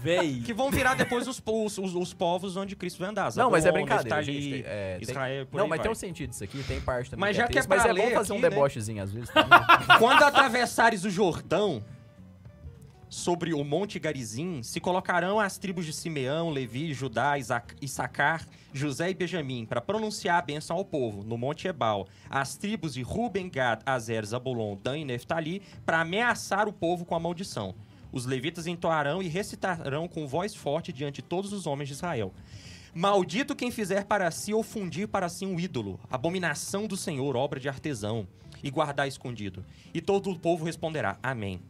Speaker 1: Véi.
Speaker 5: Que vão virar depois os, po- os, os, os povos onde Cristo vai andar.
Speaker 2: Não, mas é
Speaker 5: Zabulon,
Speaker 2: brincadeira,
Speaker 5: Neftali,
Speaker 2: gente, é, tem-
Speaker 5: Israel, por
Speaker 2: Não,
Speaker 5: aí
Speaker 2: mas
Speaker 5: vai.
Speaker 2: tem um sentido isso aqui, tem parte também.
Speaker 5: Mas já que é
Speaker 2: triste, mas
Speaker 5: pra
Speaker 2: é bom
Speaker 5: ler
Speaker 2: fazer um
Speaker 5: aqui, né?
Speaker 2: debochezinho às
Speaker 5: <laughs>
Speaker 2: vezes. também. né?
Speaker 5: Quando atravessares o Jordão, sobre o Monte Garizim, se colocarão as tribos de Simeão, Levi, Judá, Isaac- Issacar, José e Benjamim, para pronunciar a bênção ao povo, no Monte Ebal. As tribos de Ruben, Gad, Azer, Zabulon, Dan e Neftali, para ameaçar o povo com a maldição. Os levitas entoarão e recitarão com voz forte diante de todos os homens de Israel. Maldito quem fizer para si ou fundir para si um ídolo, abominação do Senhor, obra de artesão, e guardar escondido. E todo o povo responderá: Amém.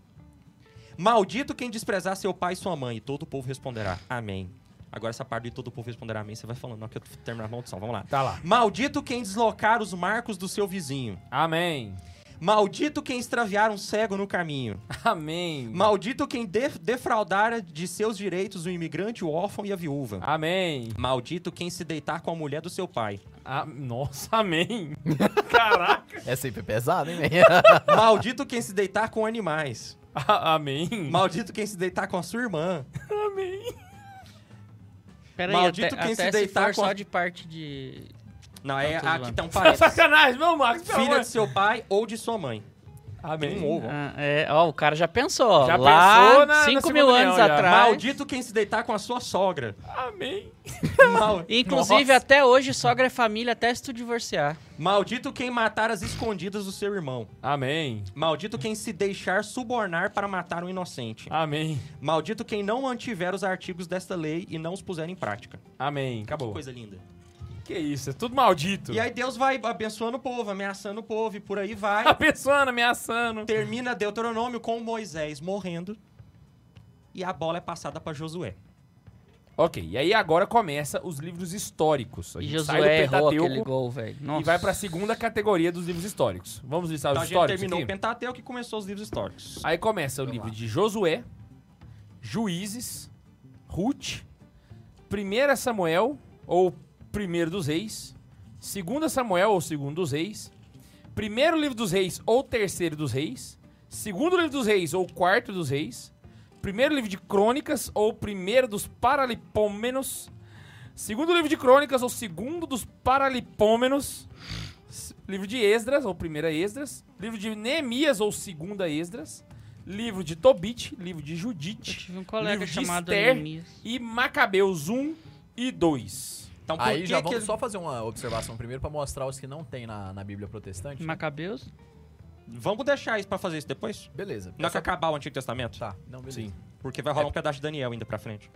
Speaker 5: Maldito quem desprezar seu pai e sua mãe, e todo o povo responderá: Amém. Agora essa parte de todo o povo responderá amém, você vai falando, não que eu terminar a maldição, vamos lá.
Speaker 1: Tá lá.
Speaker 5: Maldito quem deslocar os marcos do seu vizinho.
Speaker 1: Amém.
Speaker 5: Maldito quem extraviar um cego no caminho.
Speaker 1: Amém.
Speaker 5: Maldito quem def- defraudara de seus direitos o imigrante, o órfão e a viúva.
Speaker 1: Amém.
Speaker 5: Maldito quem se deitar com a mulher do seu pai.
Speaker 1: Ah, nossa, amém. Caraca.
Speaker 2: Essa aí foi pesada, hein,
Speaker 5: Maldito quem se deitar com animais.
Speaker 1: Ah, amém. <laughs>
Speaker 5: Maldito quem se deitar com a sua irmã.
Speaker 4: Peraí,
Speaker 5: Maldito
Speaker 4: até,
Speaker 5: quem
Speaker 4: até
Speaker 5: se deitar
Speaker 4: for
Speaker 5: com a-
Speaker 4: só de parte de...
Speaker 5: Não, é
Speaker 4: Não, tô
Speaker 5: aqui
Speaker 4: zoando.
Speaker 5: tá um parênteses.
Speaker 1: Sacanagem, não, É Marcos. pelo
Speaker 5: Filha
Speaker 1: amor-
Speaker 5: de seu pai ou de sua mãe.
Speaker 1: Amém.
Speaker 3: Um ovo.
Speaker 4: Ah, é, ó, o cara já pensou.
Speaker 1: Já
Speaker 4: lá,
Speaker 1: pensou na- na
Speaker 4: 5
Speaker 1: segunda
Speaker 4: mil anos
Speaker 1: reunião já.
Speaker 4: atrás.
Speaker 5: Maldito quem se deitar com a sua sogra.
Speaker 1: Amém. <laughs>
Speaker 5: Mal-
Speaker 4: Inclusive, até hoje, sogra é família até se tu divorciar.
Speaker 5: Maldito quem matar as escondidas do seu irmão.
Speaker 1: Amém.
Speaker 5: Maldito quem se deixar subornar para matar um inocente.
Speaker 1: Amém.
Speaker 5: Maldito quem não mantiver os artigos desta lei e não os puser em prática.
Speaker 1: Amém.
Speaker 5: Que
Speaker 1: Acabou.
Speaker 5: coisa linda.
Speaker 1: Que isso, é tudo maldito.
Speaker 5: E aí Deus vai abençoando o povo, ameaçando o povo e por aí
Speaker 1: <laughs>
Speaker 5: vai.
Speaker 1: Abençoando, ameaçando.
Speaker 5: Termina Deuteronômio com Moisés morrendo e a bola é passada para Josué.
Speaker 1: Ok, e aí agora começa os livros históricos. A
Speaker 4: E
Speaker 1: gente
Speaker 4: Josué
Speaker 1: sai do
Speaker 4: errou aquele
Speaker 1: Pentateuco
Speaker 4: gol, velho.
Speaker 1: e vai pra segunda categoria dos livros históricos. Vamos listar os
Speaker 5: Então a gente
Speaker 1: históricos
Speaker 5: terminou
Speaker 1: aqui?
Speaker 5: o Pentateuco e começou os livros históricos.
Speaker 1: Aí começa o livro de Josué, Juízes, Ruth, 1 Samuel, ou Primeiro dos Reis, 2 Samuel, ou Segundo dos Reis, Primeiro Livro dos Reis, ou Terceiro dos Reis, Segundo Livro dos Reis, ou Quarto dos Reis, Primeiro Livro de Crônicas, ou Primeiro dos Paralipômenos, Segundo Livro de Crônicas, ou Segundo dos Paralipômenos, S- Livro de Esdras, ou Primeira Esdras. Livro de Neemias, ou Segunda Esdras. Livro de Tobit, livro de
Speaker 4: Eu
Speaker 1: Judite.
Speaker 4: tive um colega
Speaker 1: livro de
Speaker 4: chamado
Speaker 1: Esther.
Speaker 4: Anemias.
Speaker 1: E Macabeus 1 e 2.
Speaker 5: Então por
Speaker 2: Aí
Speaker 5: que
Speaker 2: já
Speaker 5: que
Speaker 2: vamos
Speaker 5: ele-
Speaker 2: só fazer uma observação primeiro pra mostrar os que não tem na, na Bíblia protestante.
Speaker 4: Macabeus?
Speaker 5: Vamos deixar isso para fazer isso depois?
Speaker 2: Beleza.
Speaker 5: Não é que
Speaker 2: Essa-
Speaker 5: acabar o Antigo Testamento?
Speaker 2: Tá, não, beleza. É
Speaker 1: Sim.
Speaker 5: Porque vai rolar um pedaço de Daniel ainda pra frente.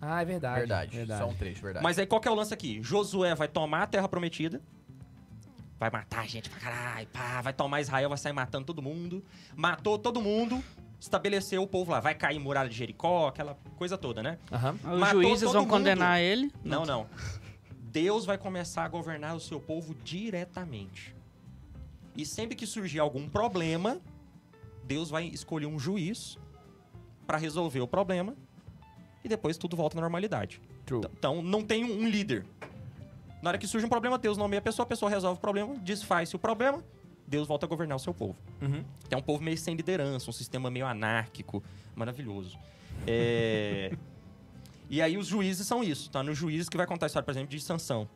Speaker 1: Ah, é verdade.
Speaker 2: Verdade, só um trecho, verdade.
Speaker 5: Mas aí qual que é o lance aqui? Josué vai tomar a Terra Prometida. Vai matar gente pra caralho, pá, vai tomar Israel, vai sair matando todo mundo. Matou todo mundo, estabeleceu o povo lá. Vai cair muralha de Jericó, aquela coisa toda, né?
Speaker 1: Aham.
Speaker 4: Os
Speaker 5: Matou
Speaker 4: juízes
Speaker 5: todo
Speaker 4: vão
Speaker 5: mundo.
Speaker 4: condenar ele?
Speaker 5: Não, não. Deus vai começar a governar o seu povo diretamente. E sempre que surgir algum problema, Deus vai escolher um juiz pra resolver o problema e depois tudo volta à normalidade.
Speaker 2: True.
Speaker 5: T- Então não tem um um líder. Na hora que surge um problema, Deus nomeia a pessoa, a pessoa resolve o problema, desfaz-se o problema, Deus volta a governar o seu povo.
Speaker 1: Uhum.
Speaker 5: É um povo meio sem liderança, um sistema meio anárquico, maravilhoso. É, e aí os juízes são isso. Tá no juízes que vai contar a história, por exemplo, de Sansão.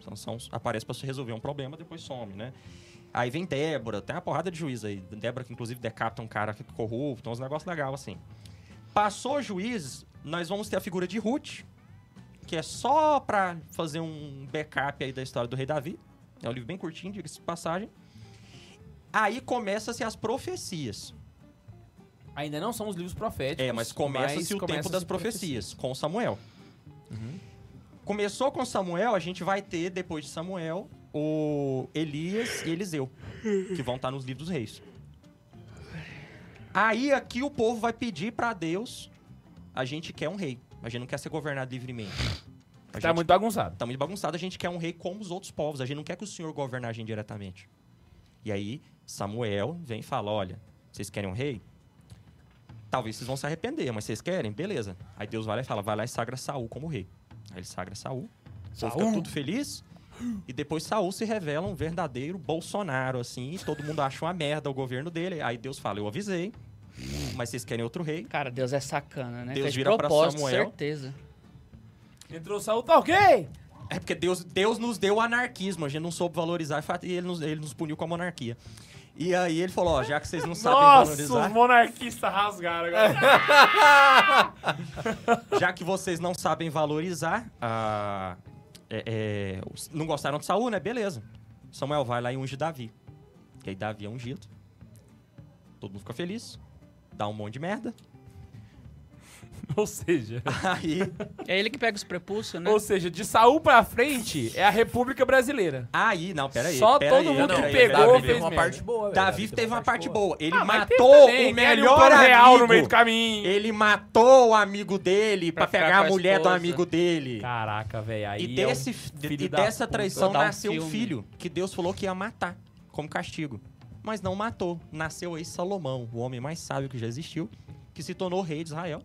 Speaker 5: Sansão aparece pra se resolver um problema, depois some, né? Aí vem Débora, tem uma porrada de juízes aí. Débora que inclusive decapita um cara corrupto, uns negócios legais assim. Passou juízes, nós vamos ter a figura de Ruth, que é só pra fazer um backup aí da história do rei Davi. É um livro bem curtinho, diga-se de passagem. Aí começa-se as profecias.
Speaker 1: Ainda não são os livros proféticos.
Speaker 5: É, mas começa-se o tempo
Speaker 1: começa-se
Speaker 5: das profecias, com Samuel. Uhum. Começou com Samuel, a gente vai ter, depois de Samuel, o Elias e Eliseu, que vão estar nos livros dos reis. Aí aqui o povo vai pedir pra Deus, a gente quer um rei. A gente não quer ser governado livremente. A
Speaker 1: Tá
Speaker 5: gente
Speaker 1: muito bagunçado.
Speaker 5: tá muito bagunçado, a gente quer um rei como os outros povos, a gente não quer que o senhor governe a gente diretamente. E aí, Samuel vem e fala: olha, vocês querem um rei? Talvez vocês vão se arrepender, mas vocês querem? Beleza. Aí Deus vai lá e fala: vai lá e sagra Saul como rei. Aí ele sagra Saul, Saul fica tudo feliz. E depois Saul se revela um verdadeiro Bolsonaro, assim, e todo mundo acha uma merda o governo dele. Aí Deus fala: eu avisei, mas vocês querem outro rei?
Speaker 4: Cara, Deus é sacana, né?
Speaker 5: Deus
Speaker 4: Fez de
Speaker 5: vira pra
Speaker 4: propósito,
Speaker 5: Samuel.
Speaker 4: certeza.
Speaker 1: Entrou Saul, tá ok?
Speaker 5: É porque Deus, Deus nos deu o anarquismo, a gente não soube valorizar e fa- e ele nos, ele nos puniu com a monarquia. E aí ele falou, ó, já que
Speaker 1: <laughs>
Speaker 5: vocês não sabem
Speaker 1: Nossa, os
Speaker 5: valorizar,
Speaker 1: monarquistas rasgaram agora.
Speaker 5: já que vocês não sabem valorizar, ah, é, é, os- não gostaram de Saul, né? Beleza. Samuel vai lá e unge Davi. Que aí Davi é ungido. Todo mundo fica feliz. Dá um monte de merda. <laughs>
Speaker 1: <laughs> Ou seja,
Speaker 5: Aí,
Speaker 4: É ele que pega os prepulsos, né?
Speaker 1: ou seja, de Saul pra frente é a República Brasileira.
Speaker 5: aí, não, peraí.
Speaker 1: Só
Speaker 5: peraí,
Speaker 1: todo
Speaker 5: peraí,
Speaker 1: mundo que
Speaker 5: peraí,
Speaker 1: pegou,
Speaker 5: peraí.
Speaker 2: Davi
Speaker 1: fez
Speaker 2: teve uma
Speaker 1: merda.
Speaker 2: parte boa, velho.
Speaker 5: Davi teve uma parte boa. Ele
Speaker 1: Ah, mas teve
Speaker 5: matou
Speaker 1: também,
Speaker 5: o
Speaker 1: quem era
Speaker 5: melhor
Speaker 1: plano
Speaker 5: amigo.
Speaker 1: real no meio do caminho.
Speaker 5: Ele matou o amigo dele pra,
Speaker 4: Pra ficar
Speaker 5: pegar
Speaker 4: com
Speaker 5: a
Speaker 4: a
Speaker 5: mulher do
Speaker 4: esposa. Tá,
Speaker 5: amigo dele.
Speaker 1: Caraca, velho. Aí
Speaker 5: e
Speaker 1: é um
Speaker 5: desse,
Speaker 1: filho
Speaker 5: e
Speaker 1: da
Speaker 5: dessa
Speaker 1: puta.
Speaker 5: traição
Speaker 4: Dá um
Speaker 5: nasceu um
Speaker 4: filme.
Speaker 5: filho que Deus falou que ia matar como castigo. Mas não matou. Nasceu aí Salomão, o homem mais sábio que já existiu, que se tornou rei de Israel,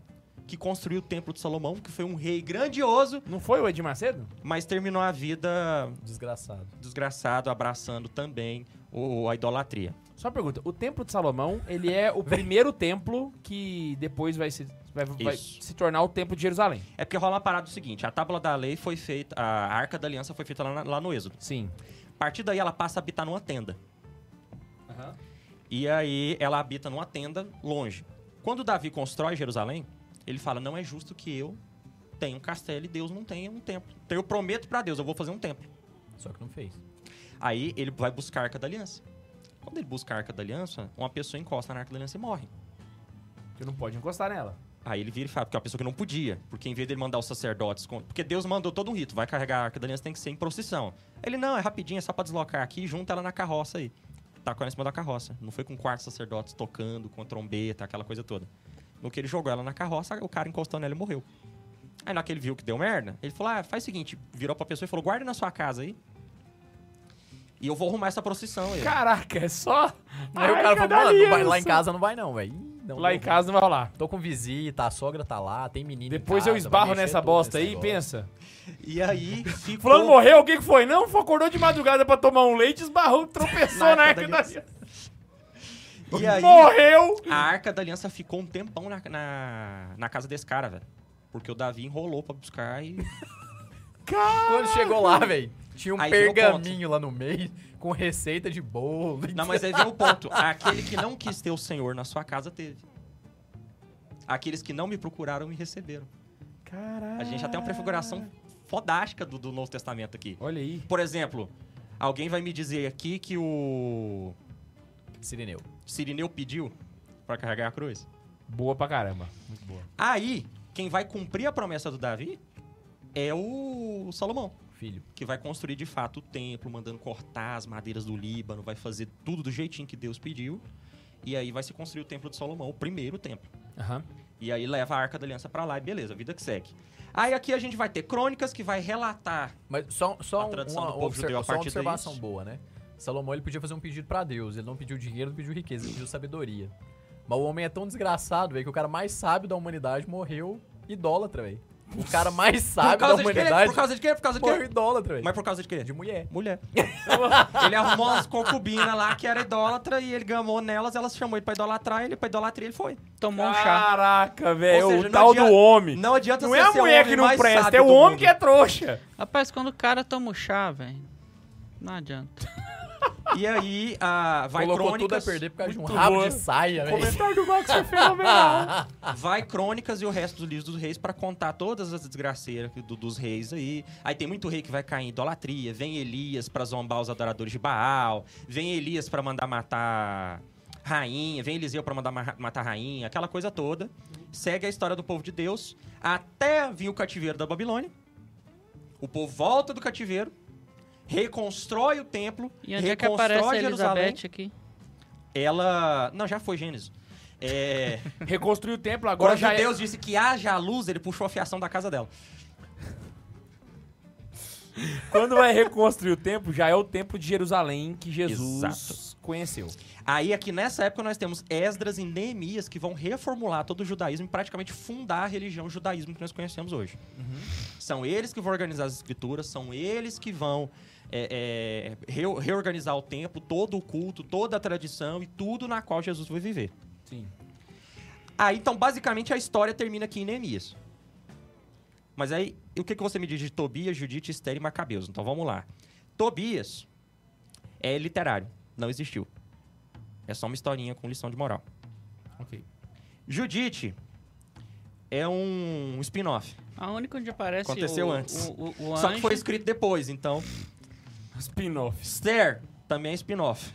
Speaker 5: que construiu o templo de Salomão, que foi um rei grandioso,
Speaker 1: Não foi o Edir Macedo?
Speaker 5: mas terminou a vida
Speaker 2: Desgraçado.
Speaker 5: desgraçado, abraçando também o- a idolatria.
Speaker 1: Só uma pergunta, o Templo de Salomão, ele é o primeiro templo que depois vai se, vai, vai
Speaker 5: Isso.
Speaker 1: se tornar o Templo de Jerusalém.
Speaker 5: É porque rola uma parada do seguinte: a tábua da lei foi feita, a arca da aliança foi feita lá, na- lá no Êxodo.
Speaker 1: Sim.
Speaker 5: A partir daí ela passa a habitar numa tenda. E aí ela habita numa tenda longe. Quando Davi constrói Jerusalém, ele fala: Não é justo que eu tenha um castelo e Deus não tenha um templo. Então eu prometo pra Deus, eu vou fazer um templo.
Speaker 2: Só que não fez.
Speaker 5: Aí ele vai buscar a Arca da Aliança. Quando ele busca a Arca da Aliança, uma pessoa encosta na Arca da Aliança e morre.
Speaker 1: Que não pode encostar nela.
Speaker 5: Aí ele vira e fala, porque é uma pessoa que não podia. Porque em vez dele mandar os sacerdotes. com- Porque Deus mandou todo um rito, vai carregar a arca da aliança, tem que ser em procissão. Ele, não, é rapidinho, é só pra deslocar aqui, junta ela na carroça aí. Tacou ela em cima da carroça. Não foi com quatro sacerdotes tocando, com trombeta, aquela coisa toda. No que ele jogou ela na carroça, o cara encostou nela e morreu. Aí na hora que ele viu que deu merda, ele falou: ah, faz o seguinte, virou pra pessoa e falou: guarda na sua casa aí. E eu vou arrumar essa procissão aí.
Speaker 1: Caraca, é só.
Speaker 2: Aí o
Speaker 1: Ai,
Speaker 2: cara falou,
Speaker 1: cadê a
Speaker 2: mano, não vai- lá em
Speaker 1: aliança?
Speaker 2: casa não vai não, velho. Ih, não
Speaker 1: Lá
Speaker 2: vou,
Speaker 1: em casa não vai rolar.
Speaker 2: Tô com visita, a sogra tá lá, tem menino. em
Speaker 1: Depois
Speaker 2: casa,
Speaker 5: Ah,
Speaker 1: eu
Speaker 2: vai
Speaker 1: esbarro
Speaker 2: mexer
Speaker 1: nessa
Speaker 2: tudo
Speaker 1: bosta
Speaker 2: nesse
Speaker 1: aí e
Speaker 2: negócio.
Speaker 1: pensa.
Speaker 5: E aí ficou.
Speaker 1: Fulano morreu, o que que foi? Não, foi- acordou de madrugada pra tomar um leite, esbarrou, tropeçou na arca da
Speaker 5: E aí,
Speaker 1: Morreu!
Speaker 5: A Arca da Aliança ficou um tempão na, na, na casa desse cara, velho. Porque o Davi enrolou pra buscar e.
Speaker 2: Quando chegou lá, velho, tinha um
Speaker 5: Aí vem o
Speaker 2: pergaminho lá no meio com receita de bolo.
Speaker 5: Não, mas aí vem o ponto. Aquele que não quis ter o Senhor na sua casa teve. Aqueles que não me procuraram me receberam.
Speaker 1: Caraca.
Speaker 5: A gente já tem uma prefiguração fodástica do, do Novo Testamento aqui.
Speaker 1: Olha aí.
Speaker 5: Por exemplo, alguém vai me dizer aqui que o
Speaker 2: Sirineu.
Speaker 5: Sirineu pediu pra carregar a cruz?
Speaker 1: Boa pra caramba. Muito boa.
Speaker 5: Aí, quem vai cumprir a promessa do Davi é o Salomão.
Speaker 2: Filho.
Speaker 5: que vai construir de fato o templo, mandando cortar as madeiras do Líbano, vai fazer tudo do jeitinho que Deus pediu. E aí vai se construir o templo de Salomão, o primeiro templo.
Speaker 1: Aham.
Speaker 5: E aí leva a Arca da Aliança pra lá e beleza, vida que segue. Aí aqui a gente vai ter crônicas que vai relatar.
Speaker 2: Mas só, só,
Speaker 5: A
Speaker 2: um-
Speaker 5: tradição
Speaker 2: uma,
Speaker 5: do povo
Speaker 2: obser-
Speaker 5: judeu a
Speaker 2: só uma
Speaker 5: partir
Speaker 2: observação
Speaker 5: disso.
Speaker 2: boa, né? Salomão ele podia fazer um pedido pra Deus. Ele não pediu dinheiro, não pediu riqueza, ele pediu sabedoria. Mas o homem é tão desgraçado, velho, que o cara mais sábio da humanidade morreu idólatra, velho. O cara mais sábio da
Speaker 5: de quê?
Speaker 2: humanidade
Speaker 5: Por causa de quê? Por causa de
Speaker 2: morreu
Speaker 5: quê?
Speaker 2: idólatra, velho.
Speaker 5: Mas por causa de quê?
Speaker 2: De mulher.
Speaker 5: mulher. ele arrumou umas concubinas lá que era idólatra e ele gamou nelas, elas chamou ele pra idolatrar, ele pra idolatria ele foi.
Speaker 4: Tomou um chá.
Speaker 1: Caraca,
Speaker 5: Ou
Speaker 1: velho.
Speaker 5: seja,
Speaker 1: O
Speaker 5: não
Speaker 1: tal do
Speaker 5: adianta-
Speaker 1: homem.
Speaker 5: Não adianta
Speaker 1: Não
Speaker 5: você
Speaker 1: é a
Speaker 5: ser o
Speaker 1: mulher
Speaker 5: homem
Speaker 1: que não
Speaker 5: mais
Speaker 1: presta,
Speaker 5: sábio
Speaker 1: é o
Speaker 5: do
Speaker 1: homem
Speaker 5: mundo.
Speaker 1: que é trouxa.
Speaker 4: Rapaz, quando o cara toma o chá, velho, não adianta.
Speaker 5: E aí, a vai
Speaker 2: Colocou tudo a
Speaker 5: crônicas.
Speaker 2: perder por causa de um
Speaker 1: Muito
Speaker 2: rabo
Speaker 1: boa.
Speaker 2: de saia, velho.
Speaker 1: do Max é
Speaker 5: <laughs>
Speaker 1: fenomenal.
Speaker 5: Vai Crônicas e o resto dos livros dos reis pra contar todas as desgraceiras que- do- dos reis aí. Aí tem muito rei que vai cair em idolatria. Vem Elias pra zombar os adoradores de Baal. Vem Elias pra mandar matar rainha. Vem Eliseu pra mandar ma- matar rainha. Aquela coisa toda. Segue a história do povo de Deus até vir o cativeiro da Babilônia. O povo volta do cativeiro, reconstrói o templo,
Speaker 4: E onde é que
Speaker 5: reconstrói
Speaker 4: aparece a
Speaker 5: Jerusalém.
Speaker 4: Elizabeth aqui?
Speaker 5: Ela, não, já foi Gênesis. É,
Speaker 1: Reconstruiu o templo, agora
Speaker 5: Agora
Speaker 1: já é.
Speaker 5: Deus disse que haja a luz, ele puxou a fiação da casa dela.
Speaker 1: Quando vai reconstruir o templo, já é o templo de Jerusalém que Jesus
Speaker 5: Exato.
Speaker 1: conheceu.
Speaker 5: Aí aqui nessa época nós temos Esdras e Neemias que vão reformular todo o judaísmo e praticamente fundar a religião judaísmo que nós conhecemos hoje.
Speaker 1: Uhum.
Speaker 5: São eles que vão organizar as escrituras, são eles que vão é, é, reo- reorganizar o templo, todo o culto, toda a tradição e tudo na qual Jesus vai viver.
Speaker 1: Sim.
Speaker 5: Aí então basicamente a história termina aqui em Neemias. Mas aí, e o que, que você me diz de Tobias, Judite, Esther e Macabeus? Então vamos lá. Tobias é literário, não existiu. É só uma historinha com lição de moral.
Speaker 1: Ok.
Speaker 5: Judite é um spin-off.
Speaker 4: A única onde aparece
Speaker 5: Aconteceu
Speaker 4: o,
Speaker 5: antes.
Speaker 4: O, o- o
Speaker 5: Só que foi
Speaker 4: Um anjo.
Speaker 5: escrito depois, então.
Speaker 1: Spin-off.
Speaker 5: Esther também é spin-off.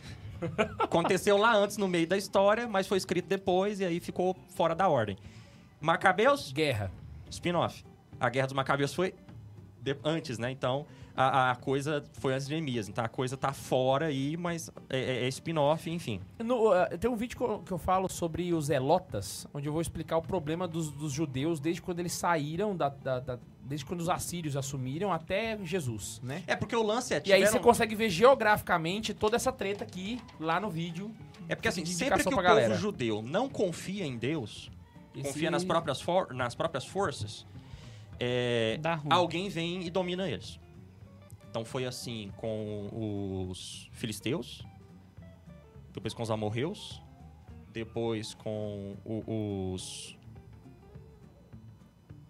Speaker 5: Aconteceu lá antes, no meio da história, mas foi escrito depois e aí ficou fora da ordem. Macabeus,
Speaker 1: Guerra.
Speaker 5: spin-off. A Guerra dos Macabeus foi de- antes, né? Então, a, a coisa foi antes de Neemias. Então, a coisa tá fora aí, mas é, é- é spin-off, enfim.
Speaker 1: No, eh, tem um vídeo que eu, que eu falo sobre os Elotas, onde eu vou explicar o problema dos, dos judeus desde quando eles saíram, da, da- da- desde quando os assírios assumiram até Jesus, né?
Speaker 5: É porque o lance é...
Speaker 1: E aí você
Speaker 5: tiveram-
Speaker 1: consegue ver geograficamente toda essa treta aqui, lá no vídeo.
Speaker 5: É porque, assim,
Speaker 1: de
Speaker 5: sempre que
Speaker 1: indicação
Speaker 5: o
Speaker 1: pra
Speaker 5: povo
Speaker 1: galera.
Speaker 5: judeu não confia em Deus,
Speaker 1: Esse-
Speaker 5: confia nas próprias, for- nas próprias forças, é,
Speaker 4: Dá
Speaker 1: Uhum.
Speaker 4: ruim.
Speaker 5: alguém vem e domina eles. Então, foi assim com os filisteus, depois com os amorreus, depois com o- os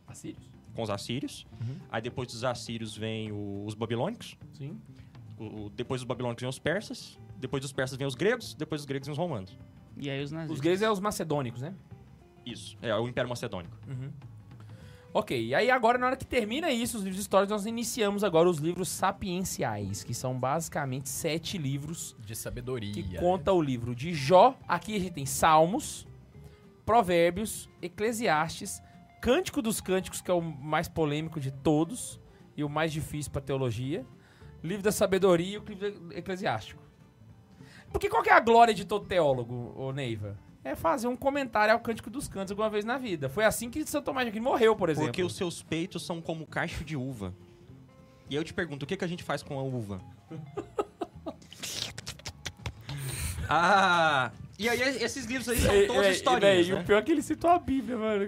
Speaker 1: Assírios. Uhum.
Speaker 5: com os assírios. Aí depois dos assírios vem o- os babilônicos.
Speaker 1: Sim.
Speaker 5: O- o- depois dos babilônicos vêm os persas, depois dos persas vêm os gregos, depois dos gregos vêm os romanos.
Speaker 4: E aí os nazistas.
Speaker 1: Os gregos é os macedônicos, né? Uhum.
Speaker 5: Isso, é o Império Macedônico.
Speaker 1: Ok, e aí agora, na hora que termina isso, os livros históricos, nós iniciamos agora os livros sapienciais, que são basicamente sete livros
Speaker 2: De sabedoria.
Speaker 1: que
Speaker 2: né?
Speaker 1: conta o livro de Jó. Aqui a gente tem Salmos, Provérbios, Eclesiastes, Cântico dos Cânticos, que é o mais polêmico de todos e o mais difícil para teologia, Livro da Sabedoria e o Livro Eclesiástico. Porque qual que é a glória de todo teólogo, ô Neiva? É fazer um comentário ao Cântico dos Cantos alguma vez na vida. Foi assim que São Tomás de Aquino morreu, por exemplo.
Speaker 5: Porque os seus peitos são como cacho de uva. E aí eu te pergunto, o que, que a gente faz com a uva? <laughs> ah! E aí esses livros aí são
Speaker 1: Ei,
Speaker 5: todos
Speaker 1: ei,
Speaker 5: historinhas,
Speaker 1: ei, E
Speaker 5: né?
Speaker 1: o pior é que ele citou a Bíblia, mano.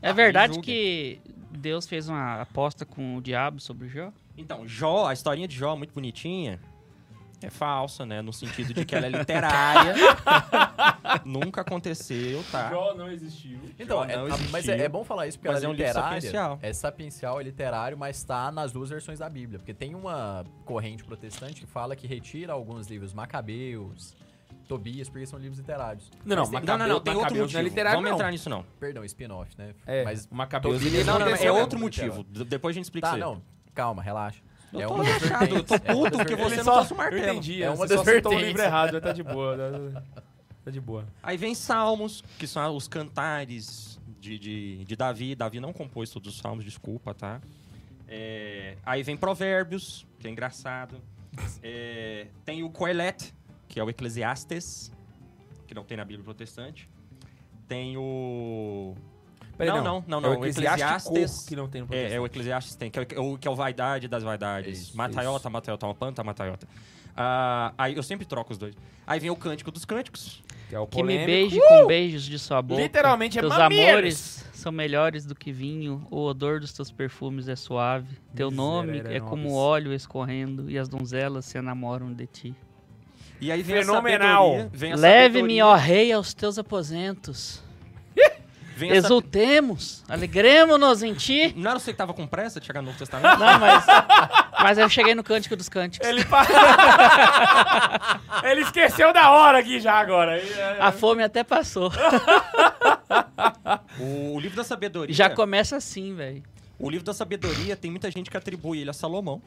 Speaker 4: É verdade
Speaker 5: julguem.
Speaker 4: que Deus fez uma aposta com o diabo sobre Jó?
Speaker 5: Então, Jó, a historinha de Jó, muito bonitinha, é falsa, né? No sentido de que ela é <laughs> literária. Nunca aconteceu, tá?
Speaker 1: Jó não existiu.
Speaker 2: Então,
Speaker 5: Jó
Speaker 2: é,
Speaker 5: não
Speaker 2: ah, mas é,
Speaker 5: existiu,
Speaker 2: é bom falar isso porque
Speaker 5: mas
Speaker 2: ela é
Speaker 5: é um livro
Speaker 2: literária.
Speaker 5: sapiencial.
Speaker 2: É sapiencial, é literário, mas tá nas duas versões da Bíblia. Porque tem uma corrente protestante que fala que retira alguns livros Macabeus, Tobias, porque são livros literários.
Speaker 1: Não, não,
Speaker 2: Mas tem-
Speaker 5: Não, não, não, tem outro
Speaker 1: Macabeus
Speaker 5: motivo.
Speaker 1: não é literário,
Speaker 5: Vamos
Speaker 1: não.
Speaker 5: entrar nisso, não.
Speaker 2: Perdão, spin-off, né?
Speaker 1: É,
Speaker 2: mas
Speaker 1: Macabeus
Speaker 2: Tobias
Speaker 1: ele
Speaker 5: Não, não, não, é
Speaker 1: aconteceu
Speaker 5: outro
Speaker 2: mesmo,
Speaker 5: motivo.
Speaker 2: literário.
Speaker 5: D- Depois a gente explica
Speaker 2: Tá,
Speaker 5: isso. aí.
Speaker 2: não. Calma, relaxa.
Speaker 5: Eu
Speaker 2: é
Speaker 5: tô
Speaker 2: uma das
Speaker 5: relaxado, eu tô
Speaker 2: vertentes, <laughs> é uma
Speaker 5: puto
Speaker 2: das
Speaker 5: porque
Speaker 2: vertentes.
Speaker 5: você não trouxe o martelo.
Speaker 1: Eu entendi,
Speaker 2: É
Speaker 1: é
Speaker 2: uma
Speaker 1: uma
Speaker 2: das
Speaker 1: só citou o
Speaker 2: vertentes.
Speaker 1: livro errado, tá de boa. Tá, tá de boa.
Speaker 5: Aí vem Salmos, que são os cantares de, de, de Davi. Davi não compôs todos os salmos, desculpa, tá? É, aí vem Provérbios, que é engraçado. É, tem o Coelet, que é o Eclesiastes, que não tem na Bíblia protestante. Tem o.
Speaker 1: Peraí,
Speaker 5: não, não, não, não.
Speaker 1: É o Eclesiastes que não tem no
Speaker 5: É,
Speaker 1: protestante.
Speaker 5: é o Eclesiastes tem, que é o, que é o vaidade das vaidades.
Speaker 2: Isso,
Speaker 5: mataiota,
Speaker 2: isso.
Speaker 5: mataiota, uma panta, mataiota. Ah, aí eu sempre troco os dois. Aí vem o cântico dos cânticos.
Speaker 1: Que é o
Speaker 4: Que me
Speaker 1: polêmico. Uh!
Speaker 4: beije com beijos de sua boca.
Speaker 1: Literalmente é
Speaker 4: Teus
Speaker 1: mameiros.
Speaker 4: amores são melhores do que vinho, o odor dos teus perfumes é suave. Teu nome é
Speaker 1: Misereres.
Speaker 4: como óleo escorrendo e as donzelas se enamoram de ti.
Speaker 5: E aí vem
Speaker 1: Fenomenal.
Speaker 5: a sabedoria. vem a
Speaker 4: Leve-me,
Speaker 5: sabedoria,
Speaker 4: ó rei, aos teus aposentos.
Speaker 5: Vem a sab-
Speaker 4: Exultemos, alegremos-nos em ti.
Speaker 5: Não era você que tava com pressa de chegar no Novo Testamento?
Speaker 4: Não, mas, mas eu cheguei no Cântico dos Cânticos.
Speaker 1: Ele, pa- <laughs> Ele esqueceu da hora aqui já agora. é-
Speaker 4: A fome até passou.
Speaker 5: O, o livro da sabedoria.
Speaker 1: é.
Speaker 4: Já começa assim, velho.
Speaker 5: O livro da sabedoria tem muita gente que atribui ele a Salomão.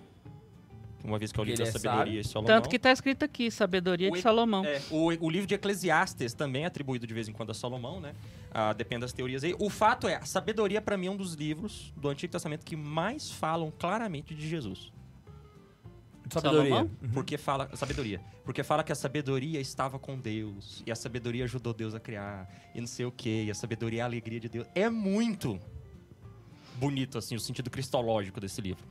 Speaker 5: Uma vez que é o
Speaker 1: Porque
Speaker 5: livro da
Speaker 1: ele é
Speaker 5: sabedoria é Salomão.
Speaker 4: Tanto que tá escrito aqui, sabedoria
Speaker 5: O
Speaker 4: de
Speaker 5: e-
Speaker 4: Salomão.
Speaker 5: É, o, o livro de Eclesiastes também é atribuído de vez em quando a Salomão, né? Ah, depende das teorias aí. O fato é, a sabedoria pra mim é um dos livros do Antigo Testamento que mais falam claramente de Jesus.
Speaker 1: Sabedoria.
Speaker 4: Salomão?
Speaker 5: Porque fala sabedoria, porque fala que a sabedoria estava com Deus e a sabedoria ajudou Deus a criar e não sei o quê, e a sabedoria é a alegria de Deus. É muito bonito assim o sentido cristológico desse livro.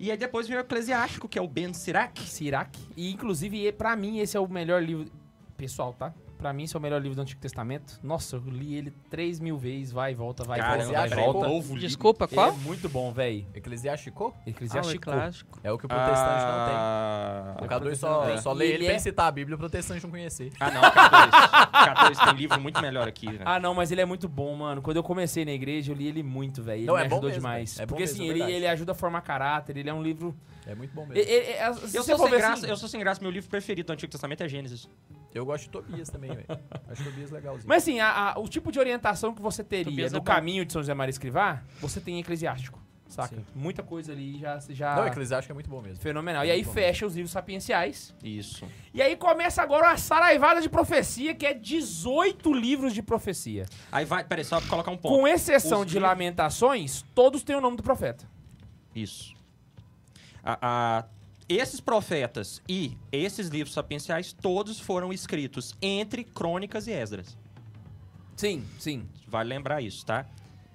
Speaker 5: E aí depois vem o Eclesiástico, que é o Ben Sirac.
Speaker 1: Sirac. E, inclusive, e- pra mim, esse é o melhor livro... Pessoal, tá? Pra mim, esse é o melhor livro do Antigo Testamento. Nossa, eu li ele três mil vezes. Vai e volta, vai e volta, vai e
Speaker 2: peraí,
Speaker 1: volta.
Speaker 2: pô.
Speaker 5: novo livro.
Speaker 4: Desculpa,
Speaker 1: Ele
Speaker 4: qual? Ah,
Speaker 1: É muito bom, véi.
Speaker 2: Eclesiástico?
Speaker 1: Eclesiástico.
Speaker 4: clássico.
Speaker 2: É o que o protestante não tem.
Speaker 5: Ah,
Speaker 2: O K2 só,
Speaker 1: protestante.
Speaker 2: só
Speaker 1: E
Speaker 2: lê
Speaker 1: ele
Speaker 2: ele
Speaker 1: é-
Speaker 2: sem citar a Bíblia, o protestante não conhecer.
Speaker 5: Ah, não, K2. K2 tem um livro muito melhor aqui, né? velho.
Speaker 1: Ah, não, mas ele é muito bom, mano. Quando eu comecei na igreja, eu li ele muito, velho. Ele
Speaker 2: Não,
Speaker 1: me
Speaker 2: é bom
Speaker 1: ajudou
Speaker 2: mesmo,
Speaker 1: demais.
Speaker 2: é bom
Speaker 1: Porque
Speaker 2: mesmo,
Speaker 1: assim,
Speaker 2: é
Speaker 1: ele,
Speaker 2: verdade.
Speaker 1: ele ajuda a formar caráter, ele é um livro.
Speaker 2: É muito bom
Speaker 1: e-
Speaker 2: mesmo.
Speaker 1: e- e- se
Speaker 5: eu,
Speaker 1: você
Speaker 5: sou
Speaker 1: for
Speaker 5: sem
Speaker 1: ver
Speaker 5: graça,
Speaker 1: assim-
Speaker 5: eu sou sem graça, meu livro preferido do Antigo Testamento é Gênesis.
Speaker 2: Eu gosto de Tobias também,
Speaker 1: <laughs>
Speaker 2: velho. Acho Tobias legalzinho.
Speaker 1: Mas assim, a- a- o tipo de orientação que você teria
Speaker 4: Tobias
Speaker 1: no
Speaker 4: é bom.
Speaker 1: caminho de São José Maria Escrivá, você tem em Eclesiástico, saca?
Speaker 2: Sim.
Speaker 1: Muita coisa ali já. já
Speaker 2: Não, Eclesiástico é muito bom mesmo.
Speaker 1: Fenomenal. E aí fecha os livros sapienciais.
Speaker 5: Isso.
Speaker 1: E aí começa agora uma saraivada de profecia, que é 18 livros de profecia.
Speaker 5: Aí vai, peraí, só pra colocar um ponto.
Speaker 1: Com exceção
Speaker 5: os
Speaker 1: de
Speaker 5: livros-
Speaker 1: Lamentações, todos têm o nome do profeta.
Speaker 5: Isso. A- a- esses profetas e esses livros sapienciais, todos foram escritos entre Crônicas e Esdras.
Speaker 1: Sim, sim.
Speaker 5: Vale lembrar isso, tá?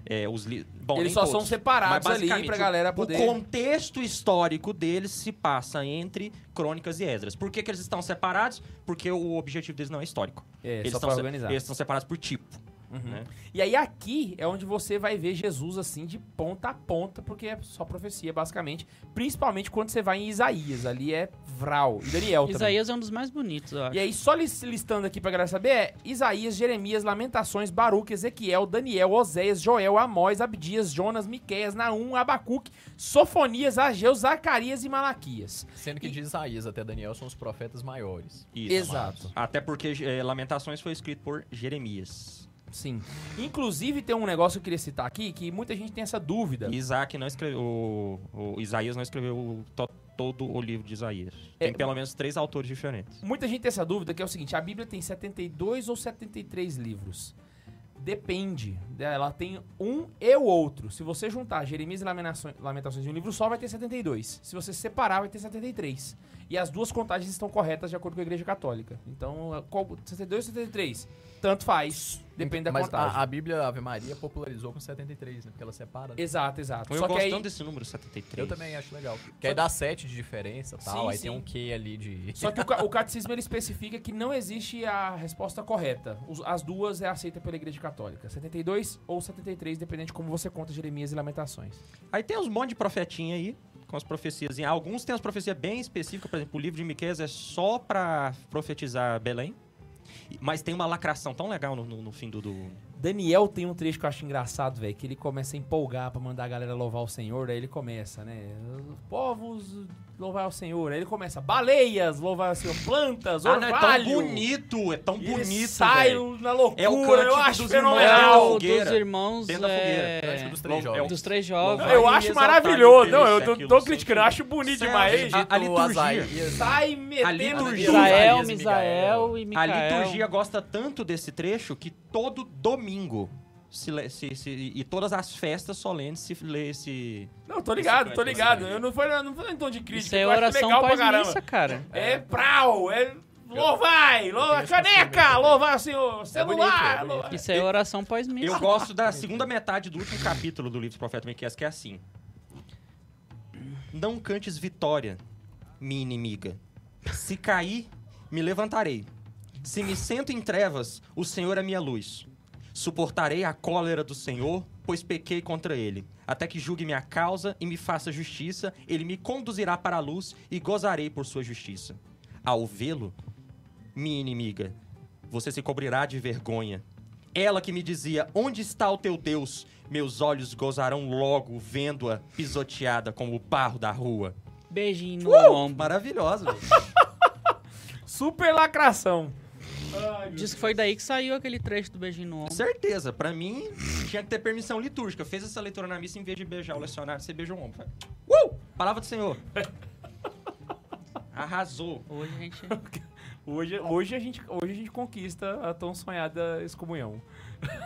Speaker 5: É, os li... Bom,
Speaker 1: Eles
Speaker 5: nem
Speaker 1: só
Speaker 5: todos,
Speaker 1: são separados
Speaker 5: mas
Speaker 1: ali
Speaker 5: basicamente
Speaker 1: pra galera
Speaker 5: o-
Speaker 1: poder-
Speaker 5: O contexto histórico deles se passa entre Crônicas e Esdras. Por que, que eles estão separados? Porque o objetivo deles não é histórico.
Speaker 1: É,
Speaker 5: eles
Speaker 1: só
Speaker 5: estão
Speaker 1: pra
Speaker 5: se-
Speaker 1: organizar. Uhum.
Speaker 5: Eles estão separados por tipo. né?
Speaker 1: E aí aqui é onde você vai ver Jesus assim de ponta a ponta, porque é só profecia basicamente, principalmente quando você vai em Isaías, ali é Vral e Daniel também.
Speaker 4: Isaías é um dos mais bonitos, eu acho.
Speaker 1: E aí só lis- listando aqui pra galera saber é Isaías, Jeremias, Lamentações, Baruque, Ezequiel, Daniel, Oséias, Joel, Amós, Abdias, Jonas, Miqueias, Naum, Abacuque, Sofonias, Ageu, Zacarias e Malaquias.
Speaker 2: Sendo que de Isaías até Daniel são os profetas maiores.
Speaker 5: Isso,
Speaker 1: Exato.
Speaker 5: amado. Até porque eh, Lamentações foi escrito por Jeremias.
Speaker 1: Sim. Inclusive tem um negócio que eu queria citar aqui que muita gente tem essa dúvida.
Speaker 5: Isaac não escreveu. O, o Isaías não escreveu o to- todo o livro de Isaías.
Speaker 1: É.
Speaker 5: Tem pelo menos três autores diferentes.
Speaker 1: Muita gente tem essa dúvida que é o seguinte: a Bíblia tem 72 ou 73 livros. Depende. né? Ela tem um e o outro. Se você juntar Jeremias e Lamentações- Lamentações em um livro só, vai ter 72. Se você separar, vai ter 73. E as duas contagens estão corretas de acordo com a Igreja Católica. Então, qual- 72 ou 73? Tanto faz. Depende da
Speaker 2: Mas
Speaker 1: contagem.
Speaker 2: a, a Bíblia Ave Maria popularizou com 73, né? Porque ela separa. né?
Speaker 1: Exato, exato.
Speaker 5: Eu
Speaker 1: Só
Speaker 5: gosto
Speaker 1: que aí,
Speaker 5: tanto desse número 73.
Speaker 2: Eu também acho legal. Que aí dá 7 de diferença e tal,
Speaker 1: Sim,
Speaker 2: aí tem
Speaker 1: sim.
Speaker 2: um Q ali de... <laughs>
Speaker 1: Só que o, ca- o catecismo ele especifica que não existe a resposta correta. Os- as duas é aceita pela Igreja Católica. 72 ou 73, dependendo de como você conta Jeremias e Lamentações.
Speaker 5: Aí tem uns monte de profetinha aí, com as profecias. em- Alguns têm as profecias bem específicas, por exemplo, o livro de Miqueias é só pra profetizar Belém. E- Mas tem uma lacração tão legal no, no- no fim do. do-
Speaker 1: Daniel tem um trecho que eu acho engraçado, velho, que ele começa a empolgar pra mandar a galera louvar o Senhor, aí ele começa, né? Povos louvar o Senhor, aí ele começa, baleias louvar o Senhor, plantas,
Speaker 5: Ah, não,
Speaker 1: orvalho.
Speaker 5: é tão bonito, é tão
Speaker 1: E ele
Speaker 5: bonito.
Speaker 1: sai um
Speaker 5: velho.
Speaker 1: na loucura,
Speaker 5: É o cântico
Speaker 1: eu acho
Speaker 5: dos
Speaker 4: É
Speaker 1: fenomenal.
Speaker 5: irmãos.
Speaker 4: o
Speaker 5: fogueira.
Speaker 4: dos irmãos
Speaker 5: Dentro da
Speaker 4: é,
Speaker 5: fogueira.
Speaker 2: Acho que dos três
Speaker 5: Bom, é
Speaker 2: jovens.
Speaker 4: dos três jovens.
Speaker 1: Não, eu
Speaker 5: Vai
Speaker 1: acho
Speaker 5: exaltar
Speaker 1: maravilhoso.
Speaker 5: em
Speaker 1: Não, eu
Speaker 5: Cristo,
Speaker 1: tô,
Speaker 5: aquilo
Speaker 1: tô
Speaker 5: sem
Speaker 1: criticando, eu acho bonito
Speaker 5: Certo,
Speaker 2: Tipo,
Speaker 1: demais.
Speaker 5: a- a liturgia.
Speaker 1: <laughs> Sai metendo
Speaker 5: liturgia.
Speaker 4: Israel,
Speaker 2: Isaías,
Speaker 4: Misael e
Speaker 5: A
Speaker 4: Micael.
Speaker 5: liturgia gosta tanto desse trecho que todo domingo se, le- se- se- e todas as festas solenes se lê esse.
Speaker 1: Não, tô ligado, tô ligado. Eu não foi, não foi em tom de
Speaker 4: Isso
Speaker 1: crítica.
Speaker 4: é
Speaker 1: eu acho
Speaker 4: oração
Speaker 1: legal pra
Speaker 4: pós
Speaker 1: caramba.
Speaker 4: missa, cara.
Speaker 1: É prau, é louvai, louva,
Speaker 2: Eu tenho esse
Speaker 1: caneca, louvar o senhor,
Speaker 2: bonito,
Speaker 1: celular.
Speaker 2: é bonito.
Speaker 1: louvar-
Speaker 4: Isso é oração pós
Speaker 5: Eu
Speaker 4: missa.
Speaker 5: gosto da segunda metade do último capítulo do livro do profeta Miqueias, que é assim: Não cantes vitória, minha inimiga. Se cair, me levantarei. Se me sento em trevas, o Senhor é minha luz. Suportarei a cólera do Senhor, pois pequei contra ele. Até que julgue minha causa e me faça justiça, ele me conduzirá para a luz e gozarei por sua justiça. Ao vê-lo, minha inimiga, você se cobrirá de vergonha. Ela que me dizia: Onde está o teu Deus? Meus olhos gozarão logo vendo-a pisoteada como o barro da rua.
Speaker 4: Beijinho no ombro.
Speaker 5: Maravilhosa. velho.
Speaker 1: Super lacração.
Speaker 4: Diz que foi daí que saiu aquele trecho do beijinho no ombro.
Speaker 5: Certeza, pra mim tinha que ter permissão litúrgica. Fez essa leitura na missa em vez de beijar o lecionário, você beija o ombro. Vai. Uh! Palavra do Senhor. <laughs> Arrasou.
Speaker 4: Hoje a gente...
Speaker 1: Hoje, hoje, a gente, hoje a gente conquista a tão sonhada excomunhão. <laughs>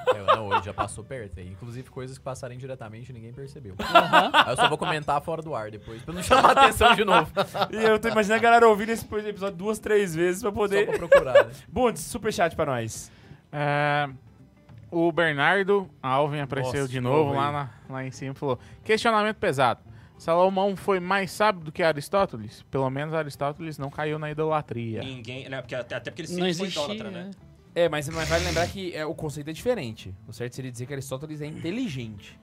Speaker 2: É, não, hoje já passou perto aí. Inclusive coisas que passarem diretamente e ninguém percebeu.
Speaker 4: Aham.
Speaker 2: Aí eu só vou comentar fora do ar depois, pra não chamar atenção de
Speaker 1: <laughs>
Speaker 2: novo.
Speaker 1: E eu tô imaginando a galera ouvindo esse episódio duas, três vezes pra
Speaker 2: Só
Speaker 1: poder.
Speaker 2: pra procurar. né?
Speaker 1: Bundes, superchat pra nós.
Speaker 6: É, o Bernardo Alvin apareceu
Speaker 2: Nossa,
Speaker 6: de novo
Speaker 2: novo
Speaker 6: lá,
Speaker 2: aí.
Speaker 6: na- lá em cima e falou: Questionamento pesado. Salomão foi mais sábio do que Aristóteles? Pelo menos Aristóteles não caiu na idolatria.
Speaker 5: Ninguém. Né, porque, até até porque ele
Speaker 4: Não
Speaker 5: sempre foi
Speaker 4: existia.
Speaker 5: idólatra, né?
Speaker 1: É, mas, mas vale lembrar que é, o conceito é diferente. O certo seria dizer que Aristóteles é inteligente.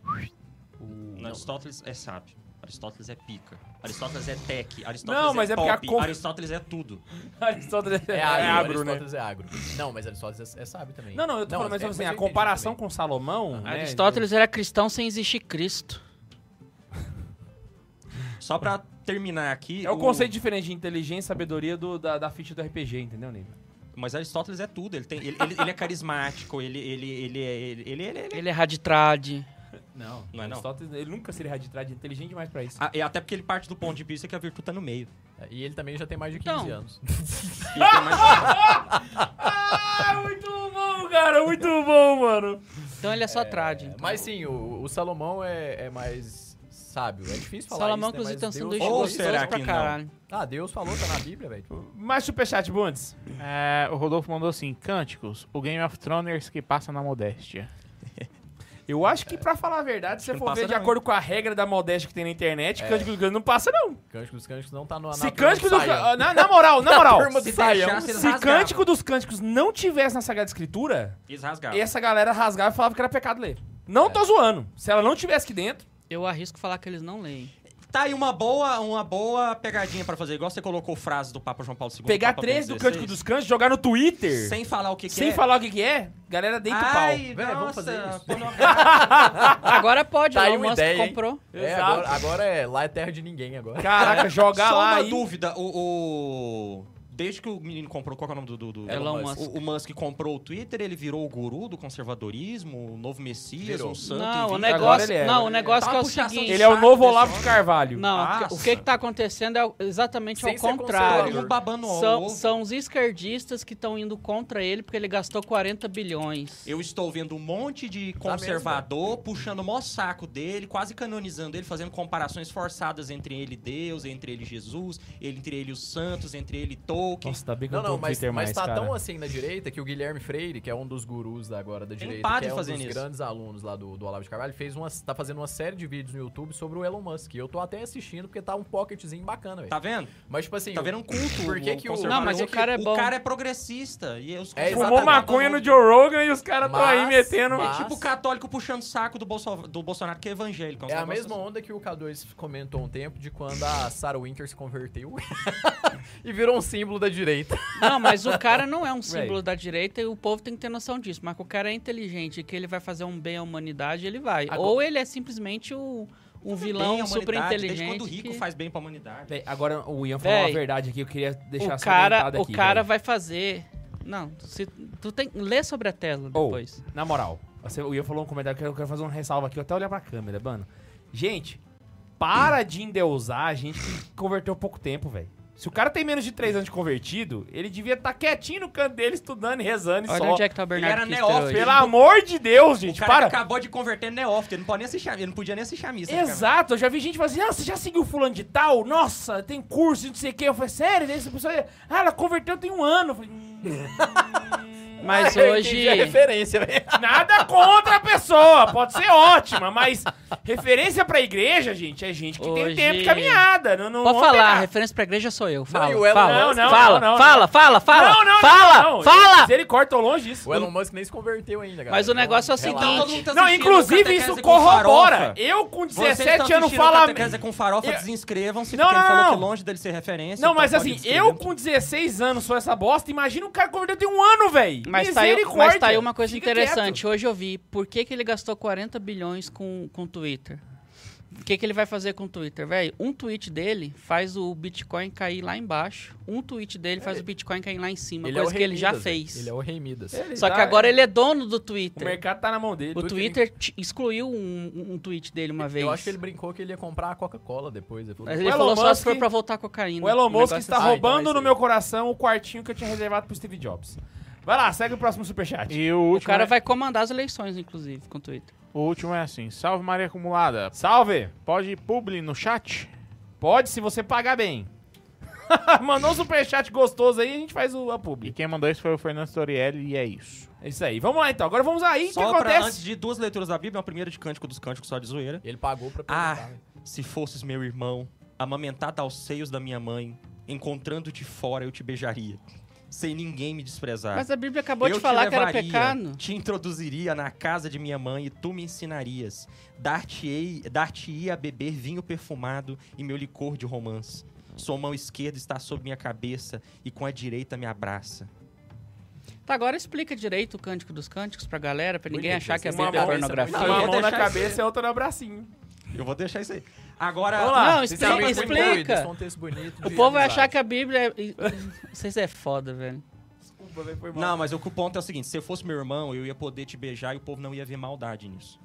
Speaker 1: O-
Speaker 5: Não, Aristóteles é sábio. Aristóteles é pica. Aristóteles é tech. Aristóteles
Speaker 1: Não, mas é
Speaker 5: é
Speaker 1: porque a
Speaker 5: pop.
Speaker 1: con-
Speaker 5: Aristóteles é tudo.
Speaker 1: <laughs> Aristóteles
Speaker 2: É agro,
Speaker 1: é agro né?
Speaker 2: Aristóteles é agro. Não, mas Aristóteles é, é sábio também.
Speaker 1: Não, não, eu tô falando, mas,
Speaker 2: é-
Speaker 1: assim,
Speaker 2: eu
Speaker 1: a
Speaker 2: entendi
Speaker 1: comparação
Speaker 2: também.
Speaker 1: com Salomão. né,
Speaker 4: Aristóteles era cristão sem existir Cristo.
Speaker 5: Só pra terminar aqui.
Speaker 1: É o conceito diferente de inteligência e sabedoria do- da, da ficha do RPG, entendeu, Ney?
Speaker 5: Mas Aristóteles é tudo. Ele, tem, ele, ele- ele é carismático, ele, ele, ele, é- ele, ele, ele, ele-
Speaker 4: Ele é raditrade.
Speaker 1: Não,
Speaker 5: não é não.
Speaker 1: Aristóteles, ele nunca seria raditrado, é inteligente demais pra isso.
Speaker 5: Ah, e até porque ele parte do ponto de vista que a virtude tá no meio.
Speaker 2: É, E ele também já tem mais de 15
Speaker 4: Então.
Speaker 2: anos.
Speaker 5: E ele
Speaker 1: <laughs>
Speaker 5: tem mais-
Speaker 1: Ah, muito bom, cara, muito bom, mano.
Speaker 4: Então ele é só trade. então.
Speaker 2: Mas sim, o, o Salomão é, é mais sábio. É difícil falar
Speaker 4: Salomão
Speaker 2: isso, né?
Speaker 4: inclusive,
Speaker 2: Mas
Speaker 4: tem um sanduíche
Speaker 2: Deus...
Speaker 5: Ou
Speaker 4: gostoso
Speaker 5: será
Speaker 4: pra
Speaker 5: que não?
Speaker 4: caralho.
Speaker 2: Ah, Deus falou, tá na Bíblia, velho.
Speaker 1: Mais superchat, Bundes.
Speaker 6: É, o Rodolfo mandou assim: Cânticos, o Game of Thrones que passa na modéstia.
Speaker 1: Eu acho que, pra falar a verdade, se
Speaker 5: que
Speaker 1: você
Speaker 5: não
Speaker 1: for
Speaker 5: passa
Speaker 1: ver de
Speaker 5: não,
Speaker 1: acordo com a regra da modéstia que tem na internet, Cântico dos Cânticos não passa, não.
Speaker 2: Cântico dos Cânticos não tá no na
Speaker 1: Se
Speaker 2: turma do
Speaker 1: Cântico dos
Speaker 2: Saião.
Speaker 1: Cânticos... Ah, Na, na moral, <laughs> na moral.
Speaker 2: turma do
Speaker 1: se
Speaker 2: Saião.
Speaker 5: deixasse, eles
Speaker 1: se
Speaker 5: rasgavam.
Speaker 1: um Cântico dos Cânticos não tivesse na Sagrada Escritura,
Speaker 5: Eles rasgavam.
Speaker 1: essa galera rasgava e falava que era pecado ler. Não tô zoando. Se ela não tivesse aqui dentro...
Speaker 4: Eu arrisco falar que eles não leem.
Speaker 5: Tá aí uma boa, uma boa pegadinha pra fazer. Igual você colocou frases do Papa João Paulo II.
Speaker 1: pegar
Speaker 5: Papa
Speaker 1: três
Speaker 5: Bento
Speaker 1: do Cântico
Speaker 5: XVI,
Speaker 1: dos Cânticos, jogar no Twitter, sem,
Speaker 5: Sem falar o que, que é.
Speaker 1: falar o que, que é, galera deita o pau.
Speaker 5: Ai,
Speaker 2: Véi, vamos
Speaker 5: nossa,
Speaker 2: fazer isso.
Speaker 1: <laughs>
Speaker 5: pornografia.
Speaker 4: Agora pode,
Speaker 2: Tá aí
Speaker 4: o
Speaker 2: uma
Speaker 4: Musk
Speaker 2: ideia, hein?
Speaker 4: comprou.
Speaker 2: É,
Speaker 1: Exato.
Speaker 2: agora, agora é lá é terra de ninguém agora.
Speaker 1: Caraca, jogar
Speaker 5: Só
Speaker 1: lá
Speaker 5: uma
Speaker 1: aí.
Speaker 5: dúvida, o, o- Desde que o menino comprou, qual que é o nome do... do, do-
Speaker 4: Elon
Speaker 5: o-
Speaker 4: Musk.
Speaker 5: O, Musk comprou o Twitter, ele virou o guru do conservadorismo, o novo messias,
Speaker 2: Virou.
Speaker 5: um santo.
Speaker 4: não, o
Speaker 5: invicto.
Speaker 1: Agora ele
Speaker 4: negócio,
Speaker 1: é,
Speaker 4: não,
Speaker 1: agora
Speaker 4: o negócio
Speaker 5: Tá
Speaker 4: que é o
Speaker 5: puxação de
Speaker 4: seguinte.
Speaker 1: Ele é o novo
Speaker 5: Chato
Speaker 1: Olavo
Speaker 5: desse
Speaker 1: de Carvalho.
Speaker 4: Não, o que- o que
Speaker 5: Nossa.
Speaker 4: que tá acontecendo é o- exatamente
Speaker 2: Sem
Speaker 4: ao
Speaker 2: ser
Speaker 5: Todo
Speaker 4: contrário.
Speaker 5: mundo babando o
Speaker 4: São,
Speaker 5: ovo.
Speaker 4: são os esquerdistas que estão indo contra ele porque ele gastou 40 bilhões.
Speaker 5: Eu estou vendo um monte de conservador puxando o maior saco dele, quase canonizando ele, fazendo comparações forçadas entre ele e Deus, entre ele e Jesus, ele- entre ele e os santos, entre ele e Tolkien.
Speaker 1: Nossa, tá bem que
Speaker 2: Não,
Speaker 1: eu tô
Speaker 2: não,
Speaker 1: no
Speaker 2: mas,
Speaker 1: Twitter
Speaker 2: mas
Speaker 1: mais,
Speaker 2: tá
Speaker 1: cara.
Speaker 2: tão assim na direita que o Guilherme Freire, que é um dos gurus da, agora da
Speaker 5: Tem um
Speaker 2: direita,
Speaker 5: padre
Speaker 2: que é um
Speaker 5: fazendo
Speaker 2: dos
Speaker 5: isso.
Speaker 2: grandes alunos lá do, do Olavo de Carvalho, fez uma, tá fazendo uma série de vídeos no YouTube sobre o Elon Musk. E eu tô até assistindo porque tá um pocketzinho bacana, velho.
Speaker 5: Tá vendo?
Speaker 2: Mas, tipo assim,
Speaker 5: Tá vendo um culto.
Speaker 2: Por que
Speaker 5: o
Speaker 2: que o-
Speaker 5: conservador.
Speaker 4: Não, mas o cara é bom.
Speaker 5: O cara é progressista. E os
Speaker 2: É,
Speaker 5: conservadores-
Speaker 1: Fumou
Speaker 2: Exatamente.
Speaker 1: maconha no Joe Rogan e os caras tão aí
Speaker 2: Mas-
Speaker 1: metendo...
Speaker 2: mas-
Speaker 5: Tipo o católico puxando saco do, Bolso- do Bolsonaro, que é
Speaker 4: Então
Speaker 5: evangélico. uns
Speaker 2: é a
Speaker 5: negócios
Speaker 2: mesma
Speaker 5: assim.
Speaker 2: onda que o K2 comentou um tempo de quando a Sarah Winter se converteu <laughs> e virou um símbolo da direita.
Speaker 4: Não, mas o cara não é
Speaker 5: <laughs>
Speaker 4: um símbolo da direita e o povo tem que ter noção disso. Mas que o cara é inteligente e que ele vai fazer um bem à humanidade, ele vai.
Speaker 2: Agora-
Speaker 4: Ou ele é simplesmente o, um vilão
Speaker 5: Bem à
Speaker 4: super
Speaker 5: humanidade,
Speaker 4: inteligente.
Speaker 5: Desde quando o rico
Speaker 4: que-
Speaker 5: faz bem pra humanidade.
Speaker 1: Véi, Agora o Ian falou
Speaker 4: Véi,
Speaker 1: uma verdade aqui, eu queria deixar
Speaker 4: o cara,
Speaker 1: salientado
Speaker 4: o
Speaker 1: aqui,
Speaker 4: cara
Speaker 1: véi.
Speaker 4: vai fazer. Não, se, tu tem lê sobre a Tesla
Speaker 5: Oh.
Speaker 1: Ou,
Speaker 4: depois.
Speaker 1: na moral, você, o Ian falou um comentário que eu quero fazer uma ressalva aqui, eu até olhar pra câmera, mano. Gente, para de endeusar a gente que converteu pouco tempo, velho. Se o cara tem menos de 3 anos de convertido, ele devia estar quietinho no canto dele, estudando e rezando e
Speaker 4: Olha
Speaker 1: só.
Speaker 4: onde é que tá o Bernardo
Speaker 5: era
Speaker 4: Kister
Speaker 5: neófito,
Speaker 4: hoje.
Speaker 1: Pelo amor de Deus, gente,
Speaker 5: o
Speaker 1: para.
Speaker 5: cara acabou de converter em neófito, ele não, pode nem assistir, a- ele não podia nem assistir a missa. né, cara?
Speaker 1: Exato, eu já vi gente falar assim, ah, você já seguiu fulano de tal? Nossa, tem curso, e não sei o que. Eu falei, sério? Daí essa pessoa, ah, ela converteu tem um ano. Eu falei, "Hum, <laughs>
Speaker 4: Mas hoje.
Speaker 2: é referência, velho.
Speaker 1: nada contra a pessoa, pode ser ótima, mas referência pra igreja, gente, é gente que tem
Speaker 4: Hoje-
Speaker 1: tempo de caminhada. Não, não
Speaker 4: Pode
Speaker 1: vamos
Speaker 4: falar, a
Speaker 1: pegar.
Speaker 4: referência pra igreja sou eu. Fala,
Speaker 2: e o Elon
Speaker 4: fala,
Speaker 1: Musk- um Não, não,
Speaker 4: fala,
Speaker 1: não, não,
Speaker 4: fala, fala, fala,
Speaker 1: Não, não,
Speaker 4: fala,
Speaker 1: não, não.
Speaker 4: fala.
Speaker 1: Se ele corta, eu longe disso.
Speaker 2: O Elon Musk nem se converteu ainda, galera.
Speaker 4: Mas o negócio é o
Speaker 2: Relaxa.
Speaker 5: Então todo mundo
Speaker 4: seguinte.
Speaker 5: tá
Speaker 1: Não,
Speaker 5: assistindo
Speaker 1: inclusive
Speaker 5: Catequese
Speaker 1: isso
Speaker 5: com
Speaker 1: corrobora.
Speaker 5: farofa.
Speaker 1: Eu com
Speaker 5: Vocês
Speaker 1: 17
Speaker 5: estão
Speaker 1: anos
Speaker 5: assistindo
Speaker 1: falo a-
Speaker 5: Catequese com farofa,
Speaker 1: Eu-
Speaker 5: desinscrevam-se,
Speaker 1: Não,
Speaker 5: porque
Speaker 1: não,
Speaker 5: ele falou
Speaker 1: não.
Speaker 5: que é longe dele ser referência.
Speaker 1: Não,
Speaker 5: então
Speaker 1: mas
Speaker 5: pode
Speaker 1: assim,
Speaker 5: descrever.
Speaker 1: eu com 16 anos sou essa bosta, imagina o cara converteu tem um ano, velho.
Speaker 4: Mas tá, aí,
Speaker 1: Misericórdia.
Speaker 4: mas tá aí uma coisa
Speaker 1: Fica
Speaker 4: interessante.
Speaker 1: quieto.
Speaker 4: Hoje eu vi por que, que ele gastou 40 bilhões com com o Twitter. O que, que ele vai fazer com o Twitter, velho? Um tweet dele faz o Bitcoin cair lá embaixo. Um tweet dele
Speaker 1: É.
Speaker 4: faz o Bitcoin cair lá em cima.
Speaker 2: Ele é o
Speaker 4: coisa que
Speaker 2: rei
Speaker 4: ele já
Speaker 2: Midas, velho.
Speaker 4: fez.
Speaker 2: Ele é o Rei Midas.
Speaker 1: Ele
Speaker 4: Só que
Speaker 1: tá-
Speaker 4: agora ele é dono do
Speaker 1: O
Speaker 4: Twitter.
Speaker 1: mercado tá na mão dele.
Speaker 4: O Twitter t- excluiu um, um tweet dele uma vez.
Speaker 2: Eu acho que ele brincou que ele ia comprar a Coca-Cola depois. Ele falou,
Speaker 4: Mas
Speaker 1: O
Speaker 4: ele
Speaker 1: Elon
Speaker 4: falou só se
Speaker 1: Musk-
Speaker 4: for pra voltar a cocaína.
Speaker 1: O Elon
Speaker 4: Um
Speaker 1: Musk tá
Speaker 4: negócio
Speaker 1: está
Speaker 2: assim. Ah,
Speaker 1: roubando
Speaker 2: então é isso
Speaker 1: no
Speaker 2: aí.
Speaker 1: meu coração o quartinho que eu tinha reservado pro Steve Jobs. Vai lá, segue o próximo superchat.
Speaker 6: E o
Speaker 4: O
Speaker 6: último,
Speaker 4: cara
Speaker 1: né?
Speaker 6: é,
Speaker 4: vai comandar as eleições, inclusive, com o Twitter.
Speaker 6: o último é assim. Salve Maria Acumulada.
Speaker 1: Salve!
Speaker 6: Pode publi no chat?
Speaker 1: Pode se você pagar bem. <laughs> Mandou um superchat gostoso aí, a gente faz o, a
Speaker 6: E
Speaker 1: publi.
Speaker 6: quem mandou isso foi o Fernando Storielli e é isso.
Speaker 1: É isso aí. Vamos lá então. Agora vamos aí. O que
Speaker 5: Só pra-
Speaker 1: acontece?
Speaker 5: antes de duas leituras da Bíblia, a primeira de Cântico dos Cânticos, só de zoeira.
Speaker 2: Ele pagou pra
Speaker 5: Ah,
Speaker 2: perguntar, né?" velho.
Speaker 5: se fosses meu irmão, amamentado aos seios da minha mãe, encontrando-te fora, eu te beijaria, sem ninguém me desprezar.
Speaker 4: Mas a Bíblia acabou
Speaker 5: Tá. eu
Speaker 4: de falar
Speaker 5: te
Speaker 4: que era
Speaker 5: levaria,
Speaker 4: pecado.
Speaker 5: Te introduziria na casa de minha mãe e tu me ensinarias. Dar-te-ei- Dar-te-ia a beber vinho perfumado e meu licor de romance. Sua mão esquerda está sob minha cabeça e com a direita me abraça.
Speaker 4: Tá, agora explica direito o Cântico dos Cânticos pra galera, pra ninguém
Speaker 2: Bonito,
Speaker 4: achar que a
Speaker 2: esse
Speaker 4: Bíblia é
Speaker 2: mapa-
Speaker 4: pornografia.
Speaker 5: esse
Speaker 1: Uma
Speaker 5: Eu
Speaker 1: mão
Speaker 5: ia
Speaker 1: na
Speaker 5: deixar isso
Speaker 1: cabeça e a outra no bracinho.
Speaker 5: Eu vou deixar isso aí. Agora.
Speaker 1: Vamos lá.
Speaker 4: Não,
Speaker 2: Vocês sabem
Speaker 4: explica,
Speaker 2: que foi bom, eles
Speaker 4: explica.
Speaker 2: são um texto bonito
Speaker 4: O
Speaker 2: de
Speaker 4: povo vai
Speaker 2: amizade.
Speaker 4: achar que a Bíblia é... <laughs> Vocês é foda, velho.
Speaker 1: Desculpa, velho, foi mal.
Speaker 5: Não, mas o ponto é o seguinte: se eu fosse meu irmão, eu ia poder te beijar e o povo não ia ver maldade nisso.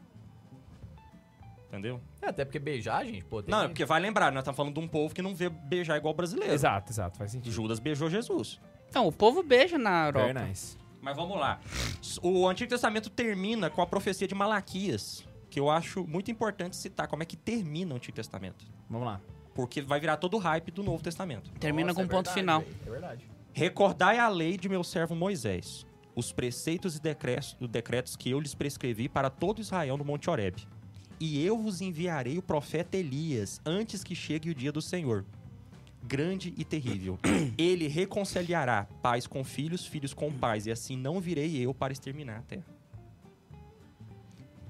Speaker 5: Entendeu?
Speaker 2: É, até porque beijar, gente, pô, tem
Speaker 5: Não, é porque vai lembrar, nós estamos falando de um povo que não vê beijar igual brasileiro.
Speaker 1: Exato, exato. Faz sentido.
Speaker 5: Judas beijou Jesus.
Speaker 4: Não, o povo beija na
Speaker 1: Very
Speaker 4: Europa.
Speaker 1: nice.
Speaker 5: Mas vamos lá. O Antigo Testamento termina com a profecia de Malaquias, que eu acho muito importante citar como é que termina o Antigo Testamento.
Speaker 1: Vamos lá.
Speaker 5: Porque vai virar todo o hype do Novo Testamento.
Speaker 4: Termina
Speaker 2: Nossa,
Speaker 4: com
Speaker 2: é
Speaker 4: ponto
Speaker 2: verdade,
Speaker 4: final.
Speaker 2: velho, É verdade.
Speaker 5: Recordai a lei de meu servo Moisés, os preceitos e decretos, decretos que eu lhes prescrevi para todo Israel no Monte Horeb. E eu vos enviarei o profeta Elias antes que chegue o dia do Senhor. Grande e terrível. Ele reconciliará pais com filhos, filhos com pais, e assim não virei eu para exterminar a terra.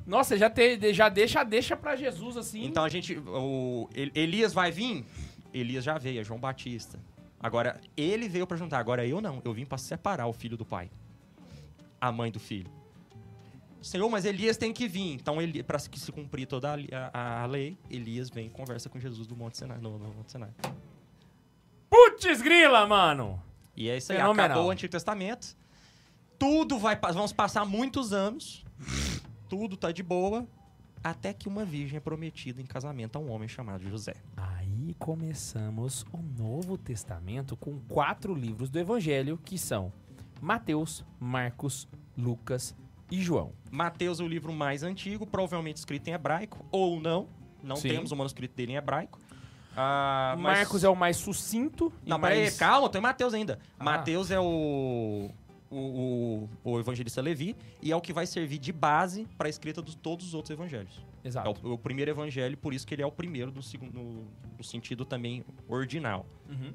Speaker 1: Nossa, já, te, já deixa, deixa pra Jesus assim.
Speaker 5: Então a gente. O El- Elias vai vir? Elias já veio, é João Batista. Agora, ele veio pra juntar. Agora eu não. Eu vim pra separar o filho do pai. A mãe do filho. Senhor, mas Elias tem que vir. Então, Eli, pra se- que se cumprir toda a, li- a- a lei, Elias vem e conversa com Jesus do Monte Sinai, no, no Monte Sinai.
Speaker 1: Putz, grila, mano!
Speaker 5: E é isso aí.
Speaker 1: Fenomenal.
Speaker 5: Acabou o Antigo Testamento. Tudo vai... pa- Vamos passar muitos anos. Tudo tá de boa. Até que uma virgem é prometida em casamento a um homem chamado José.
Speaker 1: Aí começamos o Novo Testamento com quatro livros do Evangelho que são Mateus, Marcos, Lucas e João.
Speaker 5: Mateus é o livro mais antigo, provavelmente escrito em hebraico, ou não. Não
Speaker 1: Sim.
Speaker 5: temos o manuscrito dele em hebraico. Ah, mas-
Speaker 1: Marcos é o mais sucinto. e
Speaker 5: Não, é peraí,
Speaker 1: mais...
Speaker 5: calma, tem Mateus ainda.
Speaker 1: Ah.
Speaker 5: Mateus é o, o, o- o evangelista Levi e é o que vai servir de base para a escrita de todos os outros evangelhos. É
Speaker 1: Exato.
Speaker 5: o, o primeiro evangelho, por isso que ele é o primeiro do segundo, no, no sentido também ordinal.
Speaker 1: Uhum.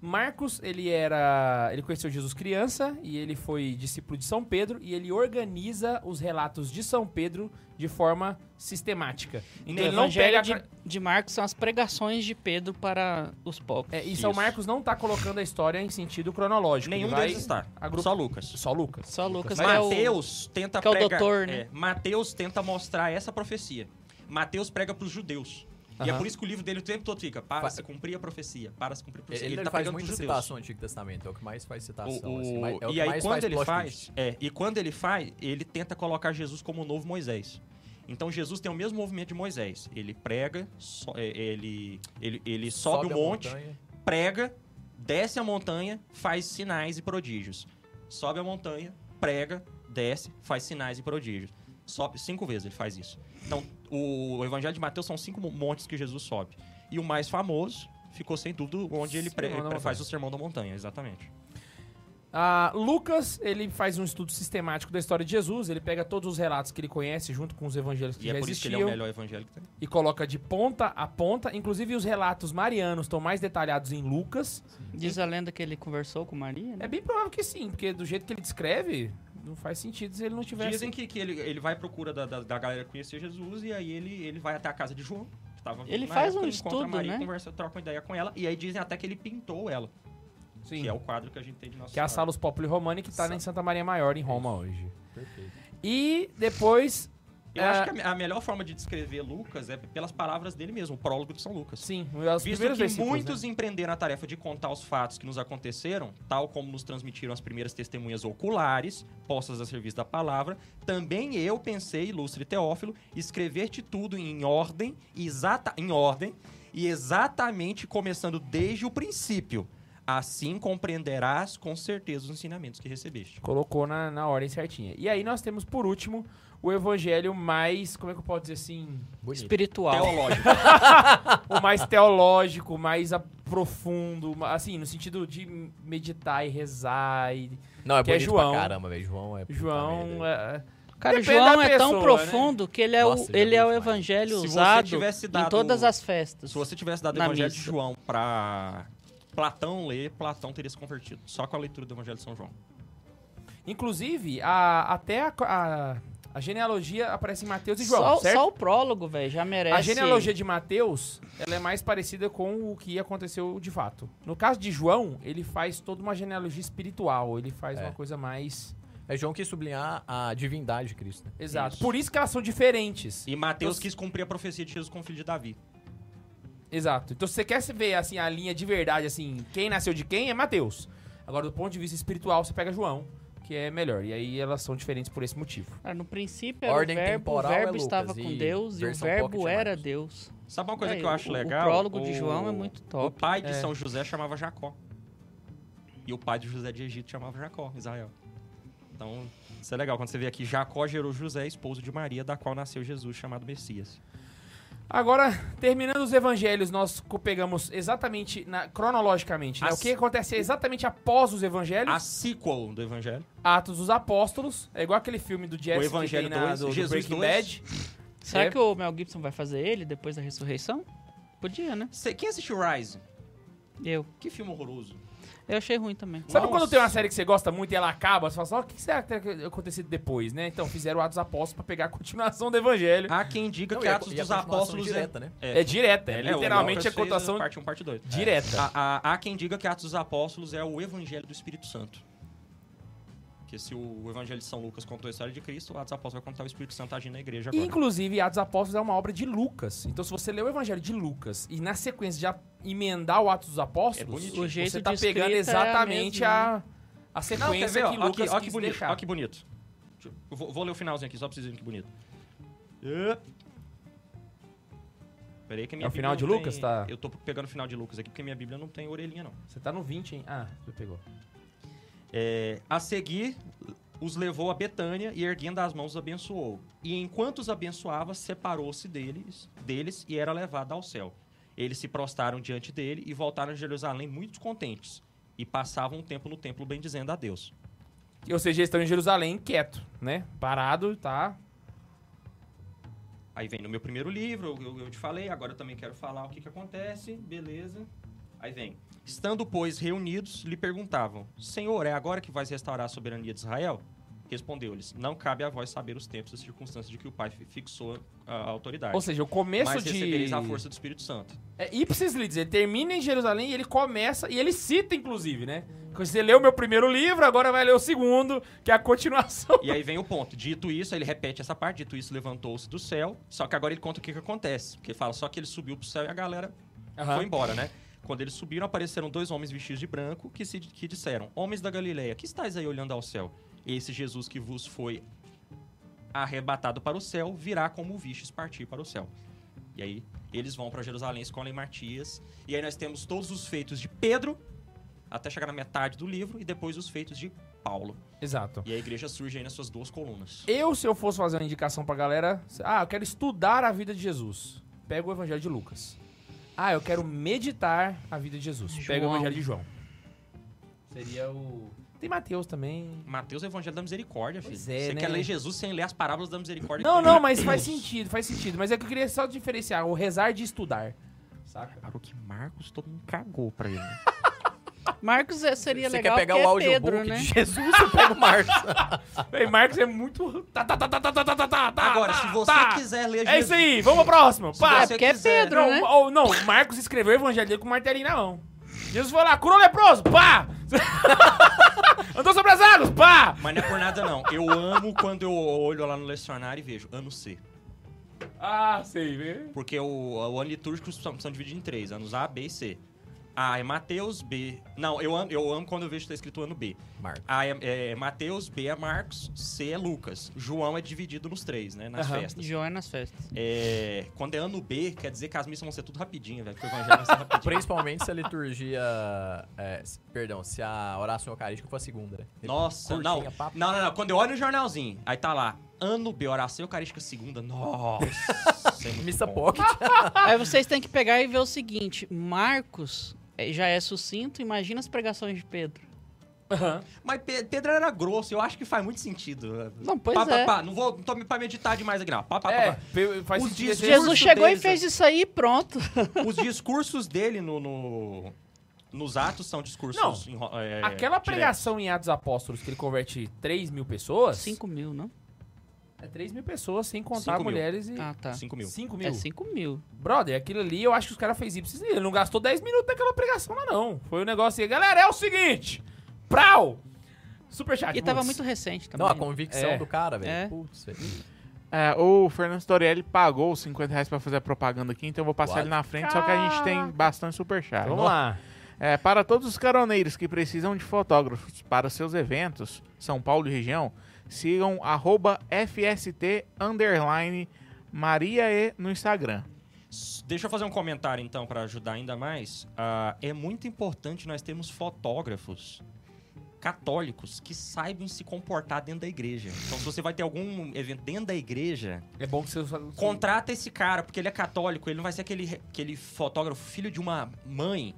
Speaker 1: Marcos, ele era. Ele conheceu Jesus criança e ele foi discípulo de São Pedro e ele organiza os relatos de São Pedro de forma sistemática. Então
Speaker 4: O
Speaker 1: ele não
Speaker 4: evangelho
Speaker 5: é
Speaker 1: pega.
Speaker 4: de, de Marcos são as pregações de Pedro para os povos.
Speaker 1: É, e São
Speaker 5: Isso.
Speaker 1: Marcos não tá colocando a história em sentido cronológico.
Speaker 5: Nenhum
Speaker 1: ele vai-
Speaker 5: deles está.
Speaker 1: agru-
Speaker 5: Só Lucas.
Speaker 1: Só Lucas.
Speaker 4: Só Lucas que é o-
Speaker 5: Mateus tenta
Speaker 4: que é o
Speaker 5: pregar-
Speaker 4: doutor, né?
Speaker 5: é, Mateus tenta mostrar essa profecia. Mateus prega pros judeus. E é
Speaker 1: Aham.
Speaker 5: por isso que o livro dele o tempo todo fica para
Speaker 2: Fa-
Speaker 5: se cumprir a profecia, para se cumprir a profecia.
Speaker 2: Ele, ele
Speaker 5: tá
Speaker 2: faz
Speaker 5: pregando
Speaker 2: muita
Speaker 5: pros
Speaker 2: citação no Antigo Testamento, é o que mais faz citação.
Speaker 5: O- o-
Speaker 2: assim, mais- é o que
Speaker 5: e aí
Speaker 2: mais
Speaker 5: quando
Speaker 2: faz
Speaker 5: ele
Speaker 2: plot
Speaker 5: faz,
Speaker 2: twist.
Speaker 5: é, e quando ele faz, ele tenta colocar Jesus como o novo Moisés. Então Jesus tem o mesmo movimento de Moisés. Ele prega, so- é, ele, ele, ele sobe, o
Speaker 2: a
Speaker 5: monte,
Speaker 2: montanha.
Speaker 5: prega, desce a montanha, faz sinais e prodígios. Sobe a montanha, prega, desce, faz sinais e prodígios. Sobe cinco vezes ele faz isso. Então, o Evangelho de Mateus são cinco mo- montes que Jesus sobe. E o mais famoso ficou sem dúvida onde ele pre-
Speaker 1: Sermão da
Speaker 5: pre- faz
Speaker 1: Montanha.
Speaker 5: o Sermão da Montanha, exatamente.
Speaker 1: Ah, Lucas, ele faz um estudo sistemático da história de Jesus, ele pega todos os relatos que ele conhece junto com os evangelhos que
Speaker 5: E
Speaker 1: já
Speaker 5: é por isso que ele é
Speaker 1: existiam
Speaker 5: o melhor evangelho que tem.
Speaker 1: e coloca de ponta a ponta, inclusive os relatos marianos estão mais detalhados em Lucas.
Speaker 4: Diz a lenda que ele conversou com Maria, né?
Speaker 1: É bem provável que sim, porque do jeito que ele descreve, não faz sentido se ele não tivesse
Speaker 5: Dizem que, que ele, ele vai à procura da, da, da galera conhecer Jesus e aí ele, ele vai até a casa de João. Que tava vivo
Speaker 4: Ele
Speaker 5: na
Speaker 4: faz um
Speaker 5: encontra a
Speaker 4: estudo,
Speaker 5: Maria,
Speaker 4: né?
Speaker 5: Conversa, troca uma ideia com ela. E aí dizem até que ele pintou ela.
Speaker 1: sim,
Speaker 5: que é o quadro que a gente tem de nossa
Speaker 1: que é a
Speaker 5: história.
Speaker 1: Salus Populi Romani que tá em Santa Maria Maior em Roma hoje.
Speaker 2: Perfeito.
Speaker 1: E depois,
Speaker 5: Eu
Speaker 1: É.
Speaker 5: acho que a, me- a melhor forma de descrever Lucas é pelas palavras dele mesmo, o prólogo de São Lucas.
Speaker 1: sim, os
Speaker 5: Visto
Speaker 1: primeiros
Speaker 5: que
Speaker 1: versículos, né?
Speaker 5: muitos empreenderam a tarefa de contar os fatos que nos aconteceram, tal como nos transmitiram as primeiras testemunhas oculares, postas a serviço da palavra, também eu pensei, ilustre Teófilo, escrever-te tudo em ordem, exata, em ordem, e exatamente começando desde o princípio. Assim compreenderás com certeza os ensinamentos que recebeste.
Speaker 1: Colocou na, na ordem certinha. E aí nós temos, por último, o evangelho mais, como é que eu posso dizer assim,
Speaker 2: Bonito.
Speaker 4: Espiritual.
Speaker 5: Teológico.
Speaker 1: o mais teológico, o mais a- profundo, ma- assim, no sentido de meditar e rezar. E...
Speaker 2: Não, é
Speaker 1: Que é
Speaker 2: bonito
Speaker 1: João.
Speaker 2: pra caramba, velho. João é. puta
Speaker 1: João,
Speaker 2: merda.
Speaker 1: é-
Speaker 4: Cara,
Speaker 1: Depende
Speaker 4: João
Speaker 1: da
Speaker 4: é tão
Speaker 1: pessoa,
Speaker 4: profundo que ele é
Speaker 2: Nossa,
Speaker 4: o,
Speaker 2: ele é
Speaker 4: ele é
Speaker 2: bom
Speaker 4: o
Speaker 2: demais.
Speaker 4: evangelho
Speaker 5: Se você
Speaker 4: usado
Speaker 5: tivesse
Speaker 4: em
Speaker 5: dado-
Speaker 4: todas as festas.
Speaker 5: Se você tivesse dado o
Speaker 4: Na
Speaker 5: Evangelho de
Speaker 4: missa.
Speaker 5: João pra Platão ler, Platão teria se convertido. Só com a leitura do Evangelho de São João.
Speaker 1: Inclusive, a- até a, co- a- a genealogia aparece em Mateus e João,
Speaker 4: só,
Speaker 1: certo?
Speaker 4: só o prólogo, velho, já merece.
Speaker 1: A genealogia de Mateus, ela é mais parecida com o que aconteceu de fato. No caso de João, ele faz toda uma genealogia espiritual, ele faz
Speaker 2: É.
Speaker 1: uma coisa mais...
Speaker 2: É João quis sublinhar a divindade de Cristo. né?
Speaker 1: Exato.
Speaker 5: Isso.
Speaker 1: Por isso que elas são diferentes.
Speaker 5: E Mateus
Speaker 1: Então,
Speaker 5: quis cumprir a profecia de Jesus com o filho de Davi.
Speaker 1: Exato. Então se você quer se ver assim a linha de verdade assim, quem nasceu de quem é Mateus. Agora do ponto de vista espiritual você pega João, que é melhor. E aí elas são diferentes por esse motivo.
Speaker 4: Ah, No princípio era
Speaker 2: Ordem
Speaker 4: o verbo, o
Speaker 2: temporal é
Speaker 4: verbo
Speaker 2: Lucas
Speaker 4: estava
Speaker 2: e
Speaker 4: com Deus e o
Speaker 2: versão pocket
Speaker 4: verbo
Speaker 2: é
Speaker 4: era
Speaker 2: Marcos.
Speaker 4: Deus.
Speaker 5: Sabe uma coisa
Speaker 4: É,
Speaker 5: que eu acho
Speaker 4: o- o
Speaker 5: legal?
Speaker 4: prólogo de João é muito top.
Speaker 5: O pai de
Speaker 1: É.
Speaker 5: São José chamava Jacó. E o pai de José de Egito chamava Jacó, Israel. Então, isso é legal. Quando você vê aqui, Jacó gerou José, esposo de Maria, da qual nasceu Jesus, chamado Messias.
Speaker 1: Agora, terminando os evangelhos, nós co- pegamos exatamente na- cronologicamente, né?
Speaker 5: As-
Speaker 1: O que acontece exatamente após os evangelhos?
Speaker 5: A sequel do Evangelho.
Speaker 1: Atos dos Apóstolos. É igual aquele filme do Jesse que
Speaker 5: Evangelho
Speaker 1: tem na,
Speaker 5: dois,
Speaker 1: do, do
Speaker 5: Jesus
Speaker 1: Breaking
Speaker 5: dois.
Speaker 1: Bad.
Speaker 4: Será
Speaker 1: É.
Speaker 4: que o Mel Gibson vai fazer ele depois da ressurreição? Podia, né?
Speaker 5: Cê- quem assistiu Rise?
Speaker 4: Eu.
Speaker 5: Que filme horroroso.
Speaker 4: Eu achei ruim também.
Speaker 1: Sabe
Speaker 5: Nossa.
Speaker 1: quando tem uma série que você gosta muito e ela acaba? Você fala assim, ó, o que será que teria acontecido depois, né? Então, fizeram Atos dos Apóstolos pra pegar a continuação do evangelho.
Speaker 5: Há quem diga
Speaker 2: Não,
Speaker 5: que
Speaker 2: e a-
Speaker 5: Atos
Speaker 2: e a
Speaker 5: dos
Speaker 2: continuação
Speaker 5: Apóstolos
Speaker 2: direta, né?
Speaker 5: é,
Speaker 1: É, direta, é, literalmente
Speaker 5: o
Speaker 1: é
Speaker 5: Lucas fez
Speaker 1: cotação
Speaker 5: Parte 1, parte
Speaker 1: É.
Speaker 5: 2.
Speaker 1: direta.
Speaker 5: Há, há- há quem diga que Atos dos Apóstolos é o Evangelho do Espírito Santo. Porque se o Evangelho de São Lucas contou a história de Cristo, Atos dos Apóstolos vai contar o Espírito Santo agindo na igreja agora.
Speaker 1: Inclusive, Atos dos Apóstolos é uma obra de Lucas. Então, se você lê o Evangelho de Lucas e na sequência já emendar o Atos dos
Speaker 5: É
Speaker 1: Apóstolos,
Speaker 5: bonitinho.
Speaker 4: O jeito
Speaker 1: você
Speaker 4: de
Speaker 1: tá
Speaker 4: escrita
Speaker 1: pegando
Speaker 4: é a
Speaker 1: exatamente
Speaker 4: mesma,
Speaker 1: a, a
Speaker 5: Não, quer
Speaker 1: sequência
Speaker 5: ver, ó,
Speaker 1: que
Speaker 5: ó que-
Speaker 1: Lucas
Speaker 5: ó, que
Speaker 1: quis
Speaker 5: bonito,
Speaker 1: deixar.
Speaker 5: ó que bonito. Deixa eu- eu Vou, vou ler o finalzinho aqui, só pra vocês verem que bonito. É. Peraí que a minha
Speaker 1: É o final
Speaker 5: Bíblia não
Speaker 1: de
Speaker 5: tem-
Speaker 1: Lucas, tá?
Speaker 5: Eu tô pegando o final de Lucas aqui, porque minha Bíblia não tem orelhinha, não.
Speaker 1: Você tá no 20, hein? Ah, você pegou.
Speaker 5: É, a seguir, os levou a Betânia e, erguendo as mãos, os abençoou. E enquanto os abençoava, separou-se deles, deles e era levado ao céu. Eles se prostaram diante dele e voltaram a Jerusalém muito contentes. E passavam um tempo no templo bendizendo a Deus.
Speaker 1: Ou seja, eles estão em Jerusalém, quieto, né? Parado, tá?
Speaker 5: Aí vem no meu primeiro livro, eu, eu te falei, agora eu também quero falar o que, que acontece, beleza. Aí vem. Estando, pois, reunidos, lhe perguntavam: Senhor, é agora que vais restaurar a soberania de Israel? Respondeu-lhes: Não cabe a vós saber os tempos e as circunstâncias de que o Pai fi- fixou a a autoridade.
Speaker 1: Ou seja, o começo
Speaker 5: mas
Speaker 1: de...
Speaker 5: recebereis a força do Espírito Santo.
Speaker 1: É, Ipsis Lids, ele termina em Jerusalém e ele começa, e ele cita, inclusive, né? Você leu meu primeiro livro, agora vai ler o segundo, que é a continuação.
Speaker 5: E aí vem o ponto. Dito isso, ele repete essa parte. Dito isso, levantou-se do céu. Só que agora ele conta o que, que acontece. Porque ele fala só que ele subiu pro céu e a galera
Speaker 1: Aham.
Speaker 5: foi embora, né? Quando eles subiram, apareceram dois homens vestidos de branco que, se, que disseram: Homens da Galileia, que estáis aí olhando ao céu? Esse Jesus que vos foi arrebatado para o céu virá como o vistes partir para o céu. E aí eles vão para Jerusalém, escolhem Matias. E aí nós temos todos os feitos de Pedro até chegar na metade do livro e depois os feitos de Paulo.
Speaker 1: Exato.
Speaker 5: E a igreja surge aí nas suas duas colunas.
Speaker 1: Eu, se eu fosse fazer uma indicação pra galera, ah, eu quero estudar a vida de Jesus. Pega o Evangelho de Lucas. Ah, eu quero meditar a vida de Jesus. Pega o
Speaker 4: João.
Speaker 1: Evangelho de João. Seria o. Tem Mateus também.
Speaker 5: Mateus é o evangelho da misericórdia, filho.
Speaker 1: Pois é,
Speaker 5: Você
Speaker 1: né?
Speaker 5: quer ler Jesus sem ler as parábolas da misericórdia?
Speaker 1: Não, não, mas faz sentido, faz sentido. Mas é que eu queria só diferenciar o rezar de estudar. Saca?
Speaker 5: Claro que Marcos todo mundo cagou pra ele. né?
Speaker 4: Marcos é- seria
Speaker 2: Você
Speaker 4: legal
Speaker 2: quer pegar
Speaker 4: porque
Speaker 2: o
Speaker 4: é
Speaker 2: audiobook
Speaker 4: Pedro, né?
Speaker 2: de Jesus, você pega o Marcos.
Speaker 1: Ei, Marcos é muito. Tá, tá, tá, tá, tá, tá, tá, tá, tá, tá,
Speaker 5: Agora,
Speaker 1: tá,
Speaker 5: se você
Speaker 1: tá.
Speaker 5: quiser ler Jesus...
Speaker 1: É isso aí, vamos pro próximo. Pá.
Speaker 4: É
Speaker 5: você
Speaker 4: porque é
Speaker 5: quiser.
Speaker 4: Pedro, né?
Speaker 1: Não, ou, não, Marcos escreveu o evangelho dele com martelinho na mão. Jesus foi lá, curou o leproso, pá! <laughs> Andou sobre as águas, pá!
Speaker 5: Mas não é por nada, não. Eu amo quando eu olho lá no lecionário e vejo ano C.
Speaker 1: Ah, sei, vê?
Speaker 5: Porque o, o ano litúrgico são, são divididos em três. Anos A, B e C. A é Mateus, B... Não, eu amo, eu amo quando eu vejo que tá escrito ano B.
Speaker 2: Marcos.
Speaker 5: A é, é Mateus, B é Marcos, C é Lucas. João é dividido nos três, né? Nas
Speaker 1: Aham.
Speaker 5: festas.
Speaker 4: João é nas festas.
Speaker 5: É, quando é ano B, quer dizer que as missas vão ser tudo rapidinho, velho. Porque o evangelho vai ser <laughs> rapidinho.
Speaker 2: Principalmente se a liturgia. é, se- perdão, se a oração eucarística for a segunda, né?
Speaker 5: Nossa,
Speaker 2: Curtinha,
Speaker 5: não.
Speaker 2: papo.
Speaker 5: Não, não, não. Quando eu olho no jornalzinho, aí tá lá, ano B, oração eucarística segunda. Nossa. isso é muito
Speaker 2: Missa
Speaker 5: bom.
Speaker 2: Pocket.
Speaker 4: Aí vocês têm que pegar e ver o seguinte: Marcos eh, já é sucinto, imagina as pregações de Pedro.
Speaker 5: Mas Pe- Pedro era grosso, eu acho que faz muito sentido.
Speaker 4: Não, pois
Speaker 5: pá, pá,
Speaker 4: é.
Speaker 5: pá, não vou não tô me- pra meditar demais aqui, não. Pá, pá,
Speaker 1: É,
Speaker 5: pá,
Speaker 1: fe- faz
Speaker 5: Os
Speaker 1: sentido.
Speaker 5: dias-
Speaker 1: esse-
Speaker 4: Jesus
Speaker 5: discurso
Speaker 4: chegou e
Speaker 5: deles,
Speaker 4: fez isso aí e pronto.
Speaker 5: pá. Os discursos dele no, no- nos atos são discursos.
Speaker 1: Não,
Speaker 5: enro- é,
Speaker 1: Aquela
Speaker 5: diretos.
Speaker 1: pregação em Atos Apóstolos que ele converte 3 mil pessoas.
Speaker 4: 5 mil, não?
Speaker 1: É 3 mil pessoas, sem contar
Speaker 5: Cinco mil.
Speaker 1: mulheres e.
Speaker 4: Ah, tá.
Speaker 5: 5 mil.
Speaker 1: 5 mil.
Speaker 4: É 5 mil.
Speaker 1: Brother, aquilo ali eu acho que os caras fez ipsis. Ele não gastou 10 minutos naquela pregação lá, não. Foi um negócio assim, galera, é o seguinte. Prau! Superchat.
Speaker 4: E tava
Speaker 1: Mutz.
Speaker 4: muito recente também.
Speaker 2: Não, a convicção
Speaker 1: É.
Speaker 2: do cara, velho.
Speaker 4: É.
Speaker 2: Putz, velho.
Speaker 6: É, o Fernando Torelli pagou os 50 reais pra fazer a propaganda aqui, então eu vou passar
Speaker 2: What?
Speaker 6: ele na frente, só que a gente tem bastante superchat.
Speaker 1: Então Vamos lá.
Speaker 6: É, para todos os caroneiros que precisam de fotógrafos para seus eventos, São Paulo e região, sigam arroba FST underline Maria E no Instagram.
Speaker 5: S- Deixa eu fazer um comentário então pra ajudar ainda mais. Ah, é muito importante nós termos fotógrafos católicos que saibam se comportar dentro da igreja. Então, se você vai ter algum evento dentro da igreja,
Speaker 1: É bom que você...
Speaker 5: contrata esse cara, porque ele é católico, ele não vai ser aquele, aquele fotógrafo filho de uma mãe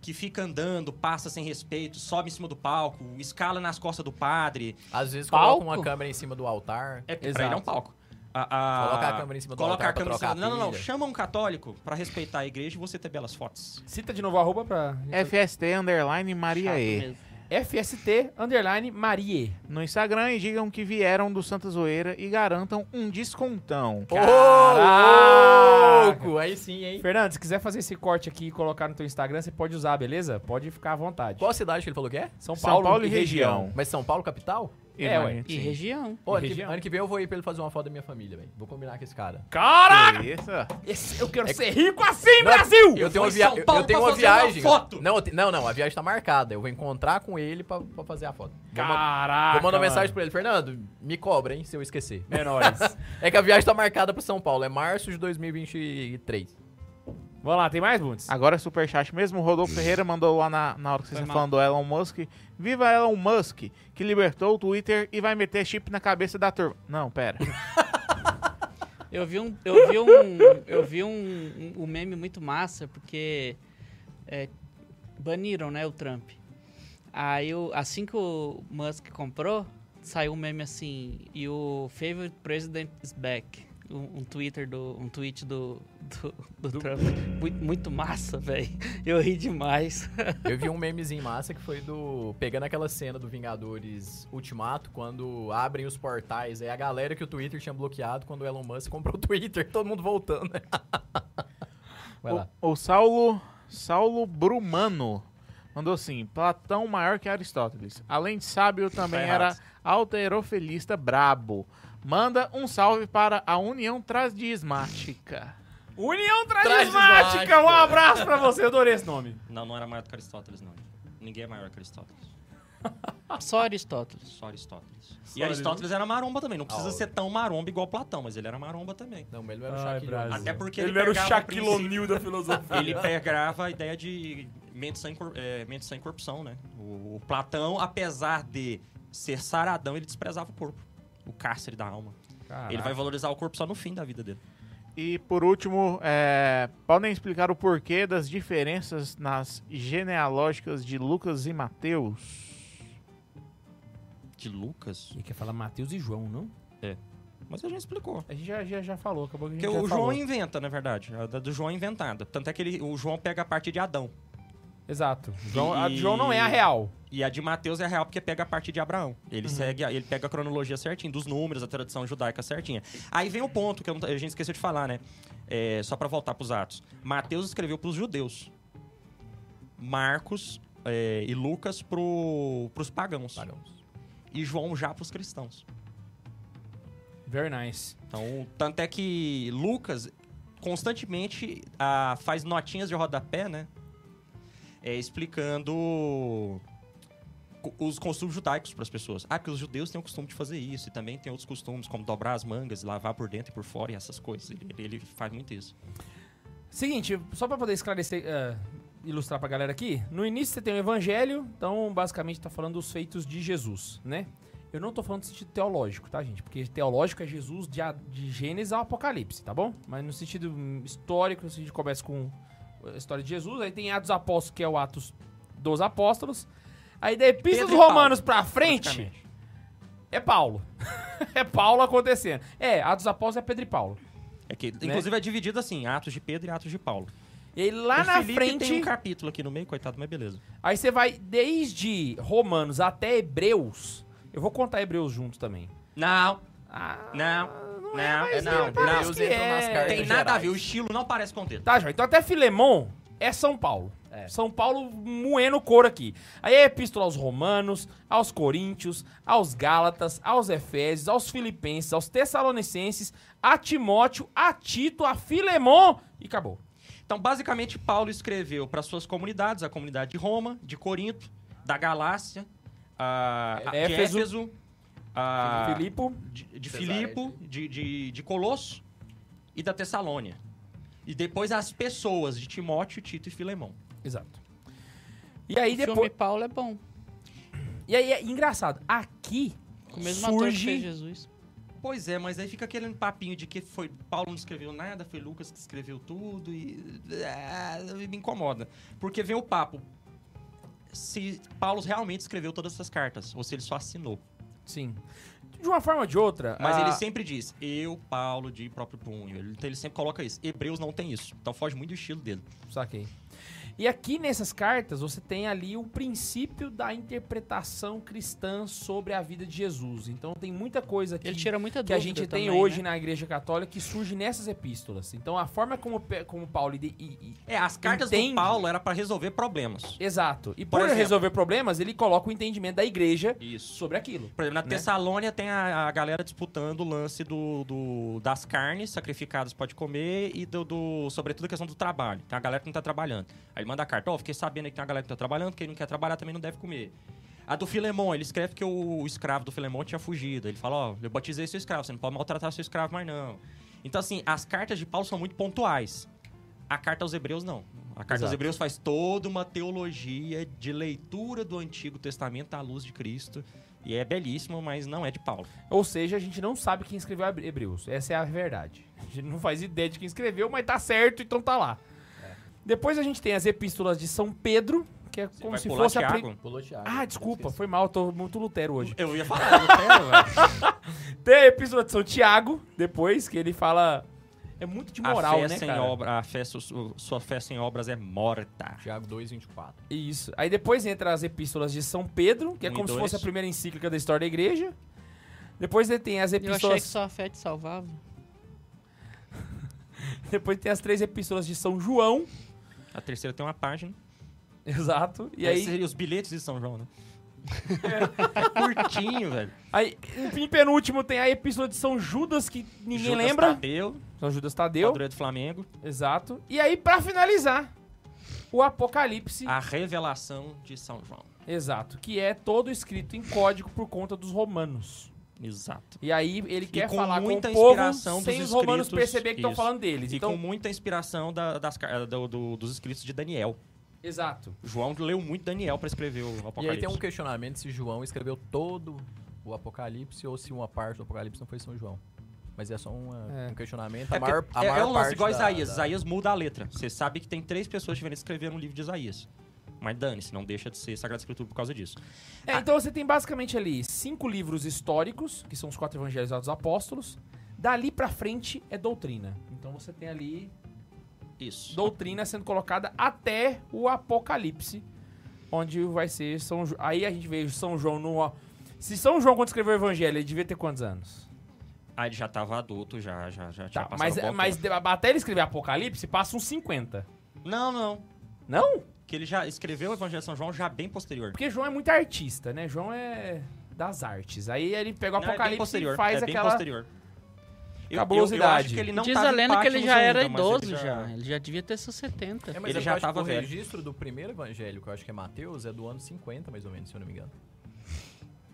Speaker 5: que fica andando, passa sem respeito, sobe em cima do palco, escala nas costas do padre.
Speaker 2: Às vezes
Speaker 4: Palco?
Speaker 2: coloca uma câmera em cima do altar.
Speaker 5: É, pra
Speaker 1: Exato.
Speaker 5: ele é um palco. A-
Speaker 2: Coloca a câmera em cima do
Speaker 5: coloca
Speaker 2: altar
Speaker 5: a
Speaker 2: pra
Speaker 5: câmera em cima-
Speaker 2: trocar a
Speaker 5: Não, não, não.
Speaker 2: pilha.
Speaker 5: Chama um católico pra respeitar a igreja e você ter belas fotos.
Speaker 1: Cita de novo o arroba pra...
Speaker 6: FST underline Maria
Speaker 4: Chato
Speaker 6: E.
Speaker 4: mesmo.
Speaker 1: FST, underline, Marie.
Speaker 6: No Instagram e digam que vieram do Santa Zoeira e garantam um descontão.
Speaker 1: Caraca!
Speaker 2: louco! Aí sim, hein?
Speaker 1: Fernando, se quiser fazer esse corte aqui e colocar no teu Instagram, você pode usar, beleza? Pode ficar à vontade.
Speaker 2: Qual cidade que ele falou que é?
Speaker 1: São
Speaker 6: São
Speaker 1: Paulo,
Speaker 6: Paulo
Speaker 1: e
Speaker 6: e
Speaker 1: região.
Speaker 6: região.
Speaker 2: Mas São Paulo, capital?
Speaker 1: É, ué.
Speaker 4: E
Speaker 6: Sim.
Speaker 4: região.
Speaker 2: Ô, ano, que,
Speaker 1: região?
Speaker 2: ano que vem eu vou ir pra ele fazer uma foto da minha família, velho. Vou combinar com esse cara.
Speaker 1: Caraca!
Speaker 6: Isso.
Speaker 1: Esse- eu quero ser rico assim, Brasil!
Speaker 2: Eu tenho
Speaker 5: vou
Speaker 2: uma,
Speaker 5: em
Speaker 2: via-
Speaker 5: São
Speaker 2: eu-
Speaker 5: Paulo
Speaker 2: eu tenho
Speaker 5: pra
Speaker 2: uma
Speaker 5: fazer uma
Speaker 2: viagem.
Speaker 5: foto.
Speaker 2: Não, eu te- não, não, a viagem tá marcada. Eu vou encontrar com ele pra, pra fazer a foto. Vou, ma-
Speaker 1: Caraca!
Speaker 2: vou mandar
Speaker 1: mano.
Speaker 2: mensagem pra ele. Fernando, me cobra, hein, se eu esquecer.
Speaker 1: É nóis.
Speaker 2: É que a viagem tá marcada pra São Paulo. É março de 2023.
Speaker 1: <laughs> Vamos lá, tem mais, Bundes?
Speaker 6: Agora é superchat mesmo. O Rodolfo Ferreira mandou lá na, na hora que vocês
Speaker 4: Foi
Speaker 6: estão
Speaker 4: mal.
Speaker 6: falando do Elon Musk. Viva Elon Musk, que libertou o Twitter e vai meter chip na cabeça da turma. Não, pera.
Speaker 4: Eu vi um, eu vi um, eu vi um, um- um meme muito massa porque é, baniram, né, o Trump. Aí, o- assim que o Musk comprou, saiu um meme assim e o favorite president is back. Um, um Twitter do, um tweet do do, do Trump. Muito, muito massa, velho. Eu ri demais.
Speaker 2: Eu vi um memezinho massa que foi do. Pegando aquela cena do Vingadores Ultimato, quando abrem os portais. É a galera que o Twitter tinha bloqueado quando o Elon Musk comprou o Twitter. Todo mundo voltando. né? Vai lá.
Speaker 6: O, o Saulo, Saulo Brumano mandou assim: Platão maior que Aristóteles. Além de sábio, também
Speaker 5: Tá
Speaker 6: era
Speaker 5: errado.
Speaker 6: alterofelista brabo. Manda um salve para a União Transdismática.
Speaker 1: União Tradismática!
Speaker 2: Tradismática.
Speaker 1: Um abraço pra você, eu adorei esse nome.
Speaker 5: Não, não era maior que Aristóteles, não. Ninguém é maior que Aristóteles.
Speaker 4: Só Aristóteles.
Speaker 5: Só Aristóteles. e Aristóteles era maromba também. Não precisa
Speaker 2: Ah,
Speaker 5: ser tão maromba igual Platão, mas ele era maromba também.
Speaker 2: Não, mas ele era o
Speaker 1: Ai,
Speaker 2: Shaquille.
Speaker 1: Brasil.
Speaker 5: Até porque ele,
Speaker 1: Ele era o
Speaker 5: pegava
Speaker 1: Shaquille
Speaker 5: princípio-
Speaker 1: O'Neal da filosofia.
Speaker 5: Ele pegava a ideia de mente sem, cor- é, mente sem corrupção, né? O, o Platão, apesar de ser saradão, ele desprezava o corpo. O cárcere da alma. Ele vai valorizar o corpo só no fim da vida dele.
Speaker 6: E por último, é, podem explicar o porquê das diferenças nas genealógicas de Lucas e Mateus?
Speaker 5: De Lucas?
Speaker 1: Ele quer falar Matheus e João, não?
Speaker 5: Mas a gente explicou.
Speaker 1: A gente já, já, já falou, acabou que a gente
Speaker 5: Porque
Speaker 1: já
Speaker 5: o
Speaker 1: falou.
Speaker 5: João inventa, na verdade. A da- do João é inventada. Tanto é que ele- o João pega a parte de Adão.
Speaker 1: Exato. João, a de
Speaker 5: E-
Speaker 1: João não é a real.
Speaker 5: E a de Mateus é real porque pega a parte de Abraão. Ele segue, a- ele pega a cronologia certinha, dos números, a tradição judaica certinha. Aí vem o ponto que eu não- a gente esqueceu de falar, né? É, só pra voltar pros Atos. Mateus escreveu pros judeus. Marcos é, e Lucas pro, pros pagãos.
Speaker 2: Pagãos.
Speaker 5: E João já pros cristãos.
Speaker 1: Very nice.
Speaker 5: Então, tanto é que Lucas constantemente ah, faz notinhas de rodapé, né? É, explicando co- os costumes judaicos para as pessoas. Ah, porque os judeus têm o costume de fazer isso e também tem outros costumes, como dobrar as mangas, lavar por dentro e por fora e essas coisas. Ele, ele faz muito isso.
Speaker 1: Seguinte, só pra poder esclarecer, eh, ilustrar pra galera aqui, no início você tem o evangelho, então basicamente tá falando dos feitos de Jesus, né? Eu não tô falando no sentido teológico, tá, gente? Porque teológico é Jesus de, a- de Gênesis ao Apocalipse, tá bom? Mas no sentido hum, histórico, a gente começa com a história de Jesus, aí tem Atos dos Apóstolos, que é o Atos dos Apóstolos, aí da Epístola
Speaker 5: Pedro
Speaker 1: dos
Speaker 5: e Paulo,
Speaker 1: Romanos pra frente,
Speaker 5: Praticamente.
Speaker 1: é Paulo. <laughs> é Paulo acontecendo. É, Atos dos Apóstolos é Pedro e Paulo.
Speaker 5: É que,
Speaker 1: Né?
Speaker 5: inclusive, é dividido assim, Atos de Pedro e Atos de Paulo.
Speaker 1: E aí lá
Speaker 5: O
Speaker 1: na
Speaker 5: Felipe
Speaker 1: frente...
Speaker 5: tem um capítulo aqui no meio, coitado, mas beleza.
Speaker 1: Aí você vai desde Romanos até Hebreus. Eu vou contar Hebreus junto também.
Speaker 5: Não,
Speaker 1: Ah,
Speaker 5: não, não,
Speaker 1: mas
Speaker 5: não,
Speaker 1: parece
Speaker 5: não.
Speaker 2: Deus
Speaker 1: que
Speaker 2: entra nas
Speaker 1: é.
Speaker 2: cartas
Speaker 5: Tem nada a
Speaker 2: gerais.
Speaker 5: ver, o estilo não parece com o texto.
Speaker 1: Tá, João. Então até Filemon é São Paulo.
Speaker 2: É.
Speaker 1: São Paulo moendo o couro aqui. Aí é epístola aos Romanos, aos Coríntios, aos Gálatas, aos Efésios, aos Filipenses, aos Tessalonicenses, a Timóteo, a Tito, a Filemon e acabou.
Speaker 5: Então, basicamente, Paulo escreveu para suas comunidades, a comunidade de Roma, de Corinto, da Galácia, a, a- de
Speaker 1: Éfeso.
Speaker 5: Éfeso,
Speaker 4: Ah.
Speaker 5: a-
Speaker 1: Filipo,
Speaker 5: de, de
Speaker 2: Cesareia.
Speaker 5: Filipo, de, de, de Colosso e da Tessalônia. E depois as pessoas de Timóteo, Tito e Filemão.
Speaker 1: exato. E aí
Speaker 4: O filme
Speaker 1: depois
Speaker 4: Paulo é bom.
Speaker 1: E aí é engraçado, aqui
Speaker 4: O mesmo ator que fez
Speaker 1: surge.
Speaker 4: Jesus.
Speaker 5: Pois é, mas aí fica aquele papinho de que foi Paulo não escreveu nada, foi Lucas que escreveu tudo e ah, me incomoda, porque vem o papo se Paulo realmente escreveu todas essas cartas ou se ele só assinou.
Speaker 1: Sim. De uma forma ou de outra. ah,
Speaker 5: Mas
Speaker 1: a-
Speaker 5: ele sempre diz, eu, Paulo, de próprio punho. Ele, então ele sempre coloca isso. Hebreus não tem isso. Então foge muito do estilo dele.
Speaker 1: Saquei. E aqui nessas cartas você tem ali o princípio da interpretação cristã sobre a vida de Jesus. Então tem muita coisa que,
Speaker 4: Ele tira muita
Speaker 1: que a
Speaker 4: dúvida
Speaker 1: gente tem
Speaker 4: também,
Speaker 1: hoje
Speaker 4: né?
Speaker 1: na Igreja Católica que surge nessas epístolas. Então a forma como, pe- como Paulo ide- e- e-
Speaker 5: É, as cartas
Speaker 1: Entende.
Speaker 5: do Paulo era pra resolver problemas.
Speaker 1: Exato. E
Speaker 5: Por
Speaker 1: por,
Speaker 5: exemplo-
Speaker 1: resolver problemas, ele coloca o entendimento da igreja
Speaker 5: Isso.
Speaker 1: sobre aquilo.
Speaker 5: Por exemplo, na
Speaker 1: Né?
Speaker 5: Tessalônia tem a, a galera disputando o lance do, do- das carnes sacrificadas pode comer e do, do- sobretudo a questão do trabalho. Tem a galera que não tá trabalhando. Aí ele manda a carta, ó, fiquei sabendo aí que tem uma galera que tá trabalhando, quem não quer trabalhar também não deve comer. A do Filemon, ele escreve que o, o escravo do Filemon tinha fugido. Ele fala, ó, eu batizei seu escravo, você não pode maltratar seu escravo mais não. Então assim, as cartas de Paulo são muito pontuais. A carta aos Hebreus não. A carta aos
Speaker 1: Exato.
Speaker 5: Hebreus faz toda uma teologia de leitura do Antigo Testamento à luz de Cristo. E é belíssimo, mas não é de Paulo.
Speaker 1: Ou seja, a gente não sabe quem escreveu Hebre- Hebreus. Essa é a verdade. <laughs> A gente não faz ideia de quem escreveu, mas tá certo, então tá lá.
Speaker 5: É.
Speaker 1: Depois a gente tem as epístolas de São Pedro, que é como
Speaker 5: vai
Speaker 1: se
Speaker 5: pular
Speaker 1: fosse a.
Speaker 5: Tiago?
Speaker 1: pri-
Speaker 2: Pulou Thiago.
Speaker 1: Ah, desculpa, foi mal, tô muito Lutero hoje.
Speaker 5: Eu ia <laughs> falar, eu não quero, velho. Uhum.
Speaker 1: Tem a epístola de São Tiago, depois, que ele fala. É muito de <laughs> moral,
Speaker 5: a fé
Speaker 1: né,
Speaker 5: sem
Speaker 1: cara?
Speaker 5: obra, a fé, su- su- sua fé sem obras é morta.
Speaker 2: Tiago 2,24.
Speaker 1: Isso. Aí depois entra as epístolas de São Pedro, que é
Speaker 5: Um e
Speaker 1: como se
Speaker 5: dois.
Speaker 1: fosse a primeira encíclica da história da igreja. Depois tem as
Speaker 4: Eu achei que
Speaker 1: epístolas.
Speaker 4: só a fé te salvava.
Speaker 1: <laughs> Depois tem as três epístolas de São João. <laughs>
Speaker 5: A terceira tem uma página.
Speaker 1: Exato. E
Speaker 5: Esse
Speaker 1: aí
Speaker 5: seria os bilhetes de São <laughs> João, né? É curtinho, velho.
Speaker 1: Aí, em penúltimo, tem a epístola de São Judas, que ninguém
Speaker 5: Judas
Speaker 1: lembra.
Speaker 5: Tadeu,
Speaker 1: São Judas Tadeu.
Speaker 5: padroeiro do Flamengo.
Speaker 1: Exato. E aí, pra finalizar, o Apocalipse.
Speaker 5: A revelação de São João.
Speaker 1: Exato. Que é todo escrito em código por conta dos romanos.
Speaker 5: Exato.
Speaker 1: E aí, ele quer
Speaker 5: com
Speaker 1: falar com o
Speaker 5: muita
Speaker 1: povo
Speaker 5: inspiração
Speaker 1: sem
Speaker 5: dos
Speaker 1: os romanos
Speaker 5: escritos,
Speaker 1: perceber que estão
Speaker 5: isso.
Speaker 1: falando deles.
Speaker 5: E
Speaker 1: então,
Speaker 5: com muita inspiração da- das car- do- do- dos escritos de Daniel.
Speaker 1: exato.
Speaker 5: João leu muito Daniel pra escrever o Apocalipse.
Speaker 2: E aí tem um questionamento se João escreveu todo o Apocalipse ou se uma parte do Apocalipse não foi São João. Mas é só uma- um questionamento. A
Speaker 5: É, porque
Speaker 2: maior, a
Speaker 5: é- é
Speaker 2: maior
Speaker 5: um lance
Speaker 2: parte
Speaker 5: igual
Speaker 2: da-
Speaker 5: Isaías.
Speaker 2: da-
Speaker 5: Isaías muda a letra. Você sabe que tem três pessoas diferentes que escreveram um livro de Isaías. Mas dane-se, não deixa de ser Sagrada Escritura por causa disso.
Speaker 1: É,
Speaker 5: Ah.
Speaker 1: então você tem basicamente ali cinco livros históricos, que são os quatro evangelhos dos apóstolos. Dali pra frente é doutrina. Então você tem ali
Speaker 5: Isso.
Speaker 1: doutrina sendo colocada até o Apocalipse, onde vai ser São João. Aí a gente vê São João no. Se São João, quando escreveu o Evangelho, ele devia ter quantos anos?
Speaker 5: Ah, ele já tava adulto, já, já, já tinha
Speaker 1: Tá,
Speaker 5: passado
Speaker 1: mas,
Speaker 5: um bom
Speaker 1: mas
Speaker 5: tempo.
Speaker 1: de- até ele escrever Apocalipse, passa uns 50.
Speaker 5: Não, não.
Speaker 1: Não?
Speaker 5: Que ele já escreveu o Evangelho de São João já bem posterior.
Speaker 1: Porque João é muito artista, né? João é das artes. Aí ele pega o
Speaker 5: Não, é bem
Speaker 1: Apocalipse
Speaker 5: posterior.
Speaker 1: e faz
Speaker 5: é bem
Speaker 1: aquela.
Speaker 5: posterior. Eu-
Speaker 1: cabulosidade.
Speaker 5: eu acho que ele não
Speaker 4: Diz
Speaker 5: tava
Speaker 4: a
Speaker 5: em
Speaker 4: lenda que ele
Speaker 5: Patmos
Speaker 4: já era
Speaker 5: ainda, mas ele É,
Speaker 4: idoso já. Ele já devia ter seus 70.
Speaker 2: É, mas
Speaker 5: Ele
Speaker 2: é porque
Speaker 5: já
Speaker 2: eu acho que
Speaker 5: tava velho.
Speaker 2: O registro do primeiro evangelho, que eu acho que é Mateus, é do ano 50, mais ou menos, se eu não me engano. É,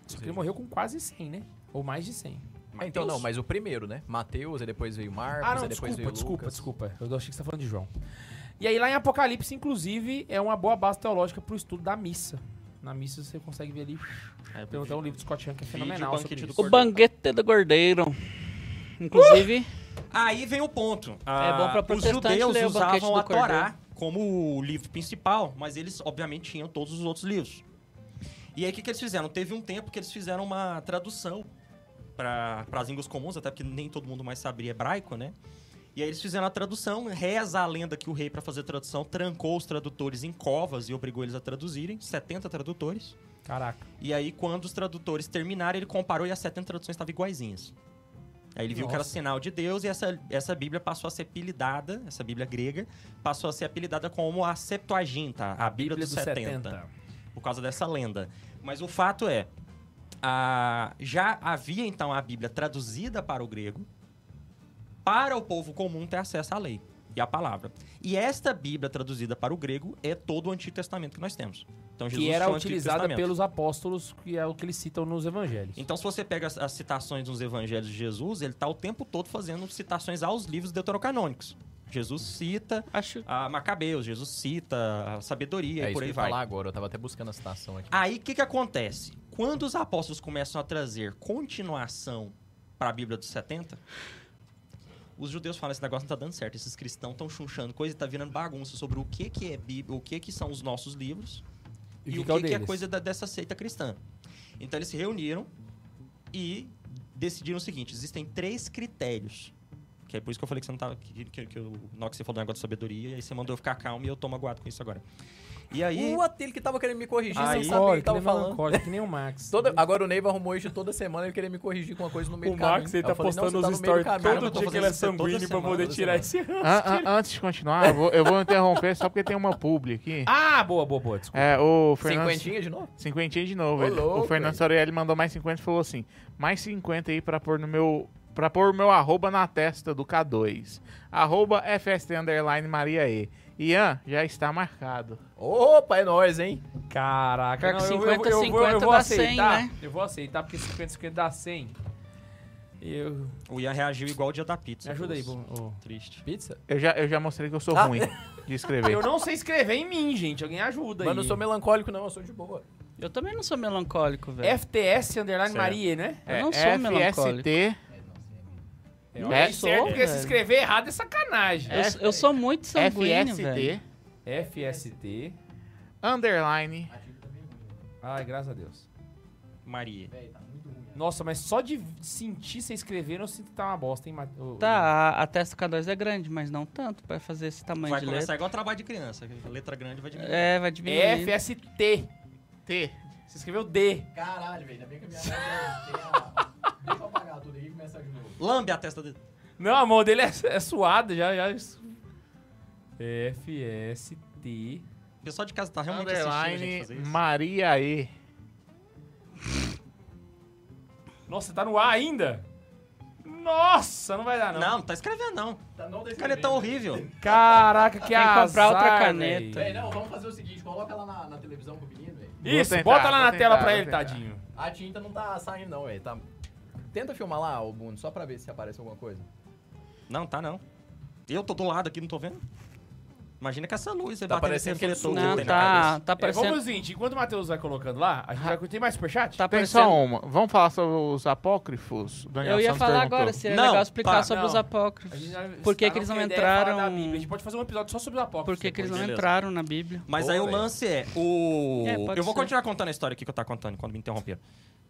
Speaker 1: Só que ele morreu com quase 100, né? Ou mais de 100.
Speaker 2: É, Então, não, mas o primeiro, né? Mateus, aí depois veio Marcos,
Speaker 1: Ah, não,
Speaker 2: aí depois
Speaker 1: desculpa,
Speaker 2: veio
Speaker 1: desculpa,
Speaker 2: Lucas.
Speaker 1: desculpa. Eu achei que você tá falando de João. E aí lá em Apocalipse, inclusive, é uma boa base teológica pro estudo da missa. Na missa você consegue ver ali.
Speaker 5: É,
Speaker 1: Tem até um livro do Scott Young que é
Speaker 5: Vídeo
Speaker 1: fenomenal. sobre
Speaker 5: Banquete do
Speaker 1: isso.
Speaker 4: O
Speaker 5: Cordeiro.
Speaker 4: banguete do gordeiro. Inclusive,
Speaker 5: Aí vem o ponto.
Speaker 4: É bom pra
Speaker 5: Ah, os
Speaker 4: protestante
Speaker 5: judeus
Speaker 4: ler o Banquete
Speaker 5: usavam
Speaker 4: do
Speaker 5: a Torá como o livro principal, mas eles, obviamente, tinham todos os outros livros. E aí, o que, que eles fizeram? Teve um tempo que eles fizeram uma tradução para as línguas comuns, até porque nem todo mundo mais sabia hebraico, né? E aí eles fizeram a tradução. Reza a lenda que o rei, para fazer a tradução, trancou os tradutores em covas e obrigou eles a traduzirem. 70 tradutores.
Speaker 1: Caraca.
Speaker 5: E aí, quando os tradutores terminaram, ele comparou e as 70 traduções estavam iguaizinhas. Aí ele viu que era
Speaker 1: Nossa.
Speaker 5: sinal de Deus e essa, essa Bíblia passou a ser apelidada, essa Bíblia grega, passou a ser apelidada como a Septuaginta, a, Bíblia, dos 70, por causa dessa lenda. Mas o fato é, a- já havia então a Bíblia traduzida para o grego, para o povo comum ter acesso à lei e à palavra. E esta Bíblia traduzida para o grego é todo o Antigo Testamento que nós temos. Então, Jesus
Speaker 1: Que era
Speaker 5: foi o Antigo
Speaker 1: utilizada
Speaker 5: Testamento.
Speaker 1: pelos apóstolos, que é o que eles citam nos evangelhos.
Speaker 5: Então, se você pega as, as citações dos evangelhos de Jesus, ele tá o tempo todo fazendo citações aos livros deuterocanônicos. Jesus cita
Speaker 4: acho.
Speaker 5: a Macabeus, Jesus cita a sabedoria
Speaker 2: É
Speaker 5: e
Speaker 2: isso
Speaker 5: por
Speaker 2: que eu
Speaker 5: aí
Speaker 2: ia
Speaker 5: vai.
Speaker 2: falar agora, eu tava até buscando a citação aqui.
Speaker 5: Aí, o que que acontece? Quando os apóstolos começam a trazer continuação para a Bíblia dos 70, os judeus falam, esse negócio não tá dando certo, esses cristãos estão chunchando coisa e tá virando bagunça sobre o que, que é Bíblia, o que, que são os nossos livros e, o que, que é coisa da- dessa seita cristã. Então eles se reuniram e decidiram o seguinte: existem três critérios. Que é por isso que eu falei que você não tava. Que, que, que eu, na hora que você falou do negócio de sabedoria, e aí você mandou eu ficar calmo e eu tomo aguado com isso agora. E aí.
Speaker 2: O aquele que tava querendo me corrigir
Speaker 5: Aí-
Speaker 2: sem saber o que tava
Speaker 5: é
Speaker 1: nem
Speaker 2: falando.
Speaker 1: melancólico, que nem o
Speaker 5: <laughs>
Speaker 1: Max.
Speaker 2: Toda- agora o Neiva arrumou isso toda semana, ele queria me corrigir com uma coisa no meio
Speaker 1: o
Speaker 2: do caminho.
Speaker 1: Max, ele
Speaker 2: Aí eu
Speaker 1: tá
Speaker 2: falei, não,
Speaker 1: postando
Speaker 2: você tá
Speaker 1: os
Speaker 2: no meio do
Speaker 1: stories
Speaker 2: caminho.
Speaker 1: todo
Speaker 5: eu
Speaker 1: dia
Speaker 5: tô
Speaker 1: que
Speaker 5: fazendo
Speaker 1: ele é
Speaker 5: isso toda
Speaker 1: sanguíneo pra
Speaker 5: semana,
Speaker 1: poder
Speaker 5: toda
Speaker 1: tirar esse <laughs>
Speaker 6: An- an- antes de continuar, eu vou, eu vou interromper só porque tem uma publi aqui.
Speaker 1: Ah, boa, boa, boa, desculpa.
Speaker 6: É, o Fernando.
Speaker 2: Cinquentinha de novo?
Speaker 6: Cinquentinha de novo.
Speaker 2: Ô,
Speaker 6: ele-
Speaker 2: louco,
Speaker 6: o Fernando
Speaker 2: velho.
Speaker 6: Sorelli mandou mais 50 e falou assim: mais 50 aí pra pôr no meu. Pra pôr o meu arroba na testa do K2. Arroba FST Underline Maria E. Ian, já está marcado.
Speaker 2: Opa, é nóis, hein?
Speaker 1: Caraca,
Speaker 4: Pior
Speaker 1: não,
Speaker 4: que
Speaker 1: eu- eu-
Speaker 4: 50,
Speaker 1: eu, eu, vou- eu
Speaker 4: 50
Speaker 1: vou
Speaker 4: dá 100,
Speaker 1: aceitar.
Speaker 4: né?
Speaker 1: Eu vou aceitar, porque 50, 50 dá 100. Eu...
Speaker 5: O Ian reagiu igual o dia da pizza.
Speaker 1: Me
Speaker 4: é
Speaker 1: ajuda aí,
Speaker 5: Deus.
Speaker 1: bom. ô.
Speaker 5: Triste.
Speaker 2: Pizza?
Speaker 6: Eu já, eu já mostrei que eu sou
Speaker 2: Ah.
Speaker 6: ruim de escrever.
Speaker 1: <laughs> Eu não sei escrever em mim, gente. Alguém ajuda
Speaker 2: Mas eu
Speaker 1: aí.
Speaker 2: não sou melancólico, não, eu sou de boa.
Speaker 4: Eu também não sou melancólico, velho.
Speaker 1: FTS underline Maria, né?
Speaker 6: É,
Speaker 4: Eu não sou um melancólico.
Speaker 6: FST.
Speaker 1: É,
Speaker 6: Não
Speaker 1: é
Speaker 6: sou,
Speaker 1: certo, porque se
Speaker 4: velho.
Speaker 1: escrever errado é sacanagem.
Speaker 4: Eu, eu sou muito sanguíneo, velho.
Speaker 6: FST.
Speaker 1: FST.
Speaker 6: Underline.
Speaker 1: Ai, graças a Deus.
Speaker 5: Maria.
Speaker 4: É,
Speaker 1: Nossa, mas só de sentir você escrever, eu sinto que tá uma bosta, hein, Matheus?
Speaker 4: Tá, a, a testa do K2 é grande, mas não tanto pra fazer esse tamanho
Speaker 5: Vai
Speaker 4: de
Speaker 5: começar
Speaker 4: letra.
Speaker 5: igual trabalho de criança. que Letra grande vai diminuir.
Speaker 4: É, vai diminuir.
Speaker 1: FST.
Speaker 6: T.
Speaker 1: Você escreveu D.
Speaker 2: Caralho, velho, ainda bem que a <laughs> minha mãe Deixa eu apagar tudo aí e começar de novo.
Speaker 5: Lambe a testa dele.
Speaker 1: Não, a mão dele é, é suada, já, já. FST.
Speaker 5: O pessoal de casa tá realmente assistindo a gente
Speaker 6: Underline
Speaker 5: fazer isso.
Speaker 6: Maria E.
Speaker 1: Nossa, você tá no A ainda? Nossa, não vai dar, não.
Speaker 5: Não, não tá escrevendo, não.
Speaker 2: Tá, não
Speaker 5: O cara é tão horrível.
Speaker 1: Caraca, que
Speaker 4: que
Speaker 1: azar,
Speaker 4: comprar outra
Speaker 1: velho.
Speaker 4: caneta.
Speaker 2: Véi, não, vamos fazer o seguinte, coloca lá na, na televisão pro menino, velho.
Speaker 1: Isso,
Speaker 6: Vou tentar,
Speaker 1: bota lá
Speaker 6: vou
Speaker 1: na
Speaker 6: tentar,
Speaker 1: tela pra
Speaker 6: vou
Speaker 1: ele,
Speaker 6: tentar.
Speaker 1: tadinho.
Speaker 2: A tinta não tá saindo, não, velho. Tá... Tenta filmar lá, o Bruno, só pra ver se aparece alguma coisa.
Speaker 5: Não, tá não. Eu tô do lado aqui, não tô vendo. Imagina com essa luz, você
Speaker 2: Tá
Speaker 5: batendo
Speaker 2: parecendo
Speaker 5: esse refletor
Speaker 4: Não,
Speaker 5: que tem na
Speaker 4: tá,
Speaker 5: cabeça.
Speaker 4: tá
Speaker 1: É, vamos
Speaker 4: parecendo.
Speaker 1: fazer o seguinte, enquanto o Matheus vai colocando lá, a gente vai... Tem mais superchat?
Speaker 4: Tá
Speaker 6: Tem só
Speaker 4: parecendo.
Speaker 6: uma. Vamos falar sobre os apócrifos?
Speaker 1: né?
Speaker 6: Daniel
Speaker 4: Eu ia
Speaker 6: Santos
Speaker 4: falar
Speaker 6: perguntou.
Speaker 4: agora, seria
Speaker 5: Não,
Speaker 4: legal explicar
Speaker 5: para,
Speaker 4: sobre
Speaker 1: não.
Speaker 4: os
Speaker 1: A
Speaker 4: apócrifos.
Speaker 1: gente já-
Speaker 4: Por que,
Speaker 1: tá,
Speaker 4: que eles
Speaker 1: não,
Speaker 4: não
Speaker 1: porque a ideia é falar
Speaker 4: entraram.
Speaker 1: da Bíblia. A gente pode fazer um episódio só sobre os apócrifos.
Speaker 4: Por que, que eles
Speaker 1: depois.
Speaker 4: não
Speaker 5: Beleza.
Speaker 4: entraram na Bíblia?
Speaker 5: Mas
Speaker 2: Boa,
Speaker 5: aí o
Speaker 2: velho.
Speaker 5: lance é, o...
Speaker 4: É, pode
Speaker 5: eu vou
Speaker 4: ser.
Speaker 5: continuar contando a história aqui que eu tava contando, quando me interromperam.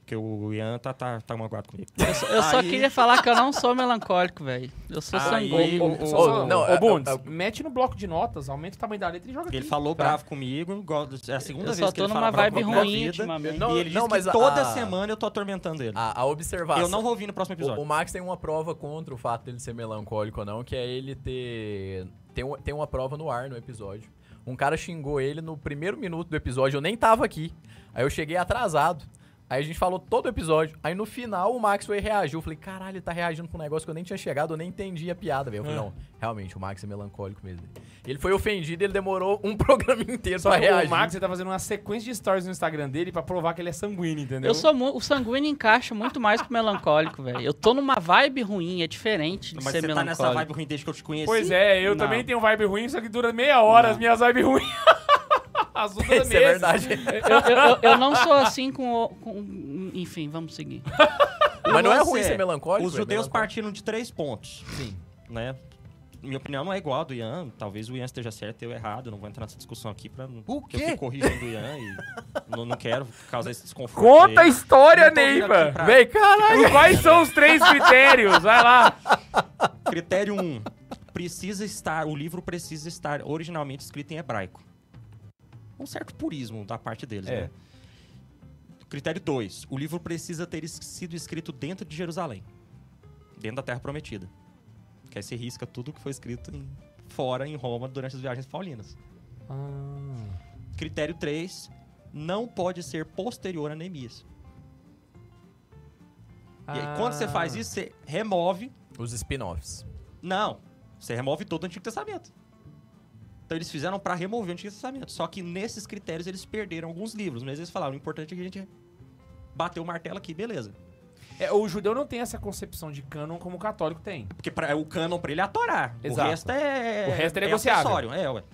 Speaker 5: Porque o Ian tá, tá, tá magoado comigo.
Speaker 4: Eu só
Speaker 5: Aí-
Speaker 4: queria falar que eu não sou melancólico, velho. Eu sou
Speaker 5: Aí-
Speaker 4: sanguíneo.
Speaker 1: Ô,
Speaker 5: o-
Speaker 1: ô, só-
Speaker 5: o-
Speaker 1: só-
Speaker 2: não,
Speaker 1: ô,
Speaker 2: é-
Speaker 1: Bundes,
Speaker 2: é-
Speaker 1: mete no bloco de notas, aumenta o tamanho da letra e joga
Speaker 5: Ele
Speaker 1: aqui.
Speaker 5: falou bravo comigo, igual- é a segunda
Speaker 4: Eu
Speaker 5: vez
Speaker 4: só
Speaker 5: que
Speaker 4: tô
Speaker 5: ele
Speaker 4: numa
Speaker 5: fala bravo
Speaker 4: vibe
Speaker 5: comigo na
Speaker 4: ruim
Speaker 5: vida.
Speaker 4: ultimamente.
Speaker 2: Não,
Speaker 5: e ele
Speaker 2: não,
Speaker 5: disse
Speaker 2: mas
Speaker 5: que
Speaker 2: a-
Speaker 5: toda
Speaker 2: a-
Speaker 5: semana eu tô atormentando ele.
Speaker 2: A, a observação.
Speaker 5: eu não vou vir no próximo
Speaker 2: O,
Speaker 5: episódio.
Speaker 2: o Max tem uma prova contra o fato dele ser melancólico ou não, que é ele ter. Tem, um- tem uma prova no ar no episódio. Um cara xingou ele no primeiro minuto do episódio, eu nem tava aqui. Aí eu cheguei atrasado. Aí a gente falou todo o episódio. Aí no final o Max foi reagiu. Eu falei, caralho, ele tá reagindo pra um negócio que eu nem tinha chegado, eu nem entendi a piada, velho. Eu falei, não, realmente, o Max é melancólico mesmo. Ele foi ofendido, ele demorou um <laughs> programa inteiro
Speaker 1: Só
Speaker 2: pra
Speaker 1: que
Speaker 2: reagir. <laughs>
Speaker 1: o Max ele tá fazendo uma sequência de stories no Instagram dele pra provar que ele é sanguíneo, entendeu?
Speaker 4: Eu sou mu- o sanguíneo encaixa muito mais com o melancólico, velho. Eu tô numa vibe ruim, é diferente de
Speaker 5: Mas
Speaker 4: ser
Speaker 5: você tá
Speaker 4: melancólico.
Speaker 5: nessa vibe ruim desde que eu te conheci.
Speaker 1: Pois é, eu
Speaker 4: Não.
Speaker 1: também tenho vibe ruim, só que dura meia hora
Speaker 5: Não.
Speaker 1: as minhas vibes ruins. <laughs> As outras
Speaker 2: Isso é
Speaker 1: meses.
Speaker 2: verdade.
Speaker 4: Eu, eu- eu- eu não sou assim com, o- com- Enfim, vamos seguir.
Speaker 5: O
Speaker 2: Mas não é
Speaker 5: lance
Speaker 2: ruim ser melancólico,
Speaker 5: Os
Speaker 2: é
Speaker 5: judeus
Speaker 2: melancólico.
Speaker 5: partiram de três pontos.
Speaker 2: Sim.
Speaker 5: né? Minha opinião não é igual a do Ian. Talvez o Ian esteja certo, eu errado. Não vou entrar nessa discussão aqui pra não.
Speaker 2: O
Speaker 5: que Eu
Speaker 2: quê?
Speaker 5: fico corrigindo o Ian e não, não quero
Speaker 2: <laughs>
Speaker 5: causar esse desconforto.
Speaker 1: Conta a
Speaker 5: dele.
Speaker 1: história,
Speaker 5: Não tô vindo
Speaker 1: Neiva!
Speaker 5: aqui pra-
Speaker 2: Véi, caralho!
Speaker 1: Quais são os três critérios? Vai lá.
Speaker 5: Critério 1. Um, precisa estar. O livro precisa estar originalmente escrito em hebraico. Um certo purismo da parte deles,
Speaker 1: É.
Speaker 5: né? Critério 2. O livro precisa ter es- sido escrito dentro de Jerusalém. Dentro da Terra Prometida. Que aí se risca tudo que foi escrito em- fora em Roma durante as viagens paulinas. Critério 3, não pode ser posterior a Neemias. E aí,
Speaker 1: Ah.
Speaker 5: quando você faz isso, você remove.
Speaker 2: Os spin-offs.
Speaker 5: Não, você remove todo o Antigo Testamento. Então eles fizeram pra remover o Antigo Testamento. Só que nesses critérios eles perderam alguns livros, mas eles falaram: o importante é que a gente bateu o martelo aqui, beleza.
Speaker 1: É, o judeu não tem essa concepção de cânon como o católico tem.
Speaker 5: Porque pra, o cânon pra ele é a Torá.
Speaker 1: Exato.
Speaker 5: O resto é.
Speaker 1: O resto é
Speaker 5: é
Speaker 1: negociável.
Speaker 5: acessório, É, ué.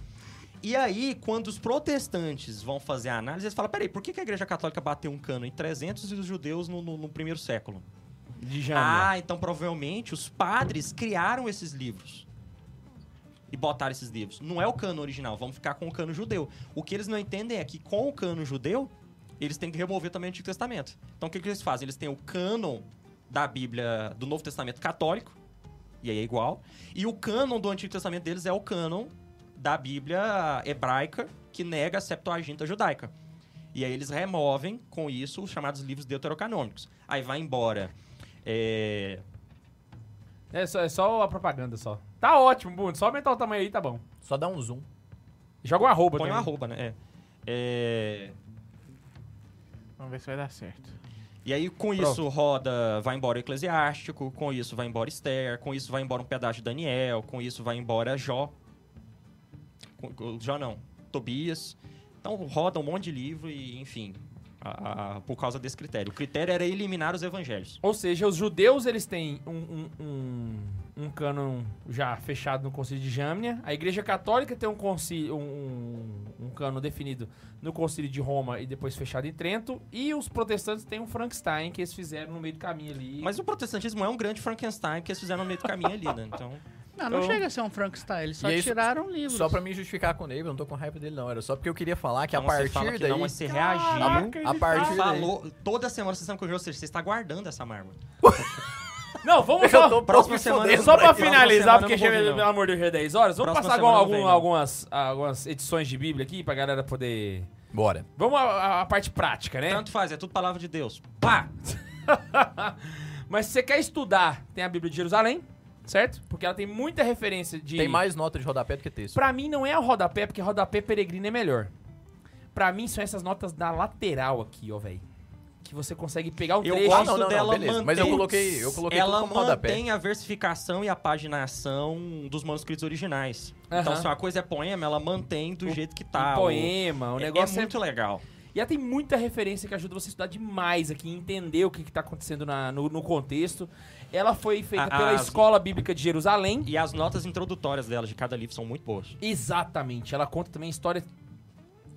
Speaker 5: E aí, quando os protestantes vão fazer a análise, eles falam: peraí, por que que a Igreja Católica bateu um cano em 300 e os judeus no, no- no primeiro século?
Speaker 1: De
Speaker 5: Ah, então provavelmente os padres criaram esses livros. E botaram esses livros. Não é o cano original, vamos ficar com o cano judeu. O que eles não entendem é que com o cano judeu, eles têm que remover também o Antigo Testamento. Então o que, que eles fazem? Eles têm o cânon da Bíblia do Novo Testamento católico, e aí é igual. E o cânon do Antigo Testamento deles é o cânon da Bíblia hebraica, que nega a Septuaginta judaica. E aí eles removem, com isso, os chamados livros deuterocanônicos. Aí vai embora. É,
Speaker 1: É só, é só a propaganda só. Tá ótimo, Bruno. Só aumentar o tamanho aí, tá bom.
Speaker 2: Só dá um zoom.
Speaker 1: Joga um arroba
Speaker 5: Põe um
Speaker 1: também.
Speaker 5: arroba, né? É. É,
Speaker 6: Vamos ver se vai dar certo.
Speaker 5: E aí, com isso, roda, vai embora o Eclesiástico, com isso vai embora Esther, com isso vai embora um pedaço de Daniel, com isso vai embora Jó. Com- com- Jó não, Tobias. Então roda um monte de livro e, enfim, a- a- por causa desse critério. O critério era eliminar os evangelhos.
Speaker 1: Ou seja, os judeus, eles têm um, um, um, um cânon já fechado no concílio de Jâmnia. A igreja católica tem um, concílio, um, um, um cânon definido no concílio de Roma e depois fechado em Trento. E os protestantes têm um Frankenstein que eles fizeram no meio do caminho ali.
Speaker 5: Mas o protestantismo é um grande Frankenstein que eles fizeram no meio do caminho ali, né? Então,
Speaker 1: Então-
Speaker 7: Não, não chega a ser um Frankenstein, eles só
Speaker 2: E aí,
Speaker 7: tiraram livros.
Speaker 2: Só pra me justificar com o Neiva, eu não tô com raiva dele, não. Era só porque eu queria falar <laughs> que
Speaker 5: então
Speaker 2: a
Speaker 5: você fala
Speaker 2: partir
Speaker 5: que
Speaker 2: daí. tá
Speaker 5: não, mas
Speaker 1: é
Speaker 5: você reagiu.
Speaker 2: a partir daí.
Speaker 5: Falou, toda semana você sabe que eu ou seja, você está guardando essa mágoa.
Speaker 1: Não,
Speaker 5: <laughs>
Speaker 1: vamos
Speaker 2: Eu
Speaker 1: só...
Speaker 2: tô
Speaker 5: próxima
Speaker 2: me
Speaker 5: semana-
Speaker 2: fodendo,
Speaker 1: Só pra
Speaker 5: Próxima
Speaker 1: finalizar,
Speaker 5: semana
Speaker 1: porque
Speaker 5: eu não vou
Speaker 1: chega,
Speaker 5: vir, não.
Speaker 1: pelo amor de Deus, já é 10 horas. Vamos
Speaker 5: Próxima
Speaker 1: passar algum,
Speaker 5: semana eu não
Speaker 1: algum-
Speaker 5: venho, não.
Speaker 1: algumas, algumas edições de Bíblia aqui pra galera poder...
Speaker 2: Bora.
Speaker 1: Vamos à, à- à parte prática, né?
Speaker 5: Tanto faz, é tudo palavra de Deus. Pá!
Speaker 1: Mas se você quer estudar, tem a Bíblia de Jerusalém, certo? Porque ela tem muita referência de.
Speaker 2: Tem mais nota de rodapé do que texto.
Speaker 1: Pra mim não é o rodapé, porque rodapé peregrino é melhor. Pra mim são essas notas da lateral aqui, ó, velho. Que você consegue pegar o
Speaker 5: Eu
Speaker 1: trecho. um
Speaker 5: gosto
Speaker 2: não, não, não,
Speaker 5: dela
Speaker 2: beleza. Mas eu
Speaker 5: mantém-
Speaker 2: coloquei- eu coloquei
Speaker 5: ela
Speaker 2: tudo como rodapé.
Speaker 5: mantém a versificação e a paginação dos manuscritos originais. Então,
Speaker 1: Aham.
Speaker 5: se uma coisa é poema, ela mantém do
Speaker 1: O-
Speaker 5: jeito que
Speaker 1: Um
Speaker 5: tá. o-
Speaker 1: poema, o
Speaker 5: é,
Speaker 1: negócio
Speaker 5: é
Speaker 1: é,
Speaker 5: muito legal.
Speaker 1: E ela tem muita referência que ajuda você a estudar demais aqui, entender o que, que tá acontecendo na- no, no contexto. Ela foi feita
Speaker 5: A-
Speaker 1: pela
Speaker 5: as-
Speaker 1: Escola Bíblica de Jerusalém.
Speaker 5: E as notas introdutórias dela de cada livro são muito boas.
Speaker 1: Exatamente. Ela conta também história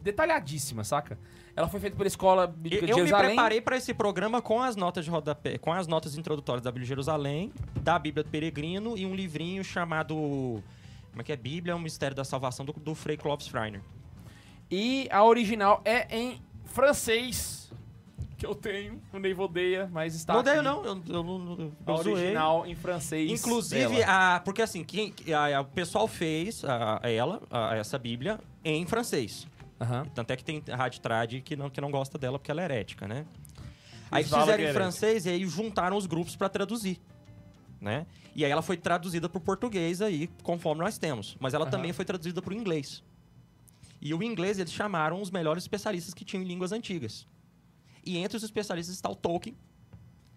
Speaker 1: detalhadíssima, saca? Ela foi feita pela Escola
Speaker 5: E-
Speaker 1: Bíblica de
Speaker 5: Eu me
Speaker 1: Tipo Jerusalém.
Speaker 5: preparei para esse programa com as notas de rodapé, com as notas introdutórias da Bíblia de Jerusalém, da Bíblia do Peregrino e um livrinho chamado como é que é Bíblia, é um mistério da salvação do, do Frei Clovis Freiner.
Speaker 1: E a original é em francês, que eu tenho. O Neiva odeia, mas está
Speaker 5: não odeio
Speaker 1: aqui.
Speaker 5: não, eu, eu não eu,
Speaker 1: Tá, A
Speaker 5: eu zoei.
Speaker 1: original em francês.
Speaker 5: Inclusive,
Speaker 1: dela.
Speaker 5: a, porque assim, quem, a- a- o pessoal fez a- a ela, a- essa Bíblia, em francês.
Speaker 1: Aham.
Speaker 5: Tanto é que tem rádio trad que não, que não gosta dela porque ela é herética, né?
Speaker 1: falam
Speaker 5: Aí
Speaker 1: que
Speaker 5: fizeram
Speaker 1: é
Speaker 5: em
Speaker 1: herética.
Speaker 5: francês e aí juntaram os grupos pra traduzir, né? E aí ela foi traduzida pro português aí, conforme nós temos. Mas ela
Speaker 1: Aham.
Speaker 5: também foi traduzida pro inglês. E o inglês eles chamaram os melhores especialistas que tinham em línguas antigas. E entre os especialistas está o Tolkien,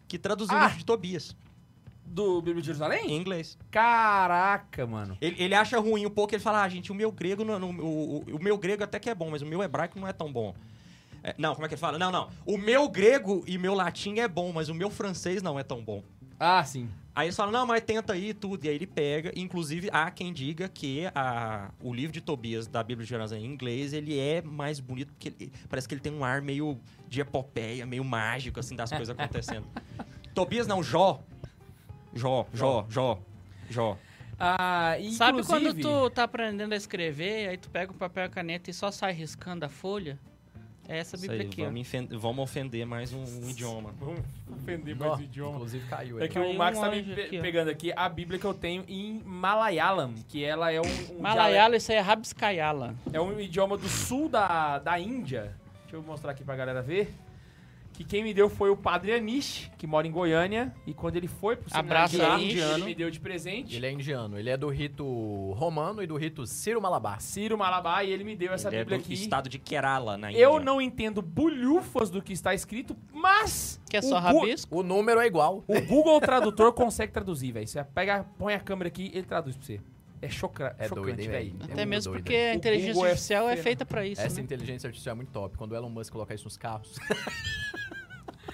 Speaker 5: que traduziu o
Speaker 1: Ah!
Speaker 5: livro de Tobias
Speaker 1: Do Bíblia de Jerusalém?
Speaker 5: em inglês.
Speaker 1: Caraca, mano.
Speaker 5: Ele, ele acha ruim um pouco, ele fala, ah, gente, o meu grego, não- não- o, o- o meu grego até que é bom, mas o meu hebraico não é tão bom. É, não, como é que ele fala? Não, não. O meu grego e meu latim é bom, mas o meu francês não é tão bom.
Speaker 1: Ah, sim.
Speaker 5: Aí eles falam, não, mas tenta aí tudo. E aí ele pega. Inclusive, há quem diga que a- o livro de Tobias da Bíblia de Jerusalém em inglês, ele é mais bonito, porque ele- parece que ele tem um ar meio de epopeia, meio mágico, assim, das coisas acontecendo. Tobias não, Jó. Jó, Jó, Jó, Jó.
Speaker 1: Ah, e
Speaker 4: Sabe quando
Speaker 1: inclusive-
Speaker 4: tu tá aprendendo a escrever, aí tu pega o papel e a caneta e só sai riscando a folha? É essa
Speaker 5: Isso
Speaker 4: Bíblia
Speaker 5: aí,
Speaker 4: aqui, ó.
Speaker 5: vamos, ofender, vamos ofender mais um, um idioma.
Speaker 1: Vamos ofender mais
Speaker 2: Nó,
Speaker 1: o idioma.
Speaker 2: Inclusive caiu
Speaker 1: É
Speaker 2: aí.
Speaker 1: que o
Speaker 4: Caiu
Speaker 1: Max
Speaker 4: um
Speaker 1: tá me
Speaker 4: anjo
Speaker 1: pe-
Speaker 4: aqui, ó.
Speaker 1: pegando aqui a Bíblia que eu tenho em Malayalam, que ela é um, um
Speaker 4: Malayala, isso aí é Rabskayala.
Speaker 1: dialeto- é um idioma do sul da, da Índia. Deixa eu mostrar aqui pra galera ver. Que quem me deu foi o padre Anish, que mora em Goiânia. E quando ele foi pro seminário
Speaker 4: Abraço,
Speaker 1: de lá,
Speaker 4: Anish.
Speaker 1: ele me deu de presente.
Speaker 2: Ele é indiano. Ele é do rito romano e do rito ciro-malabar.
Speaker 1: Ciro Malabar, e ele me deu essa
Speaker 5: Ele é
Speaker 1: Bíblia
Speaker 5: do
Speaker 1: aqui.
Speaker 5: estado de Kerala, na Índia.
Speaker 1: Eu não entendo bulhufas do que está escrito, mas.
Speaker 4: Que é
Speaker 1: o
Speaker 4: só
Speaker 1: Gu-
Speaker 4: rabisco?
Speaker 2: O número é igual.
Speaker 1: O Google Tradutor <laughs> consegue traduzir, velho. Você pega, põe a câmera aqui, ele traduz pra você. É, chocra
Speaker 2: É doido,
Speaker 1: chocante,
Speaker 2: hein,
Speaker 1: velho.
Speaker 2: velho?
Speaker 4: Até
Speaker 2: muito
Speaker 4: mesmo
Speaker 2: doido,
Speaker 4: porque
Speaker 5: né?
Speaker 4: a
Speaker 1: O
Speaker 4: inteligência
Speaker 1: Google é
Speaker 4: artificial é,
Speaker 1: fena.
Speaker 4: feita pra isso,
Speaker 2: Essa
Speaker 4: né?
Speaker 2: inteligência artificial é muito top. Quando o Elon Musk colocar isso nos carros.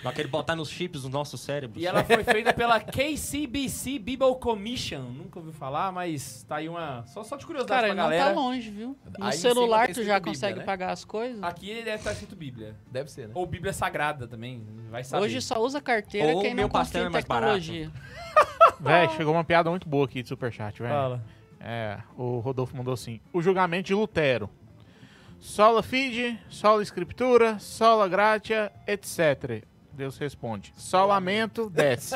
Speaker 5: Daquele botar nos chips do nosso cérebro.
Speaker 1: E ela foi feita pela KCBC Bible Commission. Nunca ouvi falar, mas tá aí uma. Só, só de curiosidade
Speaker 7: Cara,
Speaker 1: pra
Speaker 7: ele não
Speaker 1: galera.
Speaker 7: tá longe, viu? No
Speaker 2: Aí em cima
Speaker 7: celular
Speaker 2: tem
Speaker 7: tu
Speaker 2: escrito
Speaker 7: já
Speaker 2: Bíblia,
Speaker 7: consegue
Speaker 2: né?
Speaker 7: pagar as coisas.
Speaker 1: Aqui ele deve estar escrito Bíblia.
Speaker 2: <laughs> Deve ser, né?
Speaker 1: Ou Bíblia Sagrada também. Vai saber.
Speaker 7: Hoje só usa carteira
Speaker 5: Ou
Speaker 7: quem
Speaker 5: meu
Speaker 7: não confia
Speaker 5: pastel é
Speaker 7: em
Speaker 5: mais barato.
Speaker 1: <laughs>
Speaker 7: tecnologia.
Speaker 6: Véi, chegou uma piada muito boa aqui de Superchat, velho.
Speaker 1: Fala.
Speaker 6: É, o Rodolfo mandou assim. O julgamento de Lutero. Sola fide, sola escritura, sola gratia, etc. Deus responde.
Speaker 4: <laughs>
Speaker 6: Solamento, desce.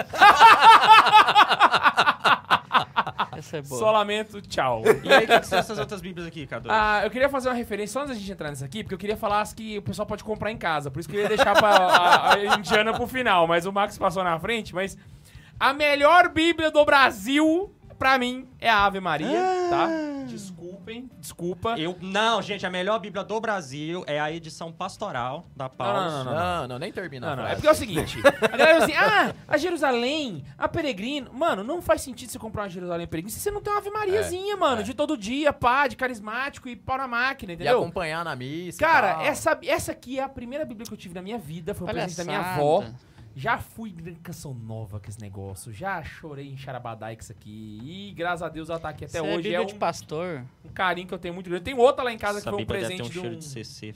Speaker 7: Essa é boa.
Speaker 1: Só lamento, tchau.
Speaker 7: <laughs>
Speaker 5: E aí, o que, que são essas outras bíblias aqui, Cadu?
Speaker 1: Ah, eu queria fazer uma referência só antes da gente entrar nisso aqui, porque eu queria falar as que o pessoal pode comprar em casa. Por isso que eu ia deixar pra, a, a indiana pro final, mas o Max passou na frente. Mas a melhor Bíblia do Brasil, pra mim, é a Ave Maria, tá?
Speaker 7: Ah.
Speaker 1: Desculpem, desculpa.
Speaker 5: Eu, não, gente, a melhor bíblia do Brasil é a edição pastoral da Paulus.
Speaker 1: Não, não,
Speaker 2: Não, não, nem termina.
Speaker 1: Não,
Speaker 2: a
Speaker 1: não. É
Speaker 2: frase.
Speaker 1: porque é o seguinte, a galera fala assim, ah, a Jerusalém, a Peregrino. Mano, não faz sentido você comprar uma Jerusalém Peregrino se você não tem uma Ave Mariazinha, mano, de todo dia, pá, de carismático e pau na máquina,
Speaker 2: E
Speaker 1: entendeu?
Speaker 2: acompanhar na missa. e
Speaker 1: Cara,
Speaker 2: tal.
Speaker 1: essa, essa aqui é a primeira Bíblia que eu tive na minha vida, foi um presente da minha avó.
Speaker 7: Palhaçada.
Speaker 1: Já fui em canção nova com esse negócio, já chorei em Charabadai com isso aqui. E graças a Deus ela tá aqui até
Speaker 7: Isso é
Speaker 1: hoje.
Speaker 7: Bíblia
Speaker 1: É
Speaker 7: de
Speaker 1: um,
Speaker 7: pastor.
Speaker 1: um carinho que eu tenho muito grande. Tem outra lá em casa
Speaker 5: Essa
Speaker 1: que foi um
Speaker 5: bíblia deve
Speaker 1: presente
Speaker 5: ter
Speaker 1: de
Speaker 5: um cheiro
Speaker 1: um...
Speaker 5: de CC.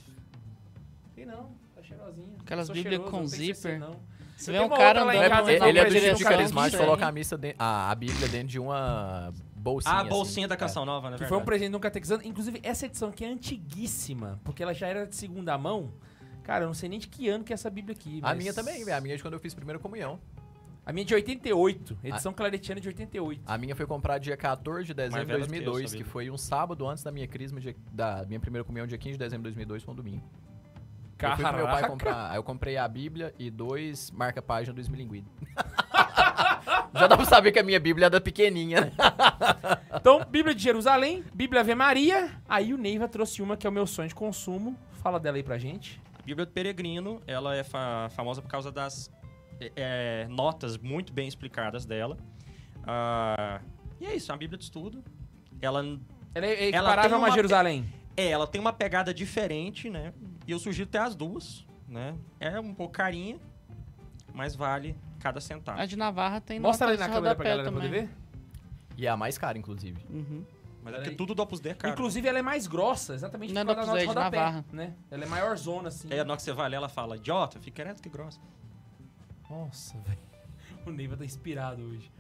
Speaker 1: Tem não, tá cheirosinha.
Speaker 7: Aquelas
Speaker 1: Sou
Speaker 7: Bíblia
Speaker 1: cheiroso,
Speaker 7: com
Speaker 1: não tem CC
Speaker 7: zíper.
Speaker 1: não.
Speaker 7: Você vê
Speaker 1: Eu tenho
Speaker 7: um
Speaker 1: uma
Speaker 7: cara
Speaker 1: outra lá em
Speaker 7: andando
Speaker 1: casa,
Speaker 7: por
Speaker 1: mas
Speaker 2: ele,
Speaker 1: não,
Speaker 2: ele é
Speaker 1: mas
Speaker 2: do
Speaker 1: ele é
Speaker 2: tipo
Speaker 1: um
Speaker 2: de
Speaker 1: cara
Speaker 2: carismático
Speaker 1: diferente.
Speaker 2: coloca a missa dentro, a, a Bíblia dentro de uma bolsinha.
Speaker 5: Ah, a
Speaker 2: assim.
Speaker 5: bolsinha da
Speaker 2: É.
Speaker 5: canção nova, né?
Speaker 1: Que foi um
Speaker 5: verdade?
Speaker 1: presente de um catequizando. Inclusive, essa edição aqui é antiguíssima, porque ela já era de segunda mão. Cara, eu não sei nem de que ano que é essa Bíblia aqui.
Speaker 2: A
Speaker 1: mas-
Speaker 2: minha também, velho. A minha é de quando eu fiz primeira comunhão.
Speaker 1: A minha é de 88, edição claretiana de 88.
Speaker 2: A minha foi comprada dia 14 de dezembro de
Speaker 5: velha do que eu,
Speaker 2: 2002,
Speaker 5: sabia?
Speaker 2: que foi um sábado antes da minha crisma, dia- da minha primeira comunhão, dia 15 de dezembro de 2002, foi um domingo. Eu fui pro meu pai comprar, aí eu comprei a Bíblia e dois marca-página do Smilinguido. <laughs> Já dá pra saber que a minha Bíblia é da pequenininha, <laughs> né?
Speaker 1: Então, Bíblia de Jerusalém, Bíblia Ave Maria. Aí o Neiva trouxe uma que é o meu sonho de consumo. Fala dela aí pra gente.
Speaker 5: A Bíblia do Peregrino, ela é fa- famosa por causa das eh, eh, notas muito bem explicadas dela. Ah, e é isso, é uma Bíblia de estudo. Ela,
Speaker 1: Ela é- é
Speaker 5: Ela
Speaker 1: equiparável
Speaker 5: tem
Speaker 1: a uma
Speaker 5: uma-
Speaker 1: Jerusalém.
Speaker 5: é, ela tem uma pegada diferente, né? E eu sugiro ter as duas, né? É um pouco carinha, mas vale cada centavo.
Speaker 7: A de Navarra tem
Speaker 1: Mostra ali
Speaker 7: notas de
Speaker 1: na câmera pra
Speaker 7: rodapé
Speaker 1: galera poder
Speaker 7: também.
Speaker 1: ver.
Speaker 2: E é a mais cara, inclusive.
Speaker 7: Uhum.
Speaker 5: Mas é porque tudo do Opus Dei é caro.
Speaker 1: Inclusive, ela é mais grossa, exatamente
Speaker 7: Não é
Speaker 1: por causa
Speaker 7: do
Speaker 1: da nota de
Speaker 7: Opus Dei, de
Speaker 1: rodapé.
Speaker 7: Navarra.
Speaker 1: Né? Ela é maior zona, assim.
Speaker 5: É, na hora que você vai ler, ela fala, idiota, fica querendo que grossa.
Speaker 1: Nossa, <laughs> velho. O Neiva tá inspirado hoje.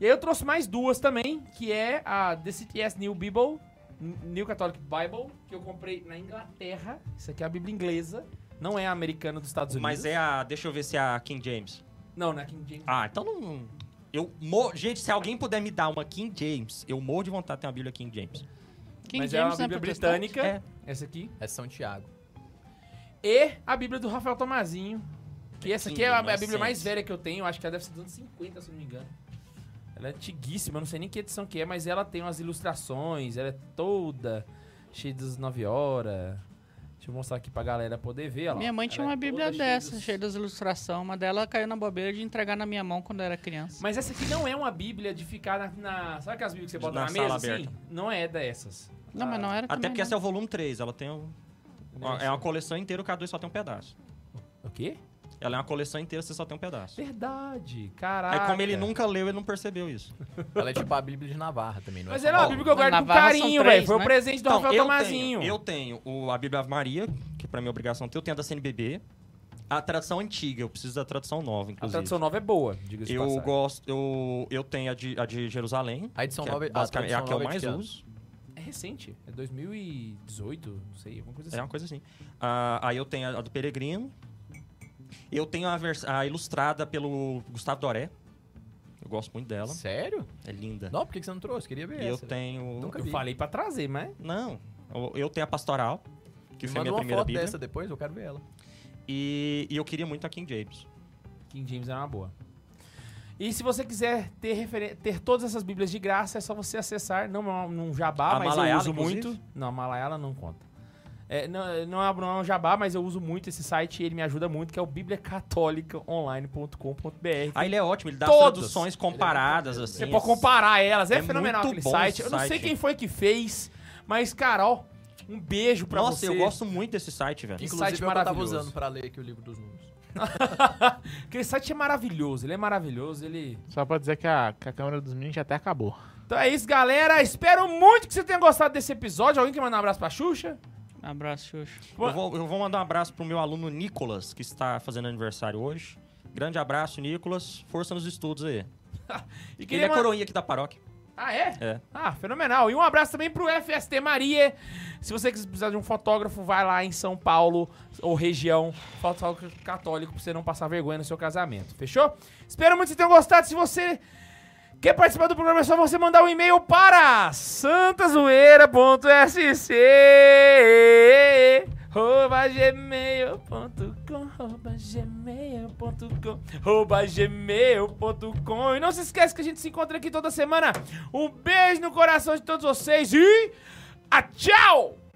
Speaker 1: E aí eu trouxe mais duas também, que é a The CTS New Bible, New Catholic Bible, que eu comprei na Inglaterra. Isso aqui é a Bíblia inglesa, não é a americana dos Estados Unidos.
Speaker 5: Mas é a. Deixa eu ver se é a King James.
Speaker 1: Não, na King James.
Speaker 5: Ah, então não. Eu mor... Gente, se alguém puder me dar uma King James, eu morro de vontade de ter uma Bíblia King James.
Speaker 7: King
Speaker 1: Mas
Speaker 7: James
Speaker 1: é
Speaker 7: não
Speaker 1: uma Bíblia
Speaker 7: protestante?
Speaker 1: britânica,
Speaker 5: É.
Speaker 1: essa aqui.
Speaker 2: É São Tiago.
Speaker 1: E a Bíblia do Rafael Tomazinho, que essa aqui é a, a Bíblia
Speaker 5: Inocente.
Speaker 1: mais velha que eu tenho, acho que ela deve ser dos anos 50, se eu não me engano. Ela é antiguíssima, eu não sei nem que edição que é, mas ela tem umas ilustrações, ela é toda cheia dos 9 horas. Deixa eu mostrar aqui pra galera poder ver, ó.
Speaker 7: Minha mãe
Speaker 1: Ela
Speaker 7: tinha uma
Speaker 1: é
Speaker 7: Bíblia
Speaker 1: toda
Speaker 7: dessa,
Speaker 1: dos-
Speaker 7: cheia das ilustrações. Uma dela caiu na bobeira de entregar na minha mão quando eu era criança.
Speaker 1: Mas essa aqui não é uma Bíblia de ficar na. na- sabe aquelas Bíblias que você bota na,
Speaker 5: Na
Speaker 1: mesa
Speaker 5: sala
Speaker 1: assim?
Speaker 5: aberta.
Speaker 1: Não é dessas.
Speaker 7: Não, mas não era
Speaker 5: Até
Speaker 7: também, né?
Speaker 5: porque essa
Speaker 7: não.
Speaker 5: é o volume 3, ela tem um...
Speaker 1: Nossa.
Speaker 5: É uma coleção inteira, o K2 só tem um pedaço.
Speaker 1: O quê?
Speaker 5: Ela é uma coleção inteira, você só tem um pedaço.
Speaker 1: Verdade, caralho.
Speaker 5: Aí É como ele nunca leu, ele não percebeu isso.
Speaker 2: Ela é tipo a Bíblia de Navarra também, não é?
Speaker 1: Mas
Speaker 2: só
Speaker 1: ela é uma
Speaker 2: Paulo.
Speaker 1: Bíblia que eu
Speaker 7: Mas
Speaker 1: guardo com
Speaker 7: Navarra são
Speaker 1: carinho,
Speaker 7: três,
Speaker 1: velho. Foi o
Speaker 7: né?
Speaker 1: presente do Rafael
Speaker 5: Então, eu
Speaker 1: Tomazinho.
Speaker 5: tenho, eu tenho o- a Bíblia Ave Maria, que pra minha obrigação ter, eu tenho a da CNBB. A tradução antiga, eu preciso da tradução nova,
Speaker 1: A
Speaker 5: inclusive.
Speaker 1: tradução nova é boa, diga-se de
Speaker 5: eu
Speaker 1: passagem.
Speaker 5: gosto, eu, eu tenho a de, a de Jerusalém.
Speaker 2: A edição
Speaker 5: que é
Speaker 2: nova- Então, a
Speaker 5: basicamente é a
Speaker 2: tradução
Speaker 5: que eu
Speaker 2: nova é de
Speaker 5: mais
Speaker 2: que ano?
Speaker 5: uso.
Speaker 1: É recente, é 2018, não sei, alguma coisa assim.
Speaker 5: É uma coisa assim. Ah, aí eu tenho a, a do Peregrino. Eu tenho a, vers- a ilustrada pelo Gustavo Doré. Eu gosto muito dela.
Speaker 2: Sério?
Speaker 5: É linda.
Speaker 2: Não, por que que você não trouxe? Queria ver
Speaker 5: E eu
Speaker 2: essa, velho.
Speaker 5: tenho.
Speaker 2: Nunca
Speaker 1: Eu
Speaker 2: vi.
Speaker 1: falei pra trazer, mas.
Speaker 5: Não. Eu- Eu tenho a Pastoral, que
Speaker 2: Me
Speaker 5: foi a
Speaker 2: manda
Speaker 5: minha
Speaker 2: uma
Speaker 5: primeira
Speaker 2: foto
Speaker 5: Bíblia.
Speaker 2: dessa depois, eu quero ver ela.
Speaker 5: E, e eu queria muito a King James.
Speaker 1: King James era uma boa. E se você quiser ter, referen- ter todas essas bíblias de graça, é só você acessar. Não é um um jabá,
Speaker 5: A
Speaker 1: mas eu
Speaker 5: Malayala,
Speaker 1: uso
Speaker 5: inclusive?
Speaker 1: muito. Não, a Malayala não conta. É, não, não é, não é um jabá, mas eu uso muito esse site e ele me ajuda muito, que é o bibliacatolicaonline.com.br.
Speaker 5: Aí ele é ótimo, ele dá
Speaker 1: Todos.
Speaker 5: as traduções comparadas, assim.
Speaker 1: é Você pode comparar elas, é,
Speaker 5: É
Speaker 1: fenomenal
Speaker 5: muito
Speaker 1: aquele
Speaker 5: bom
Speaker 1: site.
Speaker 5: esse
Speaker 1: Eu não sei
Speaker 5: site.
Speaker 1: quem foi que fez, mas, Carol, um beijo pra
Speaker 5: Nossa,
Speaker 1: você.
Speaker 5: eu gosto muito desse site, velho.
Speaker 1: Que
Speaker 2: Inclusive,
Speaker 1: site
Speaker 2: eu que tava
Speaker 1: maravilhoso.
Speaker 2: usando pra ler aqui o livro dos números.
Speaker 1: Aquele site é maravilhoso, ele é maravilhoso, ele...
Speaker 6: Só pra dizer que a, que a câmera dos meninos já até acabou.
Speaker 1: Então é isso, galera. Espero muito que você tenha gostado desse episódio. Alguém quer mandar um abraço pra Xuxa?
Speaker 4: Abraço, Xuxa.
Speaker 5: Eu vou, eu vou mandar um abraço pro meu aluno Nicolas, que está fazendo aniversário hoje. Grande abraço, Nicolas. Força nos estudos aí.
Speaker 1: E
Speaker 5: Ele é
Speaker 1: man-
Speaker 5: coroinha aqui da paróquia.
Speaker 1: Ah, é?
Speaker 5: É.
Speaker 1: Ah, fenomenal. E um abraço também pro FST Maria. Se você precisar de um fotógrafo, vai lá em São Paulo ou região, fotógrafo católico, pra você não passar vergonha no seu casamento. Fechou? Espero muito que vocês tenham gostado. Se você quer participar do programa, é só você mandar um e-mail para santazoeira.sc arroba gmail.com arroba gmail.com arroba gmail.com e não se esquece que a gente se encontra aqui toda semana um beijo no coração de todos vocês e a tchau